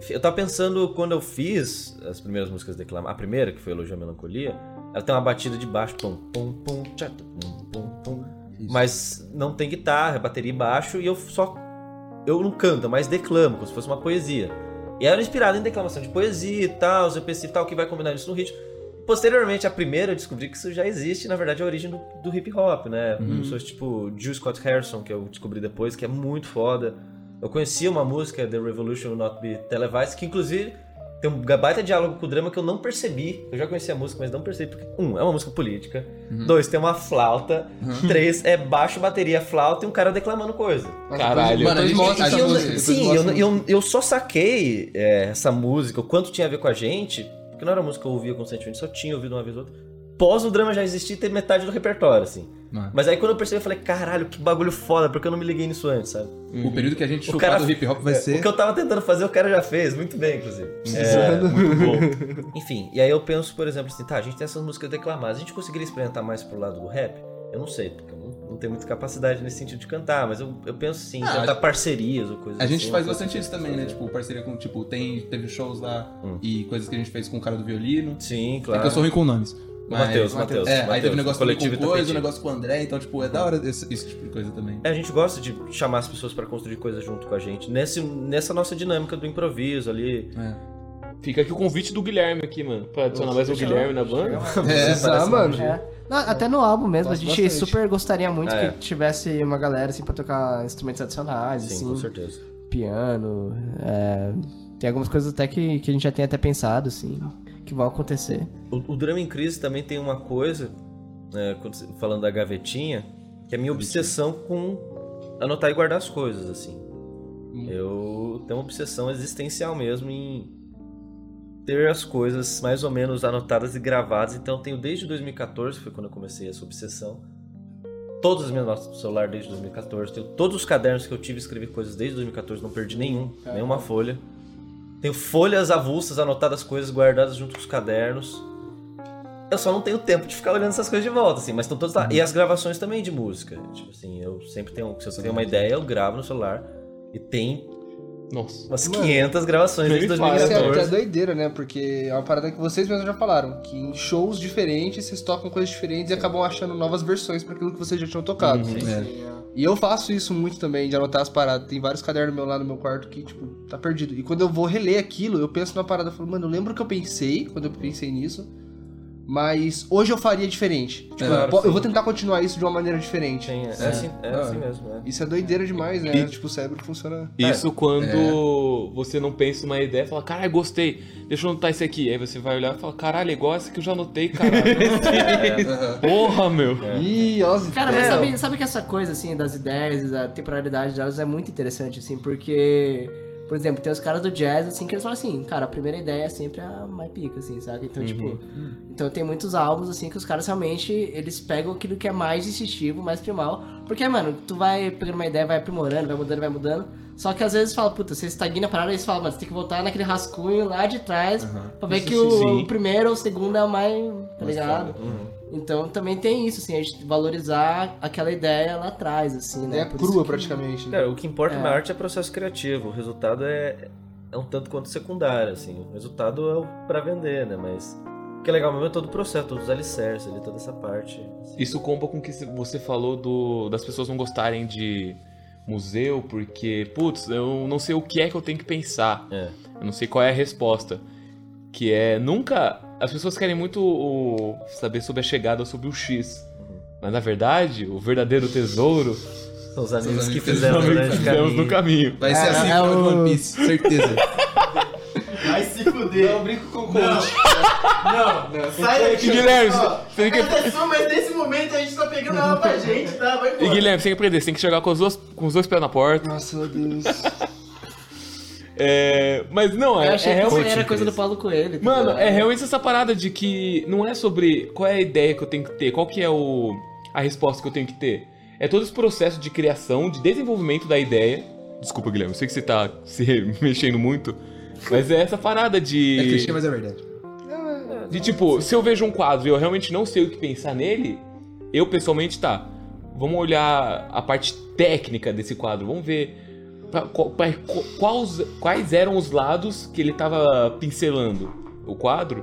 Eu tava pensando quando eu fiz as primeiras músicas declamadas. A primeira, que foi Elogio à Melancolia, ela tem uma batida de baixo. Pum, pum, pum, tchata, pum, pum, pum. Isso. Mas não tem guitarra, é bateria e baixo, e eu só. Eu não canto, mas declamo, como se fosse uma poesia. E era inspirado em declamação de poesia e tal, eu pensei tal, que vai combinar isso no ritmo. Posteriormente, a primeira, eu descobri que isso já existe, na verdade, é a origem do, do hip hop, né? Pessoas tipo Jill Scott Harrison, que eu descobri depois, que é muito foda. Eu conhecia uma música, The Revolution Will Not Be Televised, que inclusive tem um baita diálogo com o drama que eu não percebi. Eu já conhecia a música, mas não percebi, porque, um, é uma música política, dois, tem uma flauta, três, é baixo, bateria, flauta e um cara declamando coisa. Caralho. é Mano, Mano, a depois gente- mostra a essa gente- música. depois Sim, mostra eu, essa música. eu, eu só saquei é, essa música, o quanto tinha a ver com a gente, porque não era uma música que eu ouvia constantemente, só tinha ouvido uma vez ou outra. Pós o drama já existia e ter metade do repertório, assim. Mano, Mas aí quando eu percebi, eu falei, caralho, que bagulho foda, porque eu não me liguei nisso antes, sabe? O período que a gente O chupar cara- do hip hop vai O ser. que eu tava tentando fazer, o cara já fez, muito bem, inclusive. Enfim, e aí eu penso, por exemplo, assim, tá, a gente tem essas músicas declamadas, a gente conseguiria experimentar mais pro lado do rap? Eu não sei, porque eu não, não tenho muita capacidade nesse sentido de cantar, mas eu, eu penso sim, em Ah, tentar parcerias ou coisas A gente assim, faz uma coisa bastante que isso eu também, né? fazer. Tipo, parceria com, tipo, tem, teve shows lá Hum. e coisas que a gente fez com o cara do violino. assim. Sim, É claro. que eu sou ruim com nomes. O Matheus, Mas- Matheus. É, aí Matheus, teve um negócio também coletivo com coisa, um Itapetí. negócio com o André, então, tipo, é da hora esse, esse tipo de coisa também. É, a gente gosta de chamar as pessoas pra construir coisas junto com a gente, nesse, nessa nossa dinâmica do improviso ali. É. [laughs] Fica aqui o convite do Guilherme aqui, mano. Pra adicionar mais um Guilherme na banda. É, Ah, mano. É. Não, até no álbum mesmo, Gosto a gente bastante. super gostaria muito É. que tivesse uma galera, assim, pra tocar instrumentos adicionais, Sim, com assim, certeza. piano, é, Tem algumas coisas até que, que a gente já tem até pensado, assim, que vão acontecer. O, o drama em crise também tem uma coisa, né, quando você- falando da gavetinha, que é a minha obsessão com anotar e guardar as coisas, assim. Eu tenho uma obsessão existencial mesmo em ter as coisas mais ou menos anotadas e gravadas. Então, eu tenho desde 2014, foi quando eu comecei essa obsessão. Todas as minhas notas do celular desde 2014. Tenho todos os cadernos que eu tive, escrevi coisas desde 2014, não perdi nenhum, nenhuma folha. Tenho folhas avulsas anotadas, coisas guardadas junto com os cadernos. Eu só não tenho tempo de ficar olhando essas coisas de volta, assim, mas estão todas lá. E as gravações também de música. Tipo assim, eu sempre tenho. Se eu tenho uma ideia, eu gravo no celular. E tem Nossa. umas Mano, 500 gravações desde nem fala, Isso é até 2014. doideira, né? Porque é uma parada que vocês mesmos já falaram, que em shows diferentes vocês tocam coisas diferentes e acabam achando novas versões pra aquilo que vocês já tinham tocado. Uhum. É. E eu faço isso muito também, de anotar as paradas. Tem vários cadernos meu lá no meu quarto que, tipo, tá perdido. E quando eu vou reler aquilo, eu penso numa parada, eu falo, mano, eu lembro o que eu pensei quando eu pensei nisso. Mas hoje eu faria diferente. Tipo, Claro, eu, po- É, sim. eu vou tentar continuar isso de uma maneira diferente. Sim, é, é assim, é Ah, assim é. mesmo. É. Isso é doideira demais, né? Tipo, o cérebro que funciona. Isso quando você não pensa numa ideia e fala, caralho, gostei, deixa eu anotar isso aqui. Aí você vai olhar e fala, caralho, é igual essa que eu já anotei, caralho. [laughs] Porra, meu. É. Ih, ó, as Cara, mas ideias. sabe, sabe que essa coisa, assim, das ideias, da temporalidade delas é muito interessante, assim, porque, por exemplo, tem os caras do jazz, assim, que eles falam assim, cara, a primeira ideia é sempre a mais pica, assim, sabe? Então, tipo, Uhum. então tem muitos álbuns, assim, que os caras realmente, eles pegam aquilo que é mais instintivo, mais primal, porque, mano, tu vai pegando uma ideia, vai aprimorando, vai mudando, vai mudando, só que às vezes fala, puta, você estagna a parada, eles falam, mano, você tem que voltar naquele rascunho lá de trás pra ver que o, Sim. o primeiro ou o segundo é o mais, tá ligado? Então também tem isso, assim, a gente valorizar aquela ideia lá atrás, assim, né? É Por crua isso que- praticamente, né? Cara, o que importa na arte é processo criativo. O resultado é, é um tanto quanto secundário, assim. O resultado é o pra vender, né? Mas o que é legal mesmo é todo o processo, todos os alicerces ali, toda essa parte. assim. Isso compa com o que você falou do, das pessoas não gostarem de museu, porque, putz, eu não sei o que é que eu tenho que pensar. É. Eu não sei qual é a resposta. Que é nunca. As pessoas querem muito o- saber sobre a chegada, sobre o X. Uhum. Mas na verdade, o verdadeiro [laughs] tesouro é São os amigos amigos que que [laughs] fizeram né, fizeram durante o fizemos caminho. no caminho. Vai ser assim é o final de o- One Piece, certeza. Vai se fuder. Não, brinco com o Não, não, sai daqui. Guilherme, ó. você tem que- Agradeço, mas nesse momento a gente tá pegando ela pra gente, tá? Vai E embora. Guilherme, você tem que aprender, você tem que chegar com os dois, com os dois pés na porta. Nossa, meu Deus. É, mas não, é, Eu é achei que isso realmente. aí era coisa do Paulo Coelho. tá Mano, ligado? é realmente essa parada de que não é sobre qual é a ideia que eu tenho que ter, qual que é o a resposta que eu tenho que ter. É todo esse processo de criação, de desenvolvimento da ideia. Desculpa, Guilherme, eu sei que você tá se [laughs] mexendo muito, mas é essa parada de É clichê, mas é verdade. de tipo, se eu vejo um quadro e eu realmente não sei o que pensar nele, eu pessoalmente tá. Vamos olhar a parte técnica desse quadro, vamos ver pra- qual- pra- qu- quais, quais eram os lados que ele tava pincelando o quadro.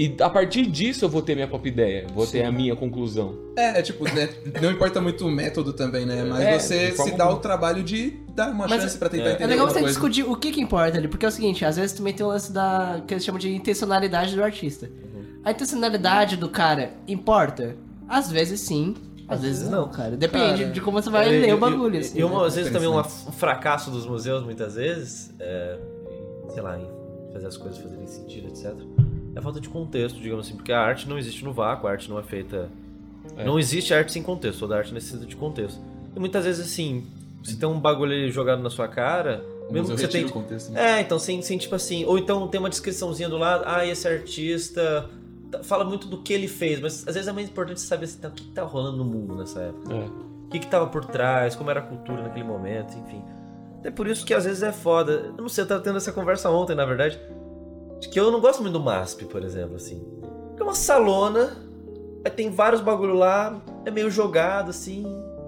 E a partir disso eu vou ter minha própria ideia, vou ter a minha conclusão. É, é tipo, né, não importa muito o método também, né? Mas É, você de forma se dá o alguma. trabalho de dar uma Mas chance pra tentar é. entender É legal alguma você coisa. discutir o que que importa ali, porque é o seguinte, às vezes também tem o lance da... que eles chamam de intencionalidade do artista. A intencionalidade do cara importa? Às vezes sim, às vezes não, cara. Depende Cara, de como você vai E- ler e- o bagulho, e- assim. E uma- né? às vezes também uma- um fracasso dos museus, muitas vezes, é, em, sei lá, em fazer as coisas fazerem sentido, etc. É a falta de contexto, digamos assim, porque a arte não existe no vácuo, a arte não é feita. É. Não existe arte sem contexto, toda arte necessita de contexto. E muitas vezes, assim, você tem um bagulho ali jogado na sua cara, Um mesmo que você tenha. o contexto, né? É, então sem, sem tipo assim. Ou então tem uma descriçãozinha do lado, ah, esse artista tá- fala muito do que ele fez, mas às vezes é mais importante saber assim, tá, o que que tá rolando no mundo nessa época. É. O que, que tava por trás, como era a cultura naquele momento, enfim. É por isso que às vezes é foda. Eu não sei, eu tava tendo essa conversa ontem, na verdade. De que eu não gosto muito do MASP, por exemplo, assim. É uma salona, aí tem vários bagulho lá, é meio jogado, assim.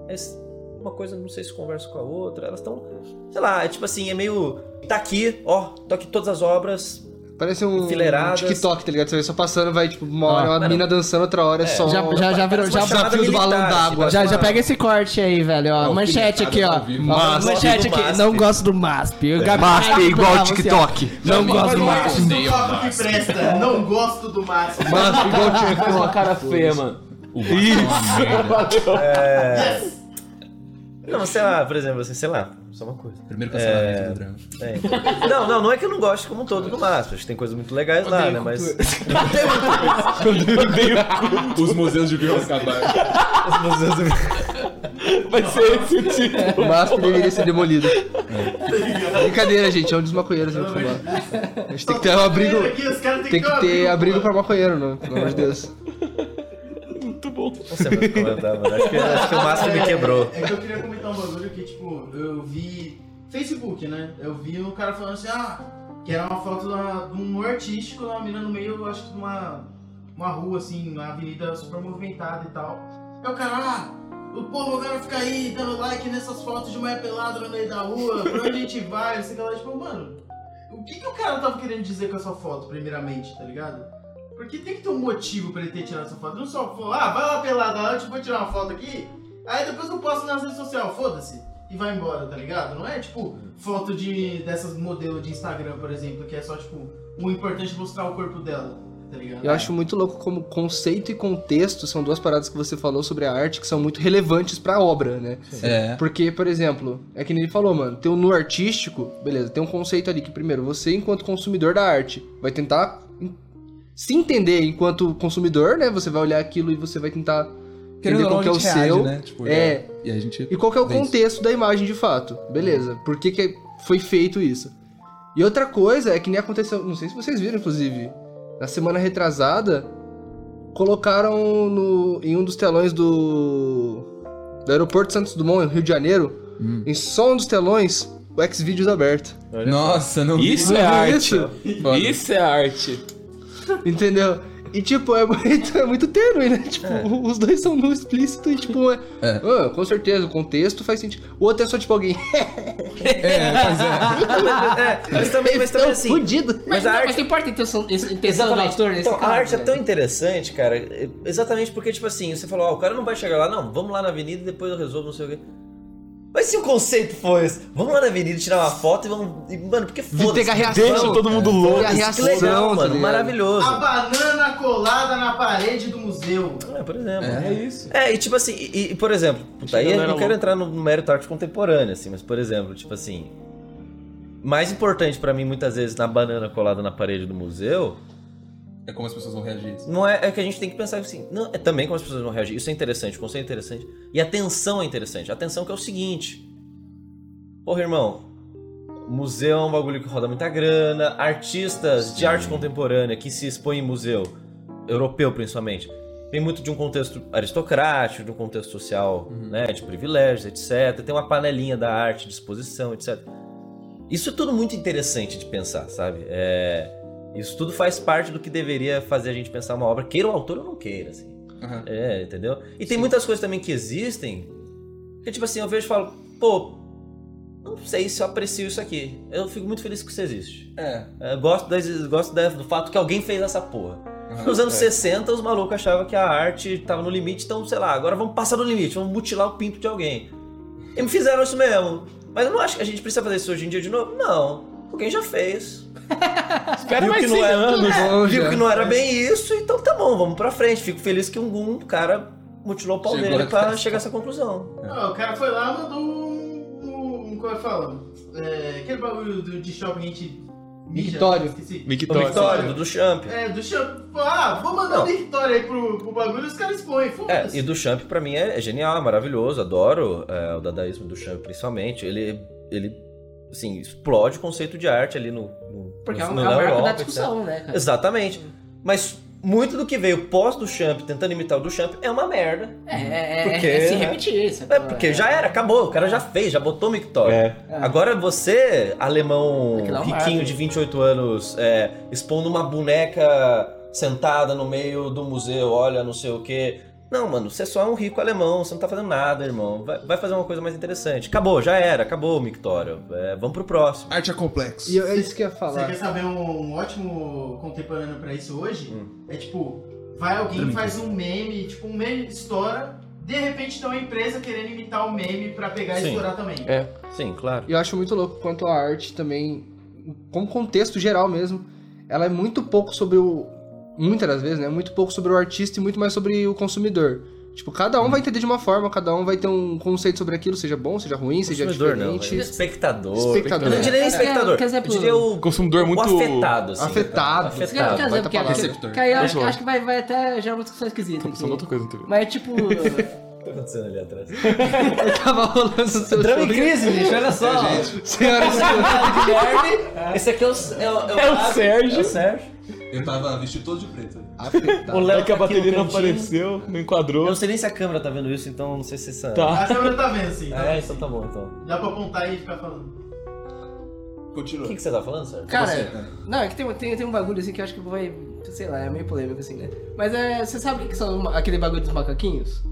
é s- uma coisa não sei se conversa com a outra. Elas estão. Sei lá, é tipo assim, é meio. Tá aqui, ó, tô aqui todas as obras. Parece um Enfileiradas. TikTok, tá ligado? Você vai só passando, vai, tipo, uma hora é uma mano. mina dançando, outra hora é, só. Já, já, já virou, Parece já, uma chamada desafio do balão militar, d'água. assim, já, parece já uma- pega esse corte aí, velho, ó. Ó, tá manchete aqui, ó. alfinetada ao vivo. Mas- Manchete Gosto do aqui, MASP. não gosto do MASP. O Gabi Mas tem tá igual bravo, o TikTok. assim, ó. Não gosto do Mas MASP. do é um papo que presta. Não gosto do máximo. Mas tem [laughs] igual o Faz uma TikTok. cara feia, mano. Yes. Não, sei lá, por exemplo, assim, sei lá, só [laughs] uma coisa. Primeiro cancelamento do drama. É, então. não, não, não é que eu não gosto como um todo do MASP. Acho que tem coisas muito legais lá, né? Mas. Os museus de Piracicaba. Vai ser esse tipo. o título. O MASP deveria ser demolido. Brincadeira, gente, é um dos maconheiros, eu vou falar. A gente tem que ter um abrigo. Aqui, os caras têm Tem que ter abrigo mano. pra maconheiro, não, pelo amor de Deus. Muito bom. Não sei mais o que comentar, mano. né? Acho que, acho que o MASP me quebrou. É que eu queria comentar um bagulho que, tipo, eu vi. Facebook, né? Eu vi um cara falando assim, ah, que era uma foto da- de um artístico, uma mina no meio, acho que de uma, uma rua, assim, uma avenida super movimentada e tal. É o cara, ah, o povo agora fica aí dando like nessas fotos de mulher pelada no meio da rua, pra onde a gente vai, não sei o que lá. Tipo, mano, o que, que o cara tava querendo dizer com essa foto, primeiramente, tá ligado? Porque tem que ter um motivo pra ele ter tirado essa foto. Não só, falou, ah, vai lá pelada, eu te vou tirar uma foto aqui. Aí depois eu posto nas redes sociais, foda-se, e vai embora, tá ligado? Não é tipo foto de dessas modelo de Instagram, por exemplo, que é só tipo, o importante é mostrar o corpo dela. tá ligado? Eu acho muito louco como conceito e contexto são duas paradas que você falou sobre a arte que são muito relevantes pra obra, né? É. Porque, por exemplo, é que nem ele falou, mano, tem o nu artístico, beleza, tem um conceito ali que, primeiro, você, enquanto consumidor da arte, vai tentar en- se entender enquanto consumidor, né? Você vai olhar aquilo e você vai tentar entender Querendo qual ou que é não, a o gente reage, seu. né? Tipo, É. E a gente... E qual que é o vê isso. contexto da imagem de fato, beleza. Por que, que foi feito isso? E outra coisa é que nem aconteceu, não sei se vocês viram, inclusive, na semana retrasada, colocaram no, em um dos telões do, do aeroporto Santos Dumont, no Rio de Janeiro, Hum. em só um dos telões, o Xvideos aberto. Nossa, não vi Isso é Não arte. isso? Foda. Isso é arte. Entendeu? E tipo, é [laughs] muito, é muito tênue, né? Tipo, É. [laughs] os dois são no explícito e tipo, é, É. Ah, com certeza, o contexto faz sentido. O outro é só tipo alguém. É, pois é. É, mas também, mas também assim. fudido. Mas a arte. não importa a intenção, a intenção do Exatamente. autor nesse Então, a caso, arte é né? tão interessante, cara. é- Exatamente porque, tipo assim, você falou, ó, o cara não vai chegar lá, não, vamos lá na avenida e depois eu resolvo, não sei o quê. Mas se o conceito for esse, vamos lá na avenida tirar uma foto e vamos. e, mano, porque foda-se. pegar reação. É. Deixa todo mundo louco. Pegar Que reação, legal, tá mano. ligado? maravilhoso. A banana colada na parede do museu. [laughs] É, por exemplo. É. É isso. É, e tipo assim, e, e, por exemplo, puta, aí eu galera é não quero louca. entrar no mérito arte contemporânea, assim, mas por exemplo, tipo assim. Mais importante pra mim, muitas vezes, na banana colada na parede do museu, É como as pessoas vão reagir. não é, é que a gente tem que pensar assim. Não, é também como as pessoas vão reagir. Isso é interessante, o conceito é interessante. E a tensão é interessante. A tensão que é o seguinte. Porra, irmão. Museu é um bagulho que roda muita grana. Artistas de arte contemporânea que se expõem em museu, europeu principalmente, tem muito de um contexto aristocrático, de um contexto social, né, de privilégios, etc. Tem uma panelinha da arte, de exposição, etc. Isso é tudo muito interessante de pensar, sabe? É, isso tudo faz parte do que deveria fazer a gente pensar uma obra, queira o autor ou não queira, assim. Aham. É, entendeu? E tem muitas coisas também que existem que, tipo assim, eu vejo e falo, pô, não sei se eu aprecio isso aqui. Eu fico muito feliz que isso existe. É. É, gosto das- gosto da- do fato que alguém fez essa porra. Aham. Nos anos É. 60, os malucos achavam que a arte tava no limite, então, sei lá, agora vamos passar do limite, vamos mutilar o pinto de alguém. E me fizeram isso mesmo. Mas eu não acho que a gente precisa fazer isso hoje em dia de novo. Não. Alguém já fez. Espera Viu que mais não 100 é- anos. Viu que Longe. não era bem isso, então tá bom, vamos pra frente. Fico feliz que um, um cara mutilou o pau Chegou dele a- pra chegar a essa conclusão. Ah, o cara foi lá e mandou um. um, um como é que fala? É, aquele bagulho do, de shopping que a gente. mija, Mictório. Esqueci. O Então, Victória. assim, Victória, do Duchamp. É, do shopping. Ah, vou mandar Não. o Victória aí pro, pro bagulho e os caras expõem. É, assim. Foda-se. e Duchamp pra mim é, é genial, é maravilhoso, adoro é, o dadaísmo do Duchamp principalmente. Ele, ele assim, explode o conceito de arte ali no, no Porque é no- um, na é um marco da Europa, discussão, né, etc. cara? Exatamente. Mas muito do que veio pós Duchamp, tentando imitar o Duchamp, é uma merda. É, é, é, Porque, é se né? repetir, sabe? É, porque já era, acabou, o cara já fez, já botou o Mictório. É. Agora você, alemão Aquilo é um riquinho marco. de 28 anos, é, expondo uma boneca sentada no meio do museu, olha, não sei o quê. Não, mano, você é só um rico alemão, você não tá fazendo nada, irmão. Vai, vai fazer uma coisa mais interessante. Acabou, já era, acabou o Mictório. É, vamos pro próximo. Arte é complexo. E eu- é isso que eu ia Você falar. quer saber um ótimo contemporâneo pra isso hoje? Hum. É tipo, vai alguém, faz um meme, tipo, um meme estoura, de repente tem uma empresa querendo imitar o meme pra pegar Sim. e estourar também. É. Sim, claro. E eu acho muito louco quanto a arte também, como contexto geral mesmo, ela é muito pouco sobre o. Muitas das vezes, né? Muito pouco sobre o artista e muito mais sobre o consumidor. Tipo, cada um vai entender de uma forma, cada um vai ter um conceito sobre aquilo, seja bom, seja ruim, seja Consumidor não, é diferente. velho. espectador. Espectador. É, Eu não diria nem Quer- espectador. quer Eu exemplo? diria o, Consumidor o muito. afetado, assim. Afetado. Quer- quer Afetado. dizer, porque- baita porque- palavra. porque aí eu acho, Receptor. acho que vai, vai até gerar uma discussão esquisita. Tô aqui. pensando em outra coisa, entendeu? Mas [laughs] tipo. O que tá acontecendo ali atrás? [laughs] Tava rolando o seu É, Drama em crise, gente, olha só. Senhoras e senhores. Guilherme. [laughs] Esse aqui é o, é o, É o Sérgio. É o Sérgio. Eu tava vestido todo de preto. O Afetado. Léo É que a tá aqui no bateria não cantinho. apareceu, não Eu enquadrou. não sei nem se a câmera tá vendo isso, então não sei se essa... Tá. A câmera tá vendo assim, tá? É, então tá bom, então. Dá pra apontar e ficar [laughs] falando. O Continua. que, que você tá falando, Sérgio? Cara, Você, né? não, é que tem, tem, tem um bagulho assim que eu acho que vai. Sei lá, é meio polêmico assim, né? Mas é. Você sabe o que que são ma- aquele bagulho dos macaquinhos? Tá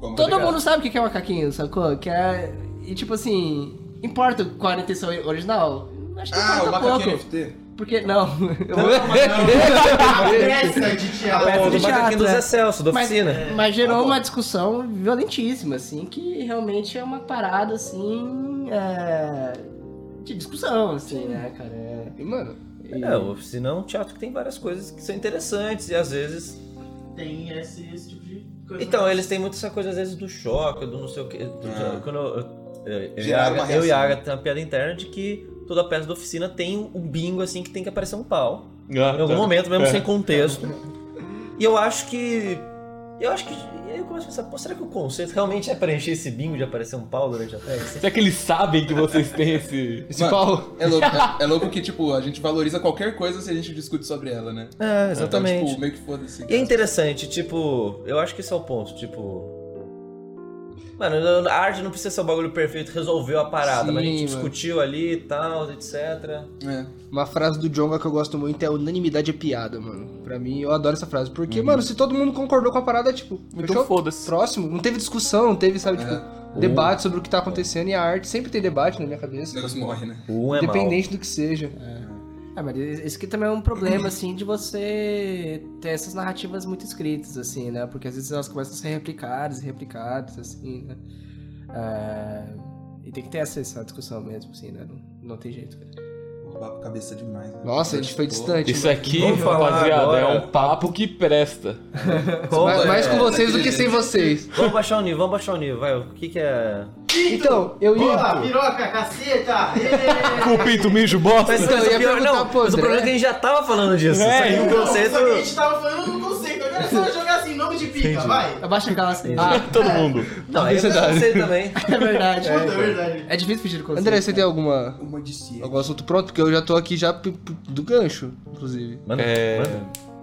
Como Todo obrigado. mundo sabe o que que é macaquinho, sacou? Que é. E tipo assim. Importa qual era a intenção original? Acho que Ah, o importa macaquinho pouco. NFT. Porque. Não. [laughs] Eu vou- A peça de teatro. peça de do teatro, do né? Zé Celso, da Mas- oficina. É, Mas gerou Tá bom. uma discussão violentíssima, assim, que realmente é uma parada, assim, é, de discussão, assim, né, cara? É, E, Mano, E- É, o oficina é um teatro que tem várias coisas que são interessantes e às vezes. Tem esse, esse tipo de coisa. Então, eles têm muito essa coisa, às vezes, do choque, do não sei o quê. do- Ah. Quando eu, eu, eu, e Gerar a uma Agatha- eu reação. e a Agatha tem uma piada interna de que toda peça da oficina tem um bingo assim que tem que aparecer um pau. Ah, Em algum tá. momento, mesmo É. sem contexto. E eu acho que. Eu acho que. e aí Eu começo a pensar, pô, será que o conceito realmente é preencher esse bingo de aparecer um pau durante a peça? Será que eles sabem que vocês têm esse. Esse Mano, pau. É louco, é, é louco que, tipo, a gente valoriza qualquer coisa se a gente discute sobre ela, né? É, Então, tipo, meio que foda-se. E é interessante, tipo, eu acho que esse é o ponto, tipo. Mano, a arte não precisa ser o bagulho perfeito, resolveu a parada, mas a gente Sim, mano. discutiu ali e tal, etc. É. Uma frase do Jonga que eu gosto muito é unanimidade é piada, mano. Pra mim, eu adoro essa frase. Porque, mano, se todo mundo concordou com a parada, é tipo, Então fechou? foda-se. próximo. Não teve discussão, não teve, sabe, tipo, É. debate sobre o que tá acontecendo. E a arte sempre tem debate na minha cabeça. O negócio morre, né? O um é mal. Independente do que seja. Ah, mas isso aqui também é um problema, assim, de você ter essas narrativas muito escritas, assim, né? Porque às vezes elas começam a ser replicadas e replicadas, assim, né? Ah, E tem que ter essa, essa discussão mesmo, assim, né? Não, não tem jeito. cara. O papo cabeça demais. Né? Nossa, a gente foi Pô. distante. Isso aqui, Vamos falar rapaziada, agora. é um papo que presta. Qual Mais, é? mais com vocês do que sem vocês. Vamos baixar o nível, vamos baixar o nível, vai. O que que é. Então, eu Boa, ia. [laughs] piroca, caceta! ê! Cupito, mijo, bosta. Mas, Então, mas eu o ia pior, perguntar não, pro mas o André. problema é que a gente já tava falando disso. É, só que o [laughs] Não, conceito. Só que a gente tava falando do conceito, agora é só jogar assim, nome de pica, vai! Abaixa a calça. Ah, Todo mundo. Não, aí eu conceito também. [laughs] é verdade. Puta, é verdade. É difícil pedir conselho. André, você tem alguma. Uma de ciência. Algum assunto pronto? Porque eu já tô aqui já p- p- do gancho, inclusive. Manda, É. manda.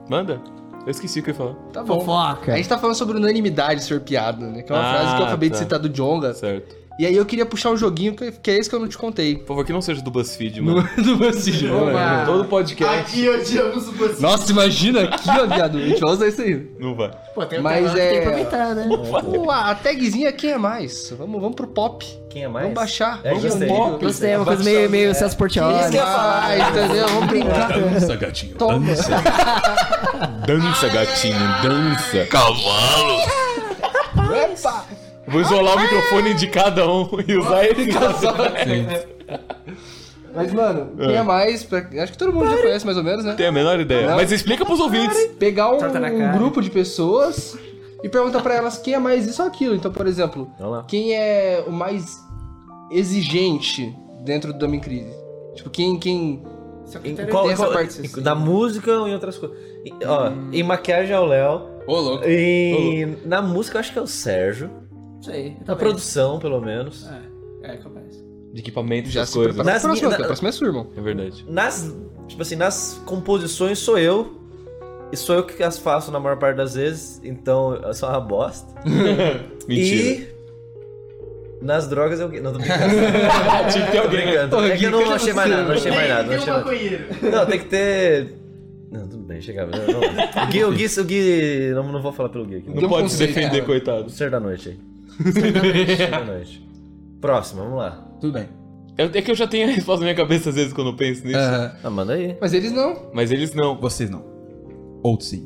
Manda? Eu esqueci o que eu ia falar. Tá bom. Fofoca. A gente tá falando sobre unanimidade ser piada, né? Que é uma Ah, frase que eu acabei de tá. citar do Jonga. Certo. E aí eu queria puxar um joguinho que que é esse que eu não te contei. Por favor, que não seja do BuzzFeed, [laughs] mano. do Mancini. Mano, Todo é um podcast Aqui um odiamos o Buzinho. né? Nossa, imagina aqui, ó, viado. A gente vai usar isso aí. não vai. Pô, tem Mas tem que é- aproveitar, né? Pô, a tagzinha quem é mais? Vamos, vamos pro pop. Quem é mais? Vamos baixar. É, vamos pro gostei. pop. Gostei, é uma coisa meio, meio Celso Portiolli. Isso que eu ia falar. Ah, entendeu? Vamos [laughs] brincar. Dança, gatinho, Toma. dança. Dança, gatinho, dança. Cavalo. Opa! Vou isolar o microfone de cada um [laughs] e usar ele em casa. Mas, mano, quem é mais? pra- Acho que todo mundo já conhece mais ou menos, né? Tem a menor ideia. Não. Mas explica pros ouvintes. Pegar um, Torta na cara. um grupo de pessoas e perguntar pra elas quem é mais isso ou aquilo. Então, por exemplo, Vamos lá. quem é o mais exigente dentro do Dama em Crise? Tipo, quem, quem é Em Tem qual- essa qual- parte, assim. Da música ou em outras coisas. E, Ó, em maquiagem é o Léo. Ô, louco. E na música eu acho que é o Sérgio. Não sei. Na produção, pelo menos. É, é capaz. De equipamento, já essas se coisas. prepara pra Nas próxima, minhas- que a próxima é sua, irmão. É verdade. Nas. Tipo assim, nas composições sou eu. E sou eu que as faço na maior parte das vezes. Então eu sou uma bosta. Mentira. E. Nas drogas é o quê? Não, tô brincando. [laughs] Tinha que ter tô alguém. né? brincando. É que eu não Porra, achei mais nada, não achei Tem mais que nada. Não, ter um achei mais nada. maconheiro. não tem que ter. Não, tudo bem, chegava. Não, não. O Gui, o Gui, o Gui. Não, não vou falar pelo Gui aqui. Deu Não um pode se conceito, defender, cara. coitado. Ser da noite aí. Ser da noite. Próximo, vamos lá. Tudo bem. É é que eu já tenho a resposta na minha cabeça às vezes quando eu penso nisso. Aham. Ah, manda aí. Mas eles não. Mas eles não. Vocês não. Outros sim.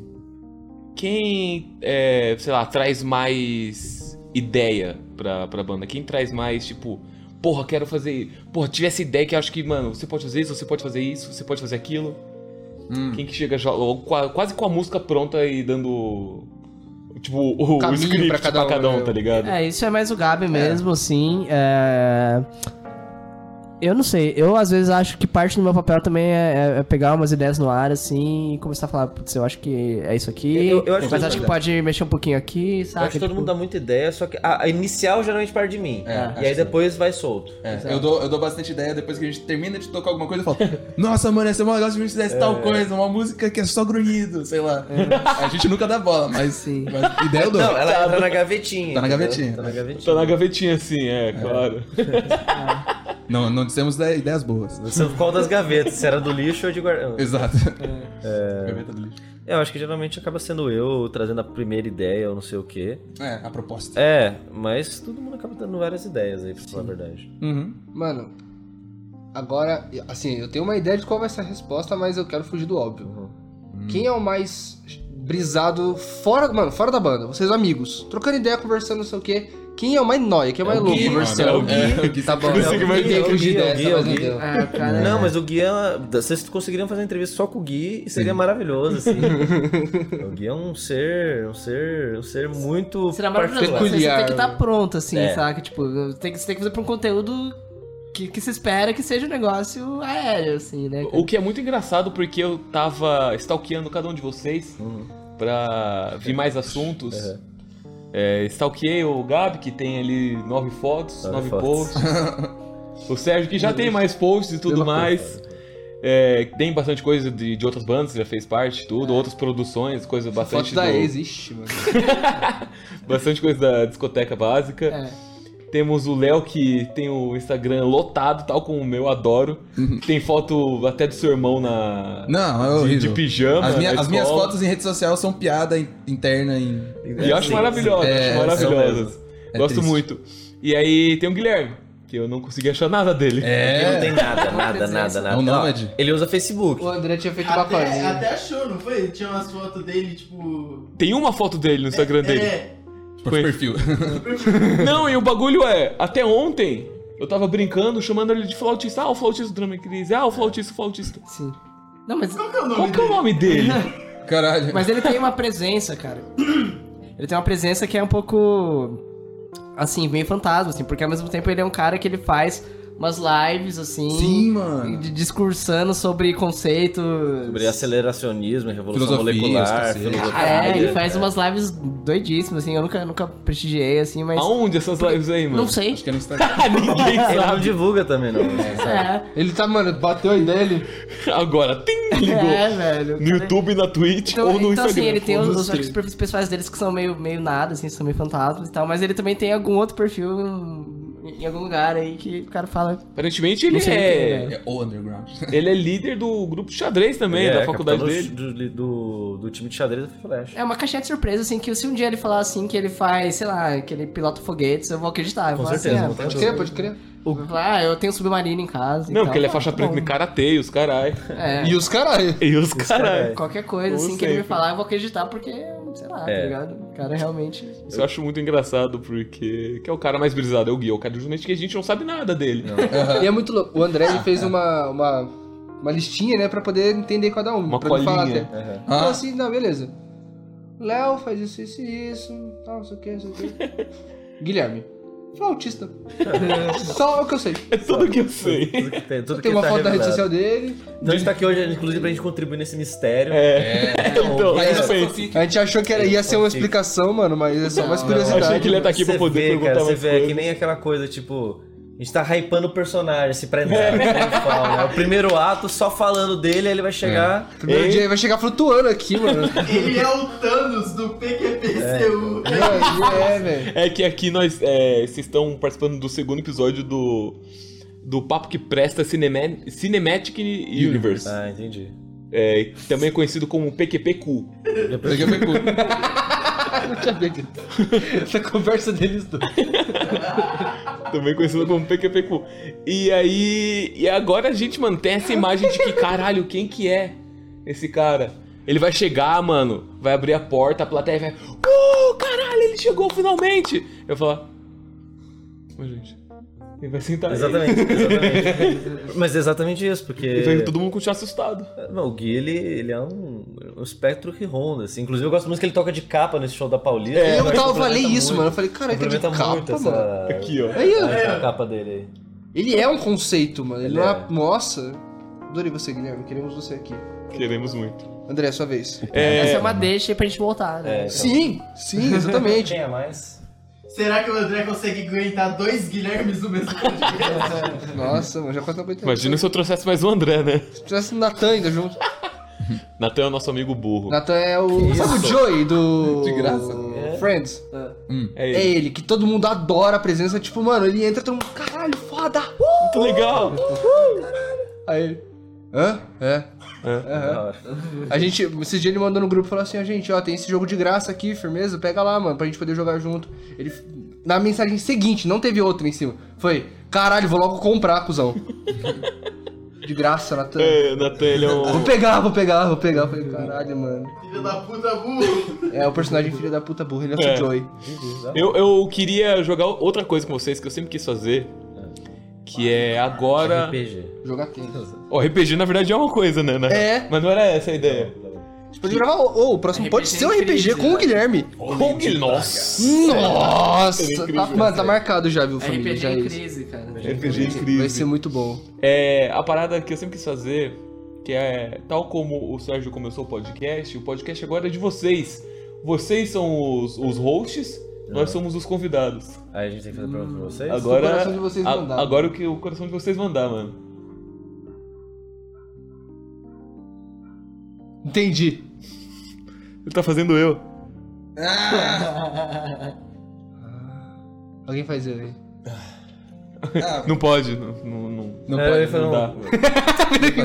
Quem, é, sei lá, traz mais ideia pra, pra banda? Quem traz mais, tipo, porra, quero fazer. Porra, tive essa ideia que acho que, mano, você pode fazer isso, você pode fazer isso, você pode fazer aquilo. Hum. Quem que chega já, ou qua- quase com a música pronta e dando. Tipo, o, o Caminho script pra pra cada cada, um, um, né? tá ligado? É, isso é mais o Gabi mesmo, assim. é. Eu não sei, eu às vezes acho que parte do meu papel também é, é- é pegar umas ideias no ar, assim, e começar a falar, putz, eu acho que é isso aqui, Eu- eu acho mas que- acho que pode mexer um pouquinho aqui, Eu Tá, sabe? Tipo, acho que todo mundo dá muita ideia, só que a, a inicial geralmente parte de mim. tipo- É, acho e aí que depois vai solto. É, eu, dou, eu dou bastante ideia depois que a gente termina de tocar alguma coisa eu falo: Nossa, mano, essa é uma negócio de a gente fizesse tal coisa, uma música que é só grunhido, sei lá. A gente nunca dá bola, mas, É. Sim. é- mas ideia eu dou. Não, ela entra na gavetinha. Tá na entendeu? gavetinha. Tá na gavetinha. Tá na gavetinha assim, é, claro. Não, não dissemos ide- ideias boas. São Qual das gavetas? Se era do lixo ou de guarda. Exato. É. Gaveta É. do lixo. Eu acho que geralmente acaba sendo eu trazendo a primeira ideia ou não sei o quê. É, a proposta. É, mas todo mundo acaba dando várias ideias aí, pra falar a verdade. É. Uhum. Mano, agora, assim, eu tenho uma ideia de qual vai ser a resposta, mas eu quero fugir do óbvio. Uhum. Quem é o mais brisado fora, mano, fora da banda? Vocês amigos, trocando ideia, conversando, não sei o quê. Quem é o mais nóia? Quem é o mais louco? É Marcelo. o Gui. É, o Gui. [laughs] Tá bom. É o Gui, Eu tentei é o fugir Gui, é o dessa, Gui, é o mas não Gui. deu. Ah, cara. Não, mas o Gui é. Vocês conseguiriam fazer uma entrevista só com o Gui e seria maravilhoso, assim. o Gui é um ser. Um ser. Um ser muito. Será maravilhoso. mas Você, Peculiar. tem que estar pronto, assim, É. saca? Tipo, tem que, você tem que fazer pra um conteúdo que, que se espera que seja um negócio aéreo, assim, né? cara? O que é muito engraçado porque eu tava stalkeando cada um de vocês pra ver mais assuntos. Uhum. É, stalkeei o Gabi, que tem ali nove fotos, nove, Nove fotos. posts. o Sérgio, que já tem mais posts e tudo mais. É, tem bastante coisa de, de outras bandas que já fez parte, tudo, outras produções, coisa bastante. Foto da do- ex, ixi, mano. Bastante coisa da discoteca básica. Temos o Léo que tem o Instagram lotado, tal como o meu, adoro. Tem foto até do seu irmão na. Não, é de, de horrível. pijama. As, minha- na as minhas escola. fotos em rede social são piada in- interna em. E eu acho maravilhosa, É, acho maravilhosa. É Gosto triste. muito. E aí tem o Guilherme, que eu não consegui achar nada dele. Ele não É. tem nada, nada, nada, nada. É um Ó, nômade. Ele usa Facebook. O André tinha feito uma Até, coisa. até achou, não foi? Tinha umas fotos dele, tipo. Tem uma foto dele no Instagram dele. É, Tipo, de perfil. Não, e o bagulho é, até ontem eu tava brincando, chamando ele de flautista. Ah, o flautista do Drama e Crise. Ah, o flautista, o flautista. Sim. Não, mas, qual que é o nome Qual que é dele? o nome dele? [laughs] Caralho. mas ele tem uma presença, cara. Ele tem uma presença que é um pouco. Assim, meio fantasma, assim, porque ao mesmo tempo ele é um cara que ele faz umas lives, assim. Sim, mano. de- Discursando sobre conceitos. Sobre aceleracionismo, revolução Filosofia, molecular, esqueci. filosofia. É, ele faz umas lives doidíssimas, assim. Eu nunca, nunca prestigiei, assim, mas. Aonde essas lives aí, mano? Não sei. Acho que é no Instagram. [laughs] Ninguém Ele não sabe. divulga também, não. É. Ele tá, mano, bateu a ideia, ele... Agora, tem ligou. É, velho. No YouTube, na Twitch Então, ou no então Instagram. assim, ele tem os, Foda-se. os arquivos perfis pessoais deles que são meio, meio nada, assim, são meio fantasmas e tal, mas ele também tem algum outro perfil em em algum lugar aí que o cara fala. Aparentemente ele Não sei quem é. ele É o underground. [laughs] Ele é líder do grupo de xadrez É, também, da faculdade é, capitão dele. do, do, do- do time de xadrez da Flash. É uma caixinha de surpresa, assim, que se um dia ele falar assim que ele faz, sei lá, que ele pilota foguetes, eu vou acreditar. Eu Com vou certeza, não assim, tem Pode dúvida. crer, pode crer. ah, eu vou falar, ah, eu tenho um submarino em casa. e Não, tal. porque ele é Ah, faixa tá preta bom. em karateia, os [laughs] caralho. [laughs] É. E os caralho. E os carai. caralho. Qualquer coisa, Ou assim, que ele me sempre. falar, eu vou acreditar, porque, sei lá, É. tá ligado? O cara realmente. Isso eu acho muito engraçado, porque. Que é o cara mais brisado, é o Gui. É o cara justamente que a gente não sabe nada dele. E é muito louco. O André ele fez uma, uma, uma listinha, né, pra poder entender cada um. Uma pra não falar colinha. até. Aham. Então Ah. assim, não, beleza. Léo faz isso, isso e isso, tal, não sei o que, não sei o que. Guilherme. Flautista. Só o que eu sei. [laughs] É tudo que eu sei. Tudo que tem, tudo que Tem uma tá foto da rede revelado. social dele. Então a gente tá aqui hoje, inclusive, pra gente contribuir nesse mistério. [laughs] É. Então, Mas- respeito. A gente achou que era, ia ser uma Fanfic. explicação, mano, mas é só mais curiosidade. Achei que ele ia estar aqui pra Você poder vê, perguntar cara, Você mais vê, é coisas. que nem aquela coisa, tipo... A gente tá hypando o personagem, se prendendo. É. O primeiro ato, só falando dele, aí ele vai chegar... Primeiro Ei. dia ele vai chegar flutuando aqui, mano. Ele é o Thanos do PQPCU. é, é, velho. É que aqui nós. é, vocês estão participando do segundo episódio do. Do Papo que Presta Cinema- Cinematic Universe. Ah, entendi. É, também conhecido como PQPQ. Peguei o meu cu. Não tinha pego. Essa conversa deles dois. Também conhecido como PQPQ. E aí. E agora a gente mantém essa imagem de que, caralho, quem que é esse cara? Ele vai chegar, mano, vai abrir a porta, a plateia vai. Uh, caralho, ele chegou finalmente! Eu vou falar. Mas, gente. Ele vai sentar aí." Exatamente, exatamente. Mas é exatamente isso, E vai porque... todo mundo continuar assustado. Não, o Gui, ele, ele é um, um espectro que ronda, assim. Inclusive, eu gosto muito que ele toca de capa nesse show da Paulista. E É, eu É, Mas tava, falei complementa isso, muito. mano. Eu falei, cara, é que de Complementa capa, muito mano. essa... Aqui, ó. Aí, ó. essa capa dele aí. Ele é um conceito, mano. Ele Ele não é. é. Nossa. Adorei você, Guilherme. Queremos você aqui. Queremos muito. André, sua vez. Essa é uma deixa aí pra gente voltar, né? É, Sim, sim, Então, [laughs] exatamente. quem é mais? Será que o André consegue aguentar dois Guilhermes no mesmo podcast? [laughs] Nossa, mano, já quase não aguentei. Imagina se eu trouxesse mais um André, né? Se tivesse o Natan ainda junto. Natan é o nosso amigo burro. Natan é o. Que Sabe o isso? Joey do. De graça. É. Friends. É É ele. ele, que todo mundo adora a presença. Tipo, mano, ele entra todo mundo. Caralho, foda! Muito Uh! legal! Aí ele. Hã? É. Da hora. A gente, esses dias ele mandou no grupo e falou assim, ó, gente, ó, tem esse jogo de graça aqui, firmeza, pega lá, mano, pra gente poder jogar junto. Ele, na mensagem seguinte, não teve outra em cima, foi, caralho, vou logo comprar, cuzão. [laughs] De graça, Natan. É, o Natan, ele é um. Vou pegar, vou pegar, vou pegar. Eu falei, caralho, mano. Filha da puta burro. É o personagem filho da puta burra, ele é o É. Joy. Eu, eu queria jogar outra coisa com vocês que eu sempre quis fazer. Que é agora. RPG. Jogar Tipo, Tetris. O RPG na verdade é uma coisa, né? né? É. Mas não era essa a ideia. Você pode gravar. Ô, o próximo pode ser um RPG com o Guilherme. Como que- Nossa! Hum. Nossa! É incrível. Tá, mano, tá marcado já, viu, família? RPG Já é em isso. crise, cara. RPG Vai incrível. ser muito bom. É, a parada que eu sempre quis fazer, que é tal como o Sérgio começou o podcast, o podcast agora é de vocês. Vocês são os, os hosts, nós É. somos os convidados. Aí a gente tem que fazer pergunta pra vocês. Agora, o coração de vocês a- mandar. agora o que o coração de vocês mandar, mano. Entendi. Ele tá fazendo eu. Alguém faz eu aí. Tá. Não pode, não, não, não- Não É, pode ele um falou, não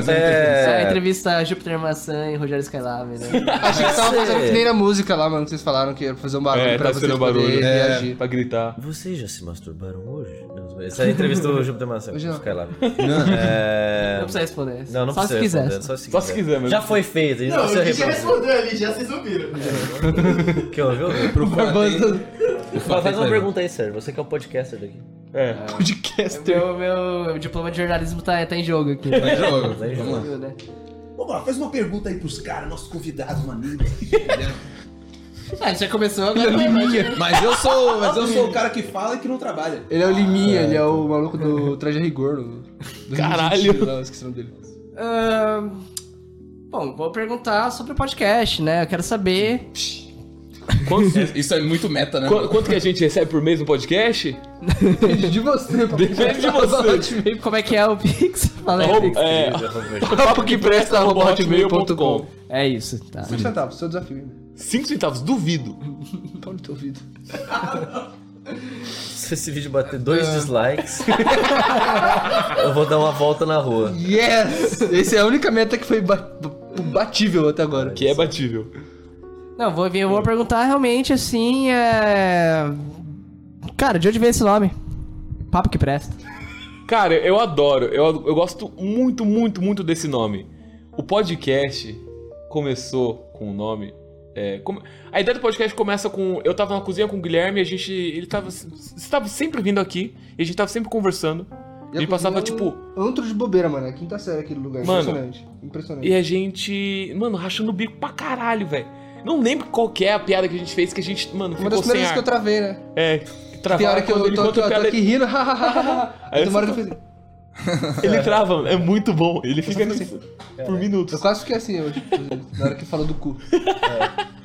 É. Essa é a entrevista Júpiter Maçã e Rogério Skylab, né? Achei que você tava Você- fazendo que nem na música lá, mano, que vocês falaram que era pra fazer um barulho É, pra tá vocês sendo um barulho. poderem É. reagir. pra gritar. Vocês já se masturbaram hoje? Não, Essa é a entrevista do Júpiter Maçã. Hoje não. Fica lá. [laughs] [laughs] Não. É... Não precisa responder. Não, não Só precisa. se quiser. responder, Só se Só se quiser mesmo. Já foi feito. Não, se eu quis [laughs] arrepende. responder ali, já vocês ouviram. Que ouviu? É. É. Procura Barbando Fala, Faz uma Cleber. pergunta aí, Sérgio. Você que é o podcaster daqui. É. podcaster. Meu, meu diploma de jornalismo tá, tá em jogo aqui. Vai jogo. Vai Vamos lá. Viu, né? Opa, faz uma pergunta aí pros caras, nossos convidados, um maninho. [laughs] Ah, já começou agora. né? vai, vai. Mas eu sou. Mas eu sou o cara que fala e que não trabalha. Ele é o Liminha, ele é o maluco do Traje a Rigor. Do... do Caralho. Rio de Janeiro, lá, eu esqueci o nome dele. Ahn, bom, vou perguntar sobre o podcast, né? Eu quero saber. Quantos- Isso é muito meta, né? qu- quanto que a gente recebe por mês no podcast? Depende [laughs] de você, é pô. Depende de [laughs] você. Como é que é o Pix? [laughs] Fala aí, Pix. Arroba- É, [laughs] Papo que presta, arroba hotmail.com. hotmail.com. É isso, tá. 5 centavos, seu desafio. hein? 5 centavos, duvido. Pau no teu ouvido. Se esse vídeo bater dois dislikes, eu vou dar uma volta na rua. Yes! Essa é a única meta que foi ba- ba- batível até agora. Que é batível. Não, vou, eu vou perguntar realmente assim. É... Cara, de onde veio esse nome? Papo que presta. Cara, eu adoro. Eu, eu gosto muito, muito, muito desse nome. O podcast começou com o nome. é, come- A ideia do podcast começa com. Eu tava na cozinha com o Guilherme e a gente. Ele tava. Você tava sempre vindo aqui e a gente tava sempre conversando. E ele a passava, cozinha é tipo. um Antro de bobeira, mano. É a quinta série aquele lugar. Mano. Impressionante. Impressionante. E a gente, mano, rachando o bico pra caralho, velho. Não lembro qual que é a piada que a gente fez, que a gente, mano, Uma ficou das sem primeiras vezes ar. que eu travei, né? É, travava Tem hora que quando eu ele tô, conta tô- tô piada, aqui rindo, [laughs] hahaha. Aí Tem uma hora você que eu fiz. assim. ele trava, é muito bom. Ele fica nisso por Eu minutos. quase fiquei assim hoje, inclusive, na hora que falou do cu.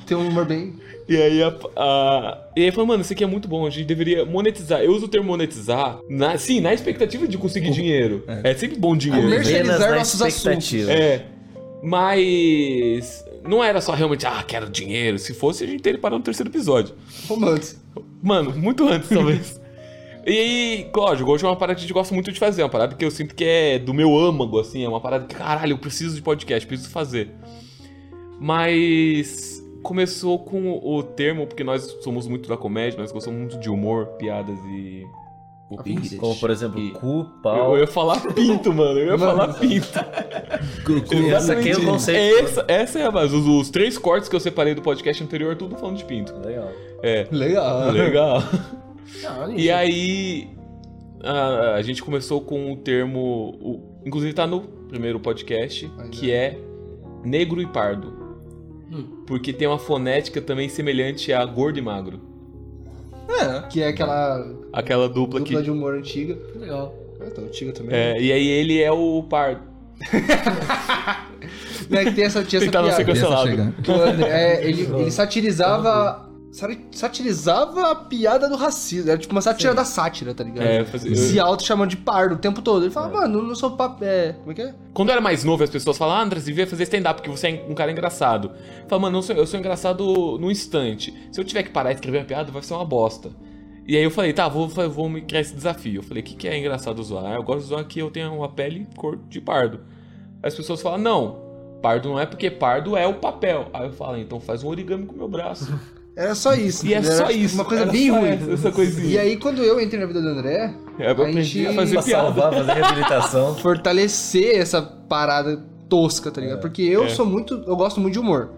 Tem um humor bem. E aí a, a- e aí falou, mano, isso aqui é muito bom, a gente deveria monetizar. Eu uso o termo monetizar, na, sim, na expectativa de conseguir dinheiro. É, sempre bom dinheiro. né? Comercializar Apenas na nossos expectativa. É. Mas não era só realmente, ah, quero dinheiro. Se fosse, a gente teria parado no terceiro episódio. romântico. Mano, muito antes, talvez. E aí, lógico, hoje é uma parada que eu gosto muito de fazer, é uma parada que eu sinto que é do meu âmago, assim, é uma parada que, caralho, eu preciso de podcast, preciso fazer. Mas começou com o termo, porque nós somos muito da comédia, nós gostamos muito de humor, piadas e. Como, por exemplo, E- cu, Eu, pau. eu ia falar pinto, mano. Eu ia Mano. falar pinto. [laughs] Essa aqui é o conceito. É essa, essa é a base. Os, os três cortes que eu separei do podcast anterior, tudo falando de pinto. Legal. É. Legal. Legal. Não, E aí a, a gente começou com o termo, o- inclusive tá no primeiro podcast, Ainda. que é negro e pardo. Porque tem uma fonética também semelhante a gordo e magro. Que é aquela Aquela dupla, dupla que. de humor antiga. legal. Ah, tá antiga também. É, e aí ele é o pardo. Né, que tem essa, tinha essa Tentava ser piada. cancelado. Do André. É, ele, ele satirizava. sari- Satirizava a piada do racismo. Era tipo uma sátira da sátira, tá ligado? É, fazia- Se auto chamando de pardo o tempo todo. Ele fala, mano, eu não sou papo. É, como é que é? Quando eu era mais novo, as pessoas falavam, ah, André, você devia fazer stand-up, porque você é um cara engraçado. Eu falava, mano, eu sou, eu sou engraçado no instante. Se eu tiver que parar e escrever uma piada, vai ser uma bosta. E aí eu falei, tá, vou, fa- vou me criar esse desafio. Eu falei, o que, que é engraçado zoar? Eu gosto de zoar que eu tenho uma pele cor de pardo. Aí As pessoas falam, não, pardo não é porque pardo é o papel. Aí eu falo, então faz um origami com o meu braço. [laughs] Era só isso. E é entendeu? só Era, tipo, isso. Uma coisa Era bem só ruim. Essa, essa coisinha. E aí, quando eu entrei na vida do André, É, eu a aprendi gente a fazer piada. Salvar, fazer reabilitação. fortalecer essa parada tosca, tá ligado? Porque eu É. sou muito. Eu gosto muito de humor.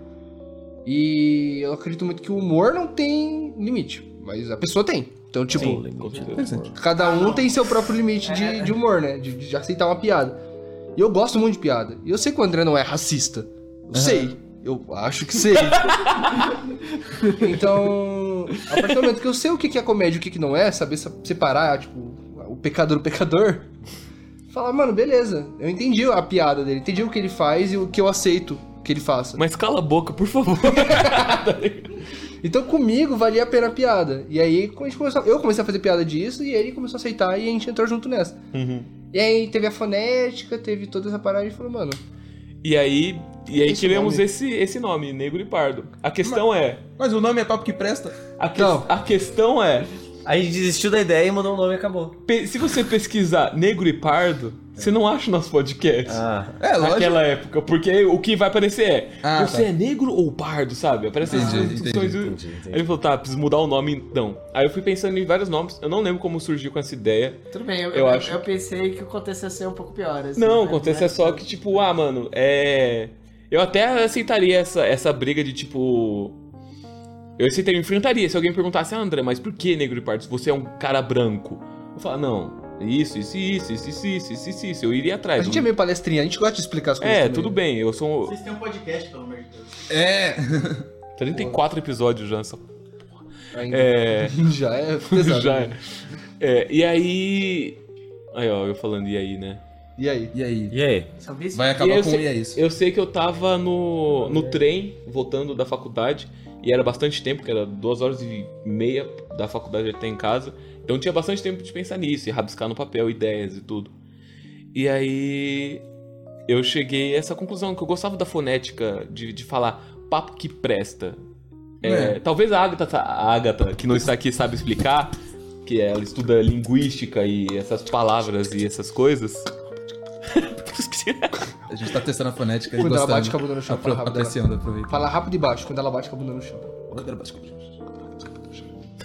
E eu acredito muito que o humor não tem limite. Mas a pessoa tem. Então, tipo, Interessante. cada um tem seu próprio limite de, de humor, né? De, de aceitar uma piada. E eu gosto muito de piada. E eu sei que o André não é racista. Eu sei. Eu acho que sei. então, a partir do momento que eu sei o que que é comédia e o que que não é, saber sa- separar, tipo, o pecador do pecador, falar, mano, beleza. Eu entendi a piada dele, entendi o que ele faz e o que eu aceito que ele faça. Mas cala a boca, por favor. Então comigo valia a pena a piada. E aí a gente começou, eu comecei a fazer piada disso e ele começou a aceitar e a gente entrou junto nessa. Uhum. E aí teve a fonética, teve toda essa parada e falou, mano, E aí, e aí Esse tivemos nome. esse, esse nome, Negro e Pardo. A questão é. Mas o nome é papo que presta. A, que- Não. a questão é. Aí desistiu da ideia e mandou o nome e acabou. pe- Se você pesquisar Negro e Pardo, você não acha o nosso podcast. Ah, É, lógico. Naquela época, porque o que vai aparecer é Ah, você é negro ou pardo, sabe? Aparece essas Entendi, instruções. do- entendi, entendi. Aí ele falou, tá, preciso mudar o nome então. Aí eu fui pensando em vários nomes, eu não lembro como surgiu com essa ideia. Tudo bem, eu, Eu eu, acho. eu pensei que o contexto ia ser um pouco pior. assim, Não, o mas- contexto é só que, tipo, ah, mano, é. Eu até aceitaria essa, essa briga de tipo. Eu aceitaria, eu enfrentaria. Se alguém perguntasse, ah, André, mas por que negro de pardo? Se você é um cara branco? Eu falar, não, isso, isso, isso, isso, isso, isso, isso, isso, isso. Eu iria atrás. a gente é meio palestrinha, a gente gosta de explicar as coisas. É, também. tudo bem, eu sou Vocês têm um podcast, pelo amor de Deus. É. 34 episódios já, só [laughs] Ainda. É. [laughs] Já é pesado. Já é. É, e aí. Aí, ó, eu falando e aí, né? E aí? E aí? e aí? Só vi isso? Vai acabar E eu com sei- e é isso. Eu sei que eu tava no, no trem, voltando da faculdade, e era bastante tempo, que era duas horas e meia da faculdade até em casa. Então tinha bastante tempo de pensar nisso, e rabiscar no papel ideias e tudo. E aí. Eu cheguei a essa conclusão, que eu gostava da fonética, de, de falar papo que presta. É, Talvez a Agatha, a Agatha, que não está aqui, sabe explicar, que ela estuda linguística e essas palavras e essas coisas. [laughs] Esqueci. A gente tá testando a fonética e Quando ela gostando. bate com a bunda no chão, fala Apro- rápido. Apreciando, aproveitando. Fala rápido e baixo quando ela bate com a bunda no chão.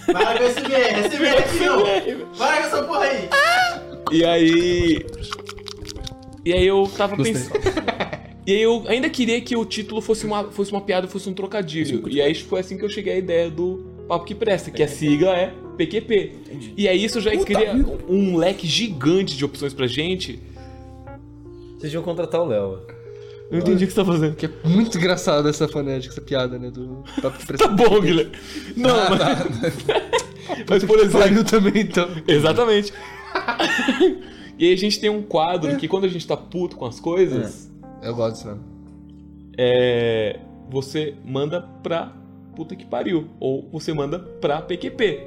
Para com esse BR, esse BR aqui não. Para com essa porra aí. E aí. E aí eu tava Gostei. pensando. [laughs] E aí eu ainda queria que o título fosse uma, fosse uma piada, fosse um trocadilho. E aí foi assim que eu cheguei à ideia do Papo que Presta, que a sigla é PQP. E aí isso já cria um leque gigante de opções pra gente. Vocês deviam contratar o Léo. Eu não entendi o que você tá fazendo. Que é muito engraçado essa fonética, essa piada, né? Do papo [laughs] de Tá pressão. bom, Guilherme. Não, mas. tá. [laughs] mas por exemplo. Pariu também, então. Exatamente. [laughs] e aí a gente tem um quadro que quando a gente tá puto com as coisas. Eu gosto disso, né? é, você manda pra puta que pariu. Ou você manda pra PQP.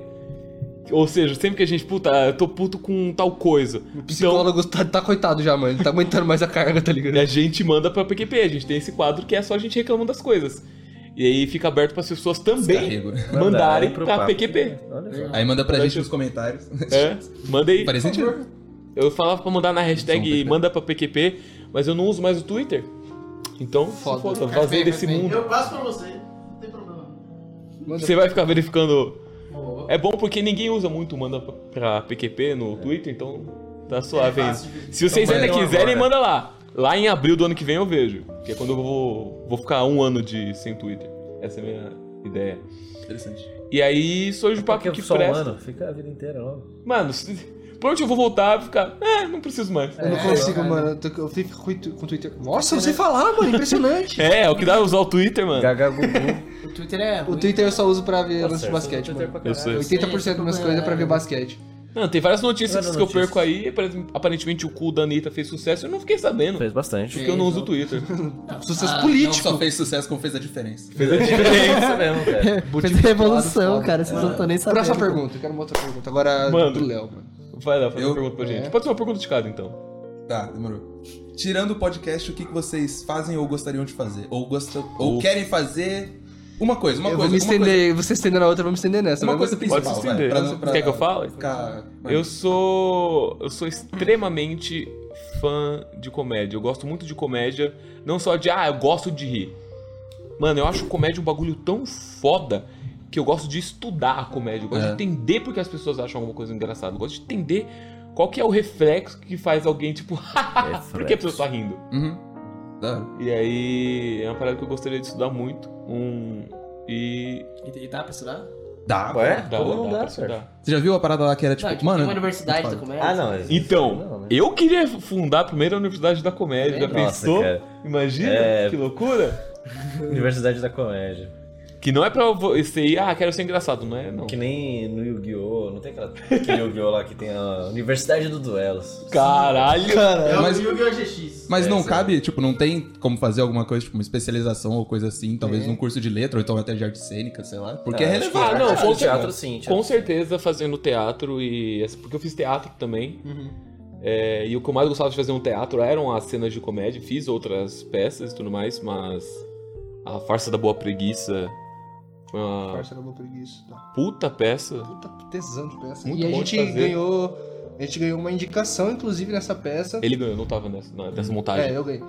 Ou seja, sempre que a gente, puta, "Ah, eu tô puto com tal coisa. O psicólogo tá, tá coitado já, mano. Ele tá aguentando mais a carga, tá ligado? Então, a [laughs] gente manda pra PQP. A gente tem esse quadro que é só a gente reclamando das coisas. E aí fica aberto pras pessoas também Descarrego. mandarem pro pra papo. PQP. Olha só. Aí manda pra gente nos comentários. [laughs] né? É, manda aí. Parece sentido. Eu falava pra mandar na Edição hashtag PQP. manda pra PQP, mas eu não uso mais o Twitter. Então, se Foda. foda, vazei desse mundo. Eu passo pra você. Não tem problema. Você vai ficar verificando. É bom porque ninguém usa muito manda pra- pra PQP É. no Twitter, então tá suave ainda. fácil de- Se vocês Então, ainda manda agora. quiserem, manda lá. Lá em abril do ano que vem eu vejo. Que é quando eu vou, vou ficar um ano de sem Twitter. Essa é a minha ideia. Interessante. E aí, sou de papo Porque que só um presta. ano, fica a vida inteira logo. Mano, se- por onde eu vou voltar, ficar. É, não preciso mais. Eu não consigo, mano. Eu, tô- eu fico com o tu- com o Twitter. Nossa, eu não sei falar, mano. Impressionante. É, é o que dá usar o Twitter, mano. Gaga Gugu. O Twitter é. O ruim. Twitter eu só uso pra ver Tá lance de basquete, mano. Eu é sei. 80% das minhas coisas é pra ver basquete. Não, tem várias notícias Várias que eu notícias. perco aí. apare- Aparentemente o cu da Anitta fez sucesso. Eu não fiquei sabendo. Fez bastante. Porque eu não uso o Twitter. Sucesso Ah, Não político. só fez sucesso como fez a diferença. Diferença É mesmo, cara. [laughs] Fez é revolução, foda. cara. Vocês não estão nem sabendo. Próxima pergunta. Eu quero uma outra pergunta. Agora Mano. do Léo, mano. Vai lá, faz Eu- uma pergunta pra gente. é. Pode ser uma pergunta de cada, então. Tá, demorou. Tirando o podcast, o que que vocês fazem ou gostariam de fazer? Ou, gostam, Ou- ou querem fazer uma coisa, uma coisa, eu vou me uma coisa. estender. Você estendendo a outra, eu vou me estender nessa. Uma mas coisa você- principal, Pode se vai, estender. pra não- pra- Quer que eu fale? Ficar... Eu sou. Eu sou extremamente fã de comédia. Eu gosto muito de comédia. Não só de, ah, eu gosto de rir. Mano, eu acho comédia um bagulho tão foda que eu gosto de estudar a comédia. Eu gosto É. de entender porque as pessoas acham alguma coisa engraçada. Eu gosto de entender qual que é o reflexo que faz alguém, tipo, [laughs] por que a pessoa tá rindo? Uhum. Da hora. E aí é uma parada que eu gostaria de estudar muito. Um. E. E, e dá pra estudar? Dá. Ué? Dá, Ah, Todo dá, mundo dá, dá, pra certo. estudar. Você já viu a parada lá que era tipo, Não, tipo, mano. tem uma universidade da muito comédia. Ah, não. é- Então, não, né? É, eu queria fundar a primeira universidade da comédia. Já Nossa, pensou? cara. Imagina É. que loucura! Universidade da Comédia. Que não é pra você ir, ah, quero ser engraçado, não é? Não. Que nem no Yu-Gi-Oh! Não tem aquela aquele Yu-Gi-Oh! lá que tem a Universidade do Duelos. Caralho! É mas- o Yu-Gi-Oh! GX. Mas É, não sim. cabe, tipo, não tem como fazer alguma coisa, tipo, uma especialização ou coisa assim, talvez num curso de letra, ou então até de arte cênica, sei lá. Porque é Ah, relevante. Ah, não, acho que com certeza. teatro sim. teatro Com sim. certeza fazendo teatro e. Porque eu fiz teatro também. Uhum. É, e o que eu mais gostava de fazer no teatro eram as cenas de comédia. Fiz outras peças e tudo mais, mas. A Farsa da Boa Preguiça foi uma Parça acabou preguiça. Tá. puta peça. Puta tesão de peça. Muito e a bom de gente fazer. ganhou. A gente ganhou uma indicação, inclusive, nessa peça. Ele ganhou, eu não tava nessa, na- Uhum. nessa montagem. É, eu ganhei.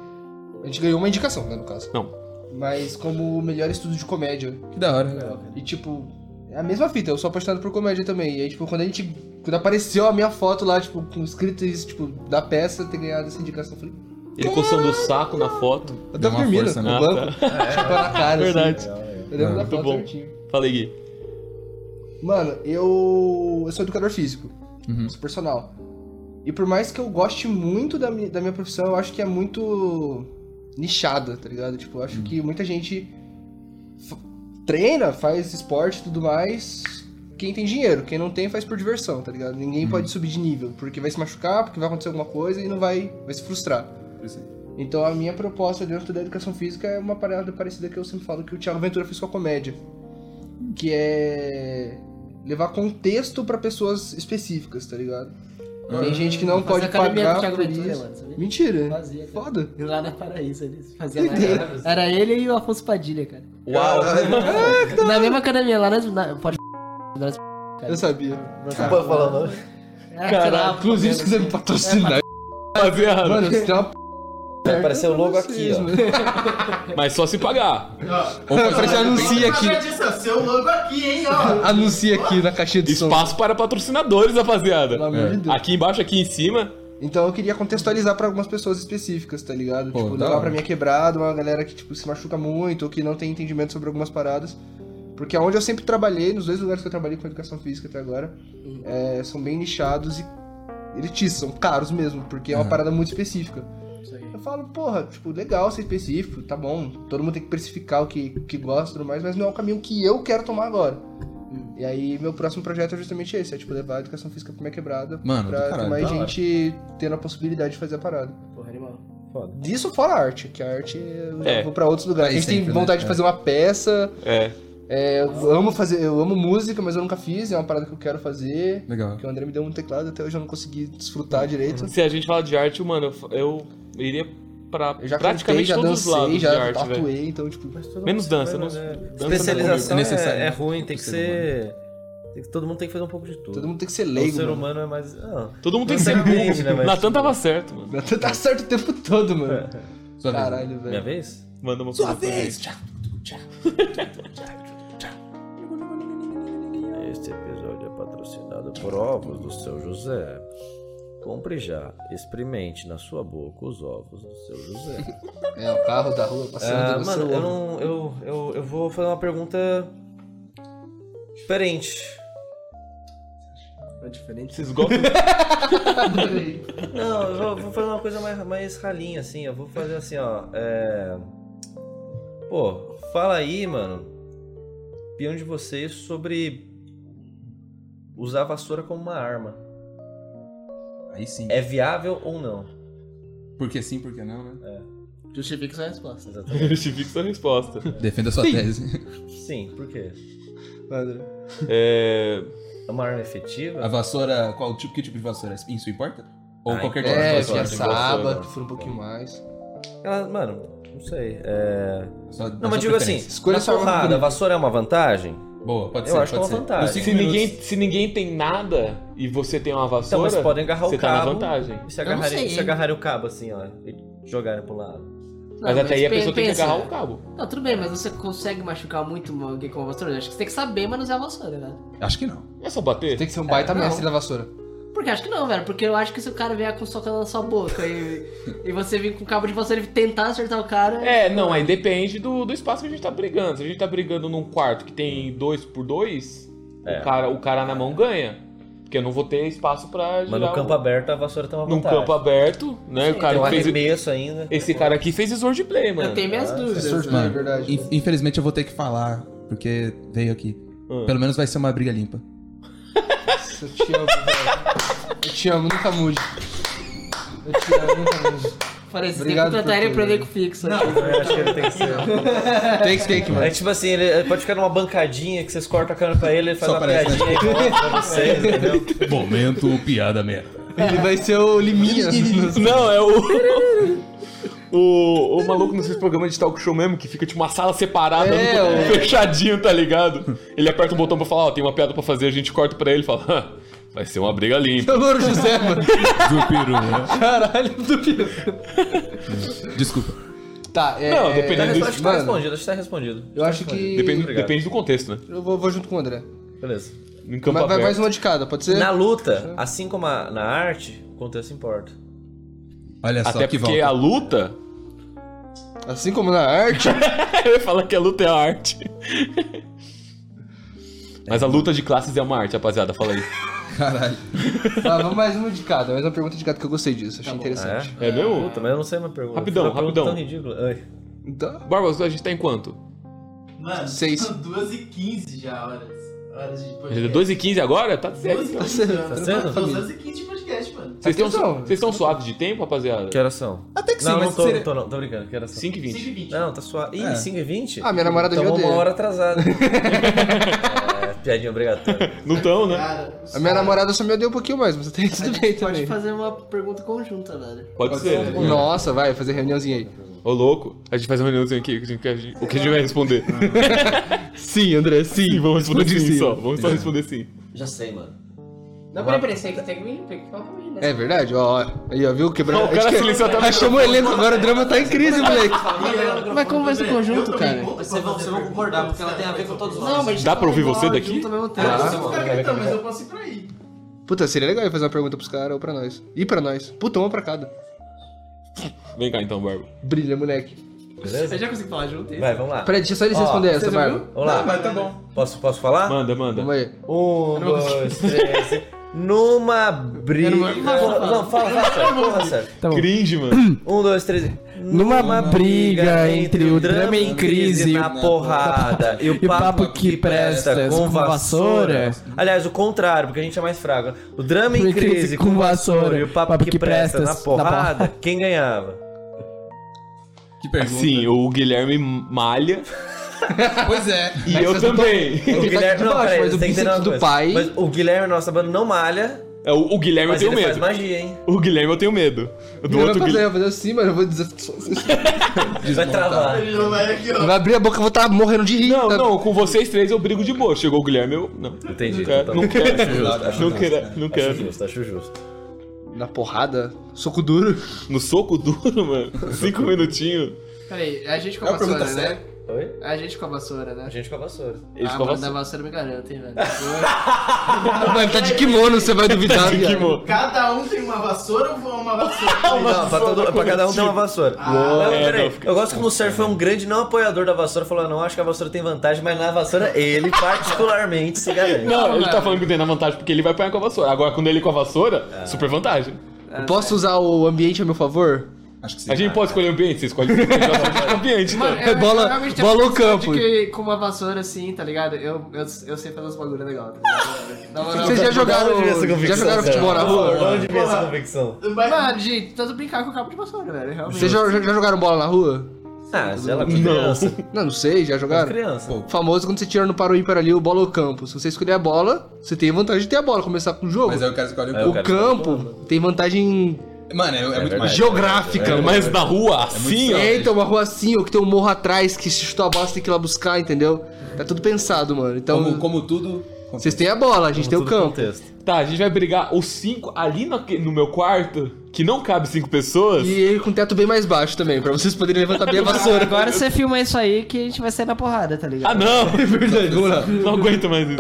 A gente ganhou uma indicação, né, no caso. Não. Mas como o melhor estudo de comédia. Que da hora. E tipo, é a mesma fita, eu sou apaixonado por comédia também. E aí, tipo, quando a gente. Quando apareceu a minha foto lá, tipo, com escrito isso, tipo, da peça ter ganhado essa indicação, eu falei, Ele coçando o saco na foto. eu Deu tava uma dormindo força, no né? banco, tá. chapéu na cara, Verdade. assim. Legal, legal. Eu lembro da Muito foto bom. certinho. assim. Falei, Gui. Mano, eu. Eu sou educador físico, Uhum. sou personal. E por mais que eu goste muito da minha, da minha profissão, eu acho que é muito nichada, tá ligado? Tipo, eu acho que muita gente f- treina, faz esporte e tudo mais. Quem tem dinheiro, quem não tem faz por diversão, tá ligado? Ninguém pode subir de nível, porque vai se machucar, porque vai acontecer alguma coisa e não vai, vai se frustrar. Então a minha proposta dentro da educação física é uma parada parecida que eu sempre falo que o Thiago Ventura fez com a comédia, que é levar contexto pra pessoas específicas, tá ligado? Tem gente que não Fazia pode academia com pagar o Thiago por Ventura, isso. mano, sabia? Mentira. Fazia, cara. Foda. Lá na Paraíso ali. Fazia [laughs] lá. Era, era ele e o Afonso Padilha, cara. Uau! Na mesma academia, lá nas. na- pode. é, Eu sabia. Não pode falar, não. É, sei lá, Cara, inclusive se quiser me patrocinar, [laughs] Rapaziada, mano, você tem é [laughs] uma p... É, Vai aparecer o logo aqui, ó. Mas só se pagar. Ó, Aparece anuncia aqui. Através disso, ó, Seu logo aqui, hein, ó. Anuncia aqui na caixinha de som. Espaço para patrocinadores, Pelo rapaziada. amor de Deus. Aqui embaixo, aqui em cima. Então eu queria contextualizar pra algumas pessoas específicas, tá ligado? Pô, tipo, da levar hora. pra minha quebrada, uma galera que tipo se machuca muito ou que não tem entendimento sobre algumas paradas. Porque é onde eu sempre trabalhei, nos dois lugares que eu trabalhei com educação física até agora, Uhum. é, são bem nichados e elitistas, são caros mesmo, porque é uma Aham. parada muito específica. Eu falo, porra, tipo, legal ser específico, tá bom, todo mundo tem que precificar o que, que gosta e tudo mais, mas não é o caminho que eu quero tomar agora. Uhum. E aí, meu próximo projeto é justamente esse, é tipo, levar a educação física pra minha quebrada, Mano, do pra ter caralho. mais da hora. gente tendo a possibilidade de fazer a parada. Porra, animal. Foda. Disso fora a arte, que a arte eu já É. vou pra outros lugares. Aí a gente tem sempre, né? vontade É. de fazer uma peça, É. é, eu amo fazer, eu amo música, mas eu nunca fiz, é uma parada que eu quero fazer. Legal. Porque o André me deu um teclado, até hoje eu não consegui desfrutar direito. Se a gente fala de arte, mano, eu- eu iria pra Eu já cantei, praticamente já todos os lados dancei, de já arte, velho. tatuei, então, tipo, Menos dança, não. dança não é Especialização é é, necessário, né? é, né? ruim, tem que Pro ser. tem que- todo mundo tem que fazer um pouco de tudo. todo mundo tem que ser o leigo. ser mano. humano é mais. Não. comigo. Todo mundo tem que ser Exatamente, né, burro. mas- Natan tava certo, mano. [laughs] Tá certo o tempo todo, mano. Sua vez. Caralho, Minha velho. vez? Manda uma Sua Este episódio é patrocinado por ovos do seu José. Compre já, experimente na sua boca os ovos do seu [laughs] José. É, o carro da rua Ah, passando no mano, seu eu ombro. não. Eu, eu, eu vou fazer uma pergunta. diferente. É diferente. Vocês gostam? Não, eu vou, vou fazer uma coisa mais, mais ralinha, assim. Eu vou fazer assim, ó. É... Pô, fala aí, mano. Opinião de vocês sobre usar a vassoura como uma arma. Aí sim. É viável ou não? Porque sim, porque não, né? Justifica sua resposta. [laughs] Exatamente. Eu justifico sua resposta. Defenda sua tese. Sim, por quê? Mano, É. É uma arma A efetiva? vassoura, qual tipo, que tipo de vassoura? Isso importa? Ou Ah, qualquer importa. É, tipo de que gosto, é eu vassoura? gosto, eu saba, gosto. que for um pouquinho mais. Ela, mano, não sei. É... Só- Não, da mas sua digo assim, preferência. Escolha escolha sua sua arma porrada, a preferida. vassoura é uma vantagem? Boa, pode Eu ser, acho que é pode uma ser. vantagem. Nos cinco Se minutos- ninguém, se ninguém tem nada e você tem uma Então, vassoura, mas podem agarrar o você tá na cabo. vantagem. E se não agarrarem, sei, se hein? agarrarem o cabo assim, ó, e jogarem pro lado. Mas até aí a pe- pessoa tem que pensa. agarrar o cabo. Não, tudo bem, mas você consegue machucar muito alguém com a vassoura? Eu Acho que você tem que saber manusear a vassoura, velho. Acho que não. Não é só bater? Tem que ser um baita não. mestre da vassoura. Porque acho que não, velho. Porque eu acho que se o cara vier com soca na sua boca e, e você vir com o cabo de vassoura e tentar acertar o cara. É, não, aí depende do, do espaço que a gente tá brigando. Se a gente tá brigando num quarto que tem dois por dois, É. o, cara, o cara na mão ganha. Porque eu não vou ter espaço pra Mas girar no o- campo aberto tá, a vassoura tem uma num vantagem. campo aberto, né? o Tem um cara fez, arremesso ainda. esse cara aqui fez swordplay, mano. Eu [laughs] tenho minhas dúvidas. Sorteio, é Mano, verdade. in- infelizmente eu vou ter que falar, porque veio aqui. Ah. Pelo menos vai ser uma briga limpa. Nossa, eu te amo, velho. Eu te amo, nunca mude. Eu te amo, nunca mude. Parece que Obrigado contratar por ele tudo. pro elenco fixo. né? Não, Eu acho que ele tem que ser. [laughs] Tem que, tem que, mano. É tipo assim, ele pode ficar numa bancadinha que vocês cortam a câmera pra ele, ele faz Só uma aparece, piadinha e volta pra vocês, entendeu? [laughs] Momento piada merda. Ele vai ser o Liminha. Não, é o. [laughs] O, o maluco nesses programas de talk show mesmo, que fica tipo uma sala separada, É, no- o- fechadinho, tá ligado? Ele aperta um botão pra falar, ó, tem uma piada pra fazer, a gente corta pra ele e fala, [laughs] "Ah, vai ser uma briga [laughs] limpa. Louro José, mano. Do peru, né? Caralho, duvido. Desculpa. Tá, é. Não, Tá dependendo é, do- respondido, acho que tá Mano. respondido, acho que tá respondido. Eu acho que. Depende, Obrigado. depende do contexto, né? Eu vou, vou junto com o André. Beleza. Em campo Mas vai tá aberto. mais uma de cada, pode ser? Na luta, assim como a- na arte, o contexto importa. Olha só Até que porque volta. a luta. [laughs] Assim como na arte. Eu ia falar que a luta é a [laughs] arte. Mas a luta de classes é uma arte, rapaziada, fala [laughs] aí. Caralho. Tá, vamos mais uma de cada, mais uma pergunta de cada que eu gostei disso, achei interessante. Ah, É mesmo? Puta, mas eu não sei uma pergunta. Rapidão, Foi uma pergunta rapidão. tão ridícula. Ai. É? Então, Barbas, a gente tá em quanto? Mano, Seis. são 2 e 15 já, horas. Horas de podcast. 2 e 15 agora? Tá certo. 2 e certo, [laughs] 15 tá horas. certo, Mano, são família. 2 e 15 de podcast, mano. Vocês estão- Atenção. vocês estão suados de tempo, rapaziada? Que horas são? Até que sim, não, mas não tô, seria- tô, não, tô brincando. Que horas são? 5 e 20. 5 e 20. Não, tá suave. Ih, É. 5h20? Ah, minha namorada me Tomou odeia. Então uma hora [laughs] atrasada. é, piadinha obrigatória. Não tão, É. né? Cara, a minha namorada só me odeia um pouquinho mais, mas tem tudo bem pode também. fazer uma pergunta conjunta, velho. Pode, ser. né? Nossa, vai, fazer reuniãozinha aí. Ô, louco, a gente faz uma reuniãozinha aqui, que a gente- que a gente- o que a gente vai responder. sim, André, sim. vamos responder sim, só. Vamos só responder sim. Já sei, mano. Não, peraí, peraí, você tem que me tem que falar comigo, né? É verdade, ó, ó. Aí, ó, viu? Quebrando. Ó, o cara silenciou até o Achamos o um elenco agora, o drama tá em [laughs] crise, moleque. Mas como vai ser conjunto, cara? Vocês vão, vocês vão concordar, porque ela tem a ver com todos Não, mas a gente Dá tá pra ouvir falando você daqui? junto ao mesmo tempo. Ah, Tá bom, fica vai, vai, gritando, vai. mas eu posso ir pra aí. Puta, seria legal eu fazer uma pergunta pros caras ou pra nós. E pra nós. Puta, uma pra cada. Vem cá então, Barba. Brilha, moleque. Você Beleza? já conseguiu falar junto? Vai, vamos lá. Peraí, deixa só eles Ó, responder essa, você já Barba. Vamos lá. Mas tá bom. Posso, posso falar? Manda, manda. Vamos aí. Um, dois, três. Numa briga. Não, fala, fala, sério. Fala, sério. Tá bom. Cringe, mano. Um, dois, três. Numa briga entre o drama em crise na porrada e o E o papo que presta com vassoura. Aliás, o contrário, porque a gente é mais fraco. O drama em crise com vassoura e o papo que presta na prestas na porrada, quem ganhava? Que pergunta. Sim, o Guilherme malha Pois é. e eu também. O Ele tá aqui de não, baixo, peraí, mas você o tem que entender bíceps uma do coisa. pai- Mas o Guilherme, nossa banda, não malha, É, o, o Guilherme mas eu tenho ele faz medo. magia, hein? O Guilherme eu tenho medo. Do outro eu vou fazer, Guilherme. eu vou fazer assim, mano. Eu vou dizer. Vai travar. tá. Ele não vai aqui, ó. Vai abrir a boca, eu vou estar morrendo de rir. Não, tá? não, com vocês três eu brigo de boa. Chegou o Guilherme, eu. Não. Entendi. Não quero, não quero. Acho Não justo, quero, não Acho quero. justo, acho justo. Na porrada, soco duro. No soco duro, mano. Cinco minutinhos. Peraí, a gente com É a uma pergunta vassoura, séria. né? Oi? A gente com a vassoura, né? A gente com a vassoura. Eles ah, ficam mano, da assim. vassoura me garante, [laughs] hein, velho. Mano, tá de kimono, você [laughs] vai duvidar. Que viado. mo- Cada um tem uma vassoura ou uma vassoura? Não, pra, todo- pra cada um tem uma vassoura. Não, é, peraí. tipo- não, fica- Eu gosto como o Sérgio foi um grande não apoiador da vassoura, falou: "Ah, não, acho que a vassoura tem vantagem, mas na vassoura ele particularmente se garante. Não, ele tá falando que tem na vantagem porque ele vai apanhar com a vassoura. Agora, quando ele com a vassoura, super vantagem. Eu Posso usar o ambiente a meu favor? Acho que sim. A gente pode escolher o ambiente, você escolhe você escolhe o ambiente, mano. É bola- bola ou campo. Que, com uma vassoura assim, tá ligado? Eu, eu, eu sei fazer uns bagulho legal. Tá ligado? Na moral, Vocês já jogaram, devia essa já convicção, jogaram Sérgio. futebol na Por rua? Onde vem essa convicção? Mas, Mano, gente, tanto brincar com o cabo de vassoura, velho. Realmente. Vocês já, já- já jogaram bola na rua? Ah, sei lá, com criança. Não, não sei, já Com jogaram? criança. Famoso quando você tira no para o ímpar ali o bola ou campo. Se você escolher a bola, você tem vantagem de ter a bola, começar com o jogo. Mas aí o cara escolhe o É, eu campo. quero o campo tem vantagem Mano, é, é muito verdade. mais. geográfica, mano. Mas na rua, assim, ó. Eita, uma rua assim, ou que tem um morro atrás que se chutou a bola você tem que ir lá buscar, entendeu? Tá tudo pensado, mano. Então, Como, como tudo, Vocês têm a bola, a gente tem o Tudo campo. contexto. Tá, a gente vai brigar os cinco ali no, no meu quarto, que não cabe cinco pessoas. E ele com teto bem mais baixo também, pra vocês poderem levantar bem a vassoura. Agora você filma isso aí que a gente vai sair na porrada, tá ligado? Ah, não! É verdade, vamos lá. Não aguento mais isso.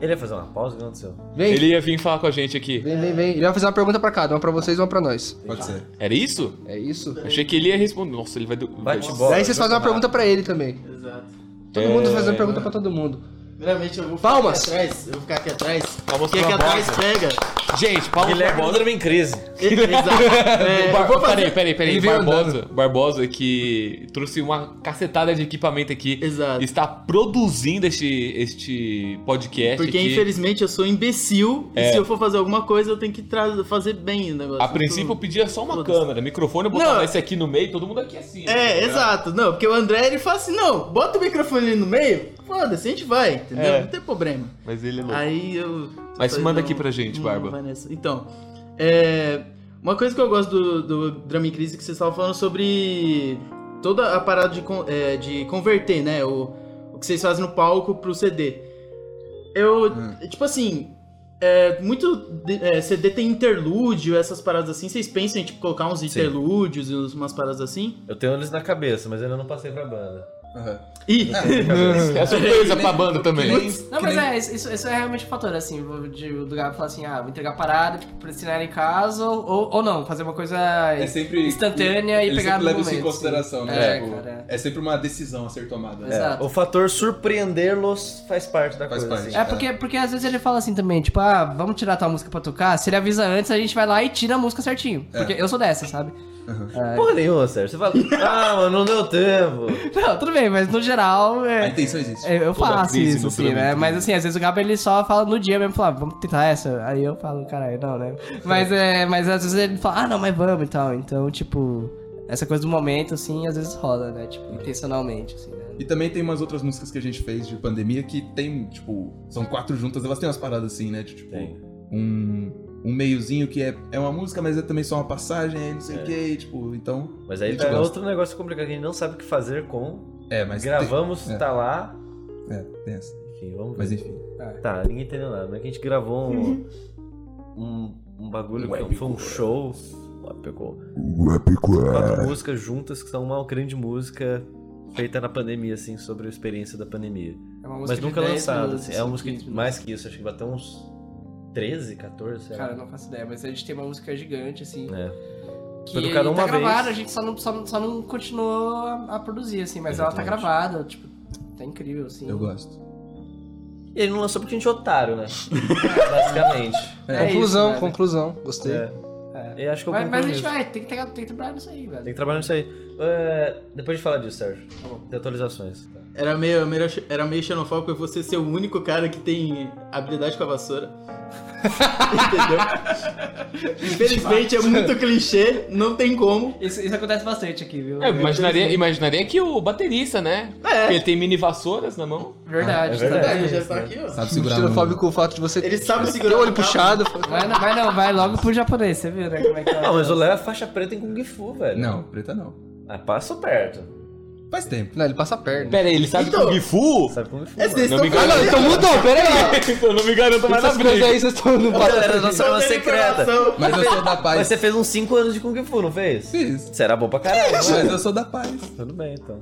Ele ia fazer uma pausa? O que aconteceu? Vem, Ele ia vir falar com a gente aqui. vem, vem, vem. Ele vai fazer uma pergunta pra cada, uma pra vocês e uma pra nós. Pode ser. Era isso? É isso? Achei que ele ia responder. Nossa, ele vai. do- Bate vai- bola. Daí vocês fazem uma pergunta pra ele também. Exato. Todo É. mundo faz uma pergunta pra todo mundo. Primeiramente eu vou ficar Palmas. aqui atrás. Eu vou ficar aqui atrás. Palmas Quem pra aqui bola. atrás pega. Gente, palma Guilherme Barbosa. entrou em crise. Exato. É, eu Bar- vou fazer- Peraí, peraí, peraí. Ele veio Barbosa, Barbosa que trouxe uma cacetada de equipamento aqui. Exato. Está produzindo este, este podcast. Porque aqui. infelizmente eu sou imbecil e se eu for fazer alguma coisa eu tenho que tra- fazer bem o negócio. A princípio eu pedia só uma Foda-se. câmera, microfone, eu botava Não. esse aqui no meio, todo mundo aqui assim. É, né? exato. Não, porque o André ele fala assim: não, bota o microfone ali no meio, foda-se, a gente vai, entendeu? É. Não tem problema. Mas ele é louco. Aí eu. Mas falei, manda não, aqui pra gente, não Barba. vai nessa. Então, é, uma coisa que eu gosto do, do Drama em Crise é que vocês estavam falando sobre toda a parada de, con- é, de converter, né? O, o que vocês fazem no palco pro CD. Eu, Hum. tipo assim, é, muito de- é, CD tem interlúdio, essas paradas assim. Vocês pensam em tipo, colocar uns interlúdios e umas paradas assim? Eu tenho eles na cabeça, mas ainda não passei [laughs] pra banda. Ih! É surpresa pra banda também. Não, mas é, isso, isso- isso é realmente um fator, assim, vou- de- do Gabo falar assim, ah, vou entregar parada pra ensinar em casa, ou, ou não, fazer uma coisa É sempre. instantânea e Ele pegar sempre no leva momento. isso em consideração, assim. né? É, Tipo, cara. é sempre uma decisão a ser tomada. né? Exato. É, O fator surpreendê-los faz parte da Faz coisa. parte. assim. É porque, porque às vezes ele fala assim também, tipo, ah, vamos tirar tua música pra tocar. Se ele avisa antes, a gente vai lá e tira a música certinho. É. Porque eu sou dessa, sabe? [laughs] É Porra nenhuma, Sérgio. Você fala, [laughs] ah, mano, não deu tempo. Não, tudo bem, mas no geral. A é- intenção existe. é, eu Toda faço crise isso, no assim, trâmite, né? né? Mas assim, às vezes o Gabo ele só fala no dia mesmo, fala, vamos tentar essa. Aí eu falo, caralho, não, [laughs] né? Mas, é, mas às vezes ele fala, ah, não, mas vamos e tal. Então, tipo, essa coisa do momento, assim, às vezes rola, né? Tipo, intencionalmente, assim, né? É. E também tem umas outras músicas que a gente fez de pandemia que tem, tipo, são quatro juntas, elas têm umas paradas assim, né? De, tipo, Tem. um, um meiozinho que é, é uma música, mas é também só uma passagem, aí não sei o que, tipo, então. Mas A aí gente tá gosta. outro negócio complicado que a gente não sabe o que fazer com. É, mas. Gravamos, tem- é. tá lá. Tem, é, tem essa. Enfim, vamos ver. Mas enfim. Ah, Tá, ninguém entendeu nada. Mas que a gente gravou um. Uhum. um, um bagulho Um que foi um epic. show. Pegou. Quatro músicas juntas que são uma grande música feita na pandemia, assim, sobre a experiência da pandemia. É uma Mas música de nunca 10 lançada, minutos, assim. É uma música 15 minutos. mais que isso, acho que bateu uns 13, 14, sei lá. tipo, Cara, eu não faço ideia, mas a gente tem uma música gigante, assim. É. Que Foi do cara tá uma vez. gravada, a gente só não, só, não- só não continuou a, a produzir, assim, mas ela tá Exatamente. gravada, tipo, tá incrível, assim. Eu gosto. E ele não lançou porque a gente é otário, [laughs] né? Basicamente. É conclusão, isso, velho. conclusão. Gostei. É. Eu acho que eu Mas, mas a gente concluí isso. vai, tem que, tra- tem que trabalhar nisso aí, Tem velho. que trabalhar nisso aí. É, depois de falar disso, Sérgio. Tá De atualizações. Era meio, meio- era meio xenofóbico você ser o único cara que tem habilidade com a vassoura. Entendeu? Infelizmente é muito clichê, não tem como. Isso, isso acontece bastante aqui, viu? É, imaginaria, imaginaria que o baterista, né? Porque ele tem mini vassouras na mão. Verdade, É verdade. tá Ele bem. já está aqui, ó. Sabe segurar. no- Xenofóbico o fato de você Ele sabe ter segurar o olho o cabo. puxado. Vai não, vai não, vai logo pro japonês, você viu, né? Como é que é? [laughs] Não, mas o Léo é faixa preta em Kung Fu, velho. Não, preta não. Ah, passa perto. Faz [laughs] tempo. Não, ele passa a perna. Pera aí, ele sabe Então- Kung Fu? Sabe Kung Fu? É, vocês Não me estão engano. Então mudou, pera aí. [laughs] Eu não me garanto mais na Essas coisas frente. aí vocês estão no Galera, nossa arma falando secreta. informação. Mas eu sou da é Mas paz. você fez uns 5 anos de Kung Fu, não fez? Fiz. Será bom pra caralho. né? [laughs] Mas eu sou da paz. Tudo bem, então.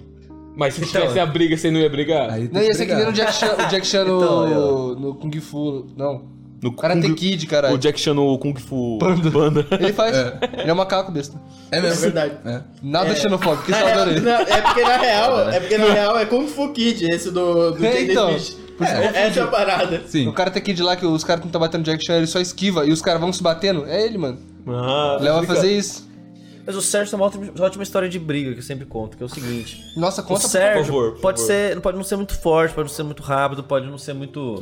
Mas se Então- tivesse a briga, você não ia brigar? Aí tem Não, ia ser que brigar. nem o Jack Chan, o Jack Chan no, Então, eu- no Kung Fu. Não. No Karate Kung- Kid, O caralho. Jack Chan no Kung Fu Panda. Panda. [laughs] Ele faz. É. Ele é um macaco besta. É É mesmo. verdade. É. Nada xenofóbico, que saudade É, [laughs] dele. não, é porque na real, é porque na real é Kung Fu Kid, esse do, do É, Jaden então. Smith. É, essa é a parada. Sim. O Karate Kid lá que os caras tentam bater no Jack Chan, ele só esquiva e os caras vão se batendo. É ele, mano. Ah, Léo vai fazer isso. Mas o Sérgio tem uma ótima, uma ótima história de briga que eu sempre conto, que é o seguinte. Nossa, O conta Sérgio favor, por pode favor. ser, pode não ser muito forte, pode não ser muito rápido, pode não ser muito.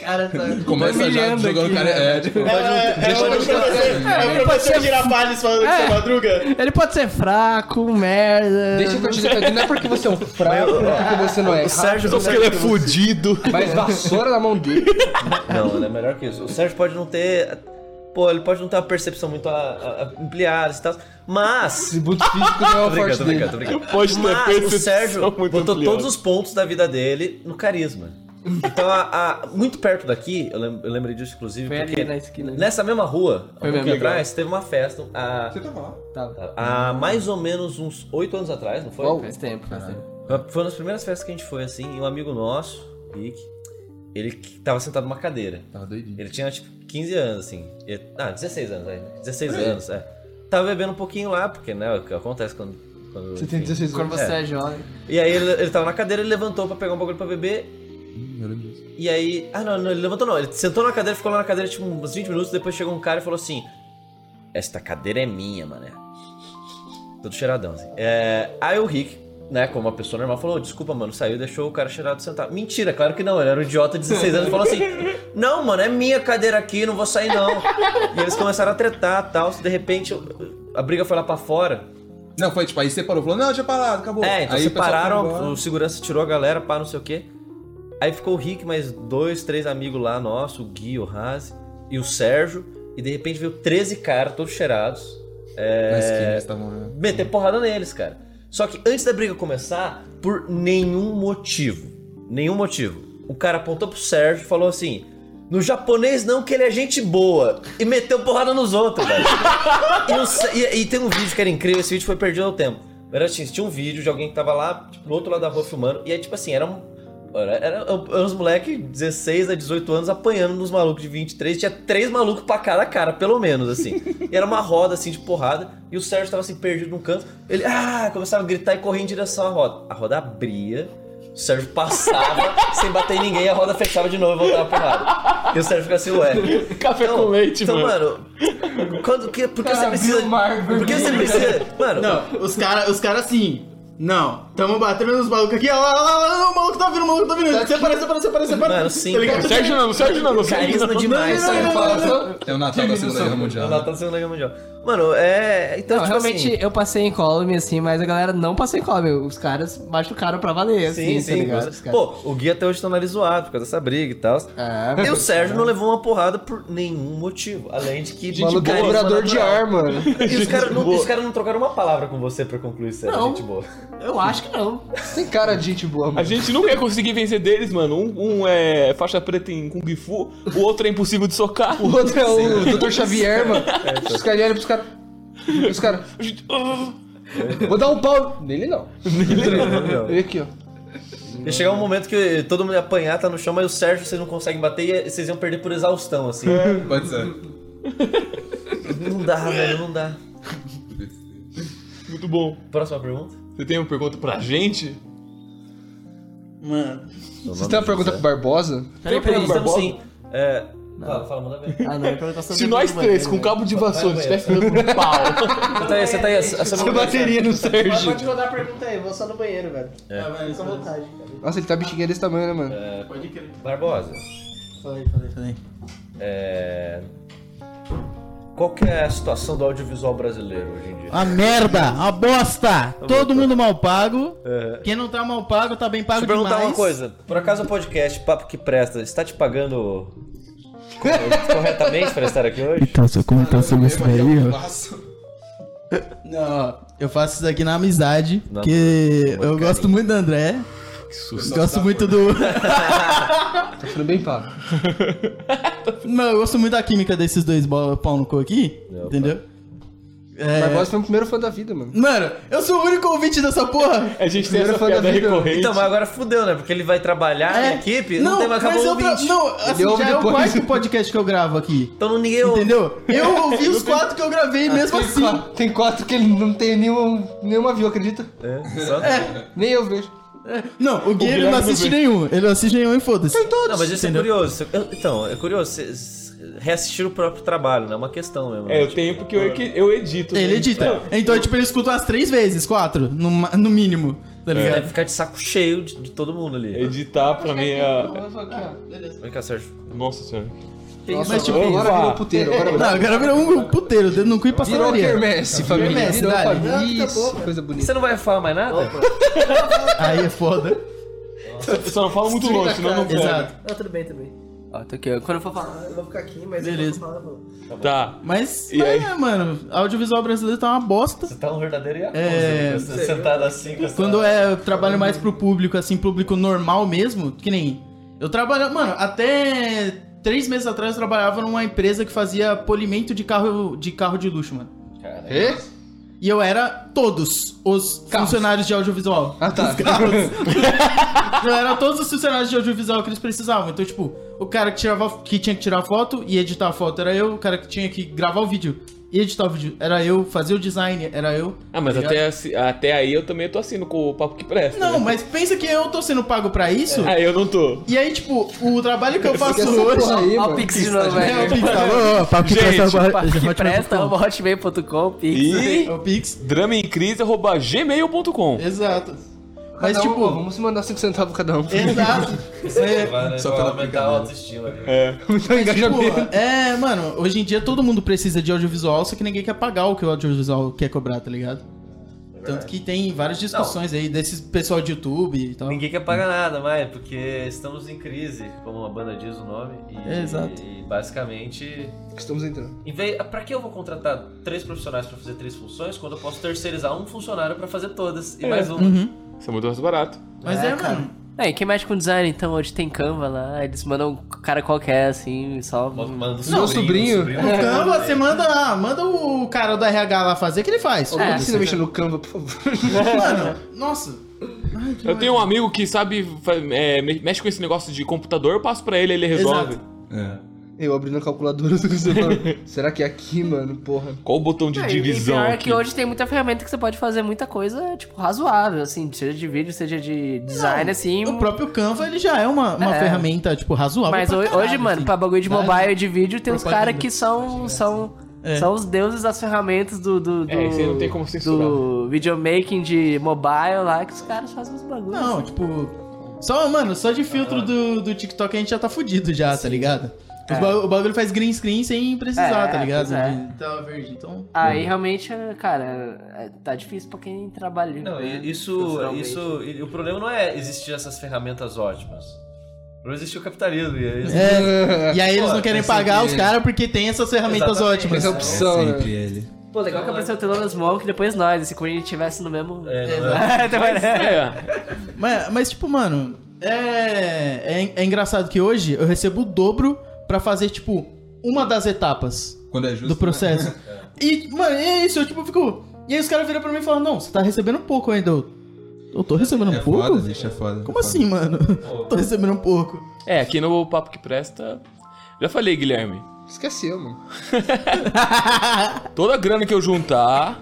cara tá Começa já humilhando jogando aqui, cara. né? É, tipo, É, é, é, o professor- é o professor Girafales falando que você é madruga. né? Ele pode ser fraco, um merda. Deixa que eu te defender. Não é porque você é um fraco, não é porque você não é. [laughs] O Sérgio só não porque ele é fudido. Mas vassoura na mão dele. Não, ele é melhor que isso. O Sérgio pode não ter. Pô, ele pode não ter uma percepção muito a- a- a- ampliada e tal. Mas. Tributo físico não é o Tô brincando, forte tô dele. brincando, tô brincando. Pode ter Mas o percepção Sérgio muito botou ampliada. todos os pontos da vida dele no carisma. Então, a- a- muito perto daqui, eu, lem- eu lembrei disso inclusive, Foi porque ali né, na né? esquina. nessa mesma rua, um Foi mesmo. pouquinho atrás, teve uma festa há, Você tava lá? tá. há mais ou menos uns oito anos atrás, não foi? Faz tempo, faz tempo. Ah, Foi uma das primeiras festas que a gente foi, assim, e um amigo nosso, Rick, ele que tava sentado numa cadeira. Tava doidinho. Ele tinha, tipo, 15 anos, assim. E- ah, 16 anos, né? 16 anos, é. Tava bebendo um pouquinho lá, porque, né, o que acontece quando... quando Você tem enfim. 16 Quando anos. você é, jovem. E aí ele, ele tava na cadeira, ele levantou pra pegar um bagulho pra beber. E aí. Ah, não, não, ele levantou não. Ele sentou na cadeira, ficou lá na cadeira tipo uns 20 minutos. Depois chegou um cara e falou assim: Esta cadeira é minha, mané. Todo cheiradão, assim. É, aí o Rick, né, como uma pessoa normal, falou: Desculpa, mano, saiu, deixou o cara cheirado sentado. Mentira, claro que não. Ele era um idiota de 16 anos e falou assim: Não, mano, é minha cadeira aqui, não vou sair não. E eles começaram a tretar tal. De repente, a briga foi lá pra fora. Não, foi tipo, aí separou, falou, não, tinha parado, acabou. É, então aí o pessoal foi separaram, embora. o segurança tirou a galera, pá, não sei o quê. Aí ficou o Rick, mais dois, três amigos lá nosso, o Gui, o Haas e o Sérgio. E de repente veio 13 caras, todos cheirados, Na É. esquina É, eles estavam, né? meter porrada neles, cara. Só que antes da briga começar, por nenhum motivo, nenhum motivo, o cara apontou pro Sérgio e falou assim: no japonês não, que ele é gente boa. E meteu porrada nos outros, velho. [laughs] E não sei- e, e tem um vídeo que era incrível, esse vídeo foi perdido ao tempo. Era assim, tinha um vídeo de alguém que tava lá, tipo, do outro lado da rua filmando, e aí, tipo assim, era um. Era, era, era uns moleques 16 a 18 anos apanhando nos malucos de 23. Tinha três malucos pra cada cara, pelo menos, assim. E era uma roda, assim, de porrada. E o Sérgio tava, assim, perdido num canto. Ele, ah, começava a gritar e correr em direção à roda. A roda abria, o Sérgio passava, [laughs] sem bater em ninguém, a roda fechava de novo e voltava pra porrada. E o Sérgio ficava assim, ué. Café com leite, então, mano. mano. quando, que, por que você precisa. Por que você precisa. Mano, Não, os caras os cara assim. Não, tamo batendo nos malucos aqui, ó, lá, lá, lá, lá, o maluco tá vindo, o maluco tá vindo. separa, separa, separa, separa. Mano, sim, Tá ligado? cara. Sérgio não, Sérgio não, Sérgio não. carisma demais. não, não, não, não, não. É o Natal da Segunda Guerra Mundial. O Natal da Segunda Guerra Mundial. Mano, é. Então, Não, tipo realmente assim. eu passei em column, assim, mas a galera não passou em column. Os caras machucaram pra valer, assim, Sim, tá sim, ligado? cara. Os caras- Pô, o Gui até hoje tá nariz zoado por causa dessa briga e tal. É. Ah, E o Sérgio não levou uma porrada por nenhum motivo. Além de que. O maluco é cobrador de ar, mano. E os caras não, os cara não trocaram uma palavra com você pra concluir, Sérgio. Não. Gente boa. eu acho que não. Você tem cara de gente boa, A mano. gente nunca ia conseguir vencer deles, mano. Um, um é faixa preta em Kung Fu, o outro é impossível de socar. O outro é o Dr. Xavier, mano. Os caras olham pros caras. Os caras. A gente- Ah. Vou dar um pau. Nele não. Ele aqui, ó. Ia chegar um momento que todo mundo ia apanhar, tá no chão, mas o Sérgio vocês não conseguem bater e vocês iam perder por exaustão, assim. É. né? Pode ser. Não dá, velho, não dá. Muito bom. Próxima pergunta? Você tem uma pergunta pra gente? Mano, Vocês têm uma pergunta pro Barbosa? Peraí, peraí. Estamos sim. É. Fala, fala, manda ver. Ah, não, é eu pergunto Se nós três, né? com cabo de vassoura, Vai, vai, estivéssemos no pau. Você tá aí, você tá aí. Essa, essa Você bateria no Pode, Sérgio. pode rodar a pergunta aí, eu vou só no banheiro, velho. É. tá, vai, é, Fica à vontade, cara. Nossa, ele tá bexiguinha desse tamanho, né, mano? Pode crer. Barbosa, Falei, falei, falei. é. Qual que é a situação do audiovisual brasileiro hoje em dia? A merda, a bosta, todo mundo mal pago. Tá É. Quem não tá mal pago tá bem Deixa pago eu perguntar demais. uma coisa. Por acaso o podcast Papo que Presta está te pagando corretamente para estar aqui hoje? Então, Comentar sobre isso daí, Não, ó, eu faço isso aqui na amizade, Na- porque eu gosto muito do André, gosto muito do... Tá sendo bem pago. [laughs] Não, eu gosto muito da química desses dois bo- pau no cu aqui, Opa. entendeu? É, Barbosa foi um o primeiro fã da vida, mano. Mano, eu sou o único ouvinte dessa porra. A gente tem Primeiro essa fã da piada vida. recorrente. Então, mas agora fudeu, né? Porque ele vai trabalhar na equipe, não, tem mais acabou É. mas o eu tra- ouvinte. Não, assim, ouve já é o depois. quarto podcast que eu gravo aqui, Então ninguém ouve. entendeu? Eu ouvi os quatro que eu gravei mesmo Tem assim. quatro, tem quatro que ele não tem nenhum, nenhuma view, acredita? É, só- Nem eu vejo. Não, o Gui ele não assiste nenhum, ele não assiste nenhum e foda-se. Tem todos. Não, mas isso é curioso. Eu- Então, é curioso. Vocês reassistir o próprio trabalho, né? É uma questão mesmo. né? É, eu tenho porque eu, que- eu edito. Ele né? edita. Então, tipo, ele escuta umas três vezes, quatro, no, ma- no mínimo, tá Você ligado? Deve ficar de saco cheio de, de todo mundo ali. Editar pra mim é. Vem cá, Sérgio. Nossa senhora. Nossa, Mas, tipo, agora vá. virou puteiro. Agora Não, agora virou um puteiro, dedo no cu e passando virou quermesse, família. Quermesse, Virou dale. família. Ah, tá bom, Isso, coisa bonita. Você não vai falar mais nada? Aí é foda. Só- Só não fala muito Destrita, longe, senão não pega. Exato. Ah, tudo bem, tudo bem. Ó, tô aqui. ó. Quando eu for falar. Eu vou ficar aqui, mas Beleza. eu vou falar, mano. Tá. Mas, E aí? é, mano, audiovisual brasileiro tá uma bosta. Você tá um verdadeiro Yakuza. É, né? [laughs] Você sentado assim com essa... Quando é eu trabalho mais pro público, assim, público normal mesmo, que nem Eu trabalhava, mano, até três meses atrás eu trabalhava numa empresa que fazia polimento de carro de, carro de luxo, mano. Hã? E eu era todos os funcionários de [laughs] audiovisual. Ah, tá. Os carros. eu era todos os funcionários de audiovisual que eles precisavam. Então, tipo, o cara que, tirava, que tinha que tirar foto e editar a foto era eu. O cara que tinha que gravar o vídeo e editar o vídeo era eu. Fazer o design era eu. Ah, mas Tá ligado? até, assi- até aí eu também tô assinando com o papo que presta. Não, né? mas pensa que eu tô sendo pago pra isso. Ah, eu não tô. E aí, tipo, o trabalho que eu faço Essa porra hoje. aí, Ó o mano. né? Pix de novo, né? É, o velho. Pix, alô, alô, papo que Gente, presta, arroba- Que hotmail.com. presta, arroba hotmail.com, Pix. E É o Pix, dramaemcrise.gmail.com exato. Mas, Cada um, ó, tipo, vamos se mandar 5 centavos cada [laughs] um. exato. É, Só pela né? aumentar a autoestima. ali. Então mas, engaja tipo, mesmo. é, mano, hoje em dia todo mundo precisa de audiovisual, só que ninguém quer pagar o que o audiovisual quer cobrar, tá ligado? Tanto que tem várias discussões aí desse pessoal de YouTube e tal. Ninguém quer pagar nada mais, porque estamos em crise, como a banda diz o nome. E, É, exato. E basicamente. Estamos entrando. Em vez, ah, pra que eu vou contratar três profissionais pra fazer três funções quando eu posso terceirizar um funcionário pra fazer todas e mais um? Uhum. Isso é muito mais barato. Mas é, mano. É, e quem mexe com design, então, hoje tem Canva lá, eles mandam um cara qualquer, assim, só... Manda um Meu sobrinho. No [laughs] Canva, você manda, lá, manda o cara do RH lá fazer que ele faz. É. Alguém me ensina a mexer no Canva, por favor. Mano, nossa. Ai, que Eu tenho um amigo que sabe, fa- é, me- mexe com esse negócio de computador, eu passo pra ele, ele resolve. É. Eu abrindo a calculadora do celular. Será que é aqui, mano? Porra. Qual o botão de É, divisão E pior é aqui? que hoje tem muita ferramenta que você pode fazer muita coisa, tipo, razoável, assim, seja de vídeo, seja de design, assim. O próprio Canva, ele já é uma, uma É. ferramenta, tipo, razoável. Mas pra ho- caralho, hoje, mano, assim. pra bagulho de Vários- mobile e de vídeo, tem uns propaganda. caras que são. são É. São os deuses das ferramentas do. do, do É, isso aí não tem como censurar. Do videomaking de mobile lá, que os caras fazem uns bagulhos. assim. Não, tipo. Só, mano, só de filtro do, do TikTok a gente já tá fudido já, tá ligado? Os É. ba- o bagulho faz green screen sem precisar, É, tá ligado? pois é. De tela verde, então. Aí realmente, cara, é- tá difícil pra quem trabalha. Não, É, né? e- isso, Profissionalmente. isso, e- o problema não é existir essas ferramentas ótimas. O problema existe o capitalismo. E é É. aí- E aí eles Pô, não querem tem pagar sempre os caras porque tem essas ferramentas Exatamente. ótimas. Essa é a opção, né? Sempre ele. Pô, legal que apareceu o Telonas Monk e depois nós, assim, quando a gente tivesse no mesmo. É, [laughs] não é- É, então, é. É, Mas, mas, tipo, mano, é, é. é engraçado que hoje eu recebo o dobro pra fazer, tipo, uma das etapas Quando é justo. do processo. E, mano, é isso, eu tipo, fico. E aí os caras viram pra mim e falam, não, você tá recebendo pouco ainda. Eu, eu tô recebendo né? É pouco? foda, bicho, é foda. Como assim, mano? Tô recebendo um pouco. é, aqui no Papo que Presta, já falei, Guilherme. Esqueceu, mano. Toda a grana que eu juntar,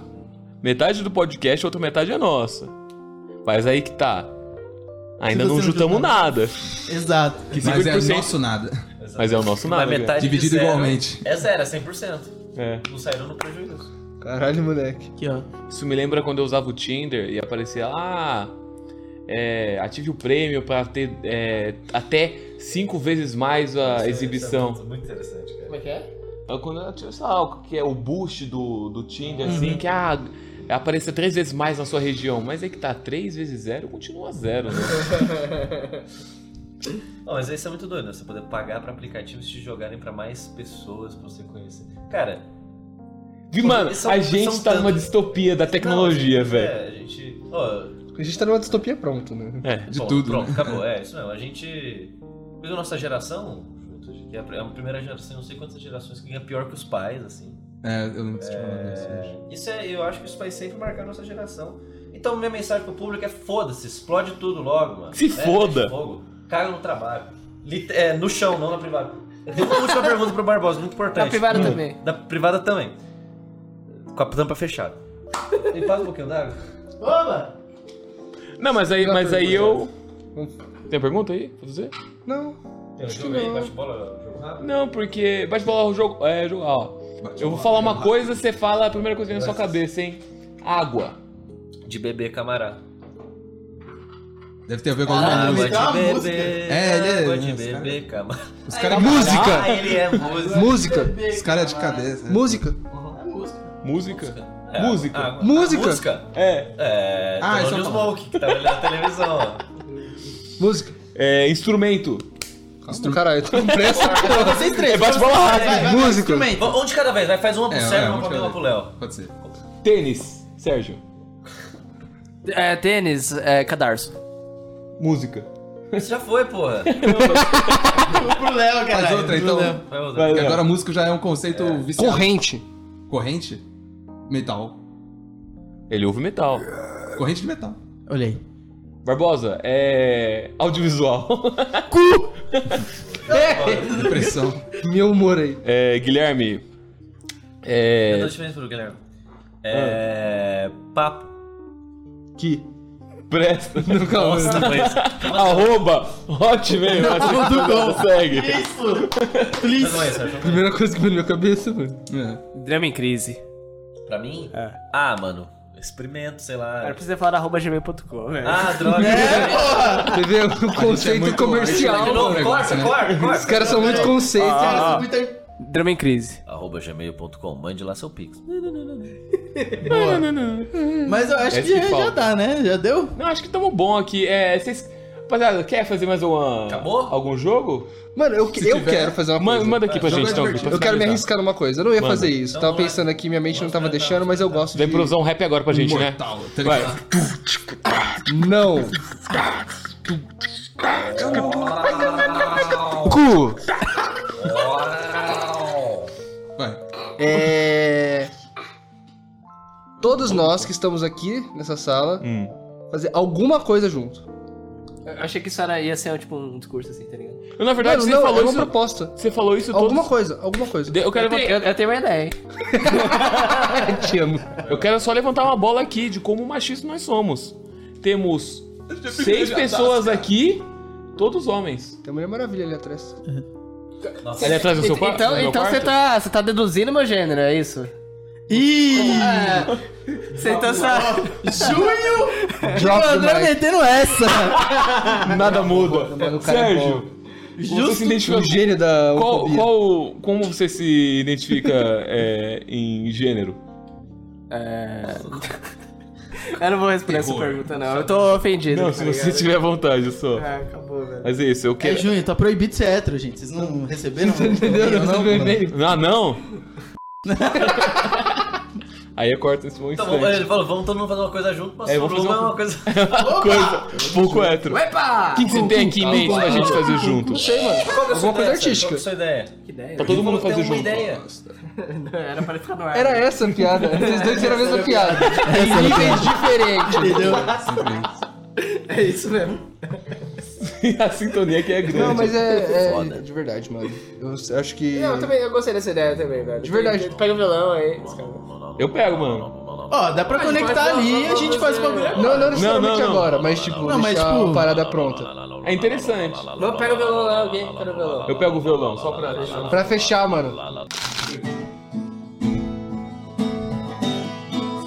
metade do podcast, a outra metade é nossa. Mas aí que tá. Ainda Se você não não juntamos juntar- nada. Exato. Que Mas é 50%. nosso nada. Mas é o nosso nada. Mas metade de Dividido zero igualmente. É zero, é 100%. cara. Não saíram no prejuízo. Caralho, moleque. Aqui, ó. É. Isso me lembra quando eu usava o Tinder e aparecia lá. é, ative o prêmio para ter é, até cinco vezes mais Isso Ah, a é- exibição. isso é muito, muito interessante, cara. Como é que é? É Quando eu tive, sei lá, o que é o boost do, do Tinder, assim, que ah, apareça três vezes mais na sua região. Mas é que tá, três vezes zero continua zero, né? Não, mas isso é muito doido, né? Você poder pagar pra aplicativos te jogarem pra mais pessoas pra você conhecer. Cara, Vi, mano, São- a gente são tá numa tantos. distopia da tecnologia, não, velho. É, a gente. ó, A gente tá numa distopia pronto, né? É, De bom, tudo, Pronto, né? [laughs] acabou. É, isso mesmo. A gente. Depois da nossa geração, junto, que é a pr- é a primeira geração, não sei quantas gerações, que é pior que os pais, assim. É, eu lembro desse tipo de Isso é, eu acho que os pais sempre marcaram a nossa geração. Então minha mensagem pro público é foda-se, explode tudo logo, mano. Se foda. mete Fogo, caga no trabalho. Lit- é, no chão, não na privada. Eu tenho uma última pergunta pro Barbosa, muito importante. Na privada também. Na privada também. Com a tampa fechada. Me passa um pouquinho d'água. Oba! Não, mas aí, Tem uma mas aí eu. pergunta. Tem pergunta aí pra fazer? Não. Tem um jogo aí, bate-bola, um jogo rápido. Não, porque. Bate bola o jogo. É, jogo. Ó. Eu vou né? falar uma coisa, você fala a primeira coisa que vem na sua cabeça, hein? Água. De bebê, camarada. Deve ter a ver com alguma Água Ah, música. dá uma de música. bebê, É, ele é- água de os cara- bebê, camarada. Os caras Ah, ele [laughs] é música. Música. Os caras é de cabeça. Música. Música. É, Música. água. Música. Música. É. É, Ah, ah, isso Tony eu falo. Smoke, que tava ali na televisão, ó. Música. É, instrumento. Calma, caralho, tô com pressa. Vocês três. É bate bola rápida. Vai, vai, vai, Música. instrumento. Vamos um de cada vez, vai. Faz uma pro É, Sérgio, é, uma um de pra mim, cada uma pro Léo. [laughs] Pode ser. Tênis. Sérgio. É, tênis, é, cadarço. Música. Isso já foi, porra. pro Léo, cara. Faz outra, então. Vai outra. Vai, Porque Léo. agora a música já é um conceito viciado. Corrente. Corrente? Metal. Ele ouve metal. Corrente de metal. Olha aí. Barbosa, é. audiovisual. [laughs] Depressão. Meu humor aí. É, Guilherme. Eu É. dou diferente pro Guilherme. É. Papo. Que. Presta. [laughs] Nossa, mas. Arroba hotmail. Tá Assim Segue. É Isso! Mas não é isso, acho. Primeira coisa que veio na minha cabeça, mano. É. Drama em crise. Pra mim? Ah, mano. Experimento, sei É. Era lá. pra você falar arroba gmail.com, velho. Ah, [laughs] droga. É, Entendeu? O conceito muito- comercial. a De gente é novo, Calma, corta, né? corta, Os corta. caras são muito conceito. Ah, Cara, isso é muito... Drama em crise. Arroba gmail.com, mande lá seu pix. Mas eu acho Esse que, que já, falta. já dá, né? Já deu? Não, acho que tamo bom aqui. É, vocês. Rapaziada, quer fazer mais uma. Acabou? Algum jogo? Mano, eu, eu quero fazer uma Man- coisa. manda aqui pra Jogo gente, é então. divertido. pra Eu quero me finalizar. arriscar numa coisa. Eu não ia Manda. fazer isso. Então Tava é. vai. pensando aqui, minha mente não tava Mostra, deixando, mas eu gosto Vem de... pra usar um rap agora pra gente, né? Mortal, tá Vai. ligado? Não. Cu. Vai. É... Todos nós que estamos aqui nessa sala, Hum. fazer alguma coisa junto. Eu achei que isso era, ia ser tipo um discurso assim, tá ligado? Eu, Na verdade, Mano, você não, é falou uma isso. proposta. Você falou isso Alguma todos- coisa, alguma coisa. De- Eu quero, Eu tenho, [laughs] levantar- eu, eu tenho uma ideia, hein? Te amo. eu quero só levantar uma bola aqui de como machistas nós somos. Temos seis pessoas aqui, todos homens. Tem a Mulher Maravilha ali atrás. Nossa, Ele é atrás do seu quarto? Então, do meu então quarto? você tá, você tá deduzindo meu gênero, é isso? Ih! Você então tá... [laughs] Junho! Drop the mic. metendo essa! Nada muda. Mano, o cara é Sérgio, você se identifica. O gênio da Qual, homofobia. qual- como você se identifica [laughs] é, em gênero? Eu não vou responder essa pergunta, não. Eu tô ofendido. Não, tá se você ligado? tiver vontade só. Ah, acabou, velho. Mas é isso, eu É quero. junho, tá proibido ser hétero, gente. Vocês não receberam? É Entendeu? Não, não, vermelho. [laughs] [laughs] Ah, não? Aí eu corto esse Tá bom é, Então, vamos- ele instante. falou, vamos todo mundo fazer uma coisa junto, mas É, é, vamos uma, fazer uma- uma coisa. [laughs] Coisa, Um pouco hétero. Epa! O que que você tem aqui em mente pra gente fazer junto? Não sei, mano. Qual que é a sua Alguma coisa ideia, Sérgio? artística. Qual que é a sua ideia? Que ideia. Pra todo mundo Tem fazer uma junto. ideia. Era pra ele ficar no ar. Era É essa a [laughs] piada. Vocês dois fizeram a é mesma piada. Em níveis diferentes. Entendeu? É isso mesmo. [laughs] A sintonia que é grande. Não, mas é, é- Foda. de verdade, mano. Eu s- acho que. Não, eu também eu gostei dessa ideia também, velho. De verdade. Pega o violão aí. Eu pego, mano. Ó, dá pra conectar ali e a gente faz o bagulho Não, agora. não necessariamente Não, não, não. agora, mas tipo, Não, mas, deixar tipo- a parada pronta. É interessante. Vamos, pega o violão lá, alguém pega o violão. Eu pego o violão, só pra deixar. Pra fechar, mano.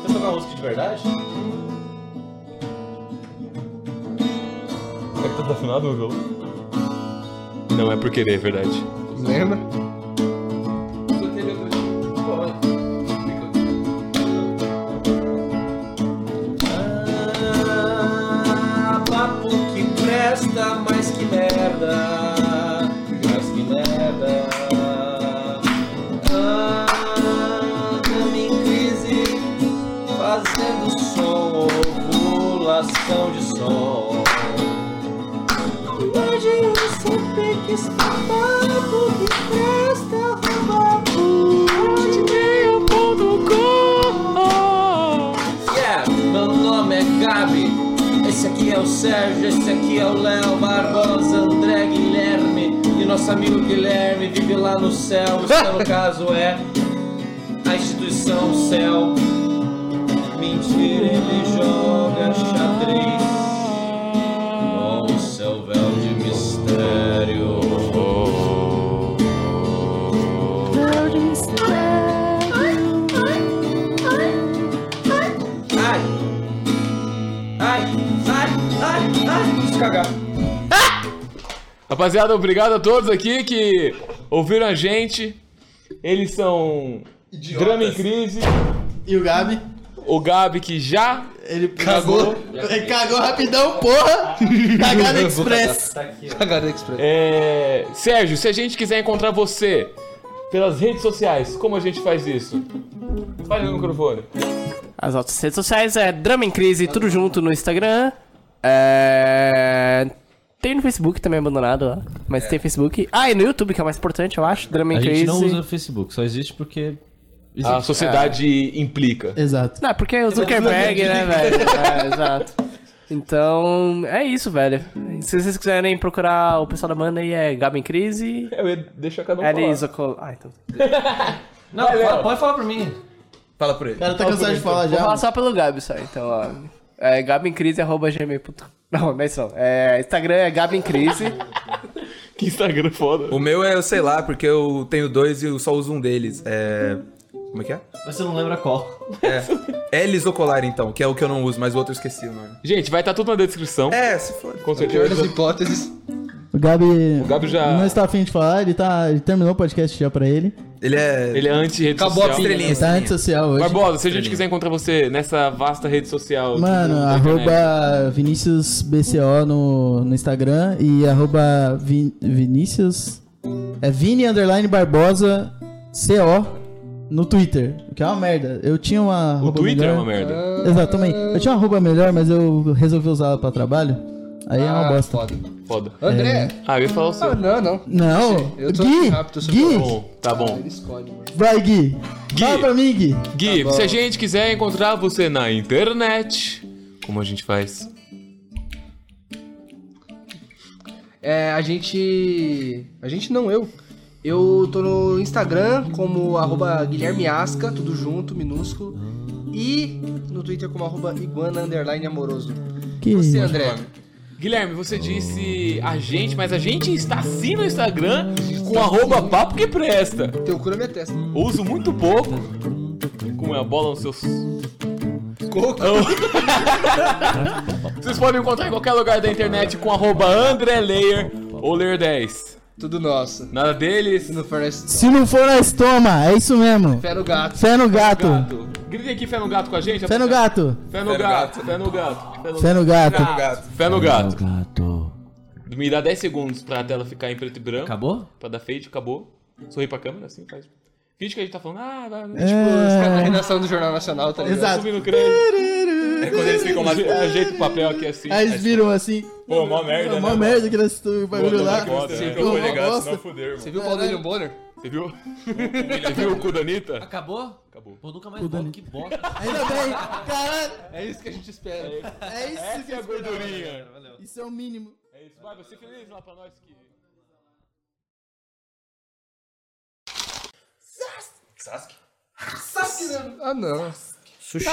Quer tocar música de verdade? É que tá afinado o violão? Não é por querer, é verdade. Lembra? Ah, papo que presta, mas que merda. Mas que merda. Ah, tamo em crise, fazendo som, ovulação de som. Hoje eu sempre quis papo que presta, papo. Yeah, meu nome é Gabi. Esse aqui é o Sérgio, esse aqui é o Léo Barbosa, André Guilherme. E nosso amigo Guilherme vive lá no céu. [laughs] O céu, no caso, é a instituição Céu. Mentira, ele joga xadrez com o seu véu de mistério. Ai, ai, ai, ai, ai. Preciso cagar. Rapaziada, obrigado a todos aqui que ouviram a gente. Eles são Drama em Crise, E o Gabi? o Gabi que já Ele cagou. Ele cagou rapidão, porra! Cagada Express. Cagada Express. é... Sérgio, se a gente quiser encontrar você pelas redes sociais, como a gente faz isso? Fale no microfone. As nossas redes sociais é Drama em Crise, tudo junto no Instagram. É... Tem no Facebook também abandonado lá. Mas tem Facebook. Ah, e no YouTube, que é o mais importante, eu acho. Drama A and gente Crazy. não usa o Facebook, só existe porque. Existe. A sociedade implica. Exato. Não, é porque o Zuckerberg, né, velho? [laughs] É, exato. Então, é isso, velho. Se vocês quiserem procurar o pessoal da banda aí, é Gabi em Crise. Eu ia deixar cada um Eli falar. Zocol... Ah, então. Não, fala- pode falar pra mim. Fala por O ele. cara tá cansado de falar já. Vou falar só pelo Gabi só, então, ó. É gabincrise.gmail.com Não, não é isso não. É, Instagram é gabincrise. Que Instagram foda. O meu é, eu sei lá, porque eu tenho dois e eu só uso um deles. É. Como é que é? Mas você não lembra qual. É Elisocolar, então, que é o que eu não uso, mas o outro eu esqueci o nome. Gente, vai estar tudo na descrição. É, se for. Com Pior das certeza. hipóteses. O Gabi, O Gabi já- não está afim de falar, ele, tá, ele terminou o podcast já pra ele. Ele é. Ele é anti-rede Acabou social. a pilha. Estrelinha, Ele tá estrelinha. antissocial hoje. Barbosa, se a gente quiser encontrar você nessa vasta rede social. Mano, da Tá internet. arroba ViniciusBCO no, no Instagram e arroba Vin, Vinícius. É Vini underline Barbosa CO no Twitter. Que é uma merda. Eu tinha uma. O arroba Twitter é melhor. uma merda. Exatamente. Eu tinha uma roupa melhor, mas eu resolvi usá-la pra trabalho. Aí é uma Ah, bosta. foda. Foda. André! É. Ah, eu ia falar o seu. Ah, não, não. Não! Eu tô Gui! rápido, eu sou Gui! Bom, tá bom. Ele tá escolhe, mano. Vai, Gui! Gui. Fala pra mim, Gui! Gui, se a gente quiser encontrar você na internet, como a gente faz? É, a gente. A gente não, eu. Eu tô no Instagram como arroba Guilherme Asca, tudo junto, minúsculo. E no Twitter como arroba iguana underline amoroso. Que E você, André? Guilherme, Hum. você disse a gente, mas a gente está sim no Instagram com arroba papo que presta. Teu cu na minha testa. Uso muito pouco. Como é a bola nos seus. Coco. Ah. Vocês podem encontrar em qualquer lugar da internet com arroba André Layer ou Layer10. Tudo nosso. Nada deles. Se não for nós, Se não for na estoma, é isso mesmo! fé no gato. Fé no gato! Gato. Grita aqui fé no gato com a gente. Fé no rapaziada. gato! Fé no gato. Fé no gato. Fé no gato! gato. Fé no gato. Gato. Me dá 10 segundos pra tela ficar em preto e branco. Acabou? Pra dar fade, acabou. Sorri pra câmera, assim, faz. Finge que a gente tá falando, ah, vai, vai. Tipo, os caras da assim, redação do Jornal Nacional, tá ligado? É. Exato. Subir no crédito. É quando eles ficam [laughs] lá, ajeita o papel aqui assim. Aí eles viram assim, Pô, mó merda, é né? uma merda que nós o bagulho lá. Você Pô, viu, mó bosta. fudeu, Você viu o pau dele no Bonner? você viu? Você viu o cu da Anitta? Acabou? Acabou. Pô, nunca mais volto. Que bosta. Ainda bem! Caralho! É isso que a gente espera. É isso que Essa é a gordurinha. Isso é o mínimo. É isso. Vai, você feliz lá pra nós que. Ah, não. Sushi.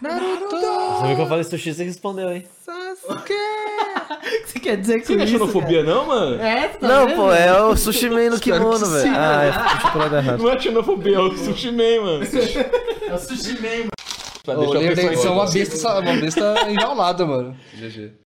Naruto! Você viu que eu falei sushi, você respondeu, hein? [laughs] Você quer dizer que Você não é xenofobia, não, mano? Não, pô, é o sushi man no kimono, velho. Ah, é chocolate errado. Não é xenofobia, é o sushi man, mano. É o sushi man, Pra Ô, deixar é a Leandro, pessoa isso é uma besta, uma besta enjaulada, mano. GG.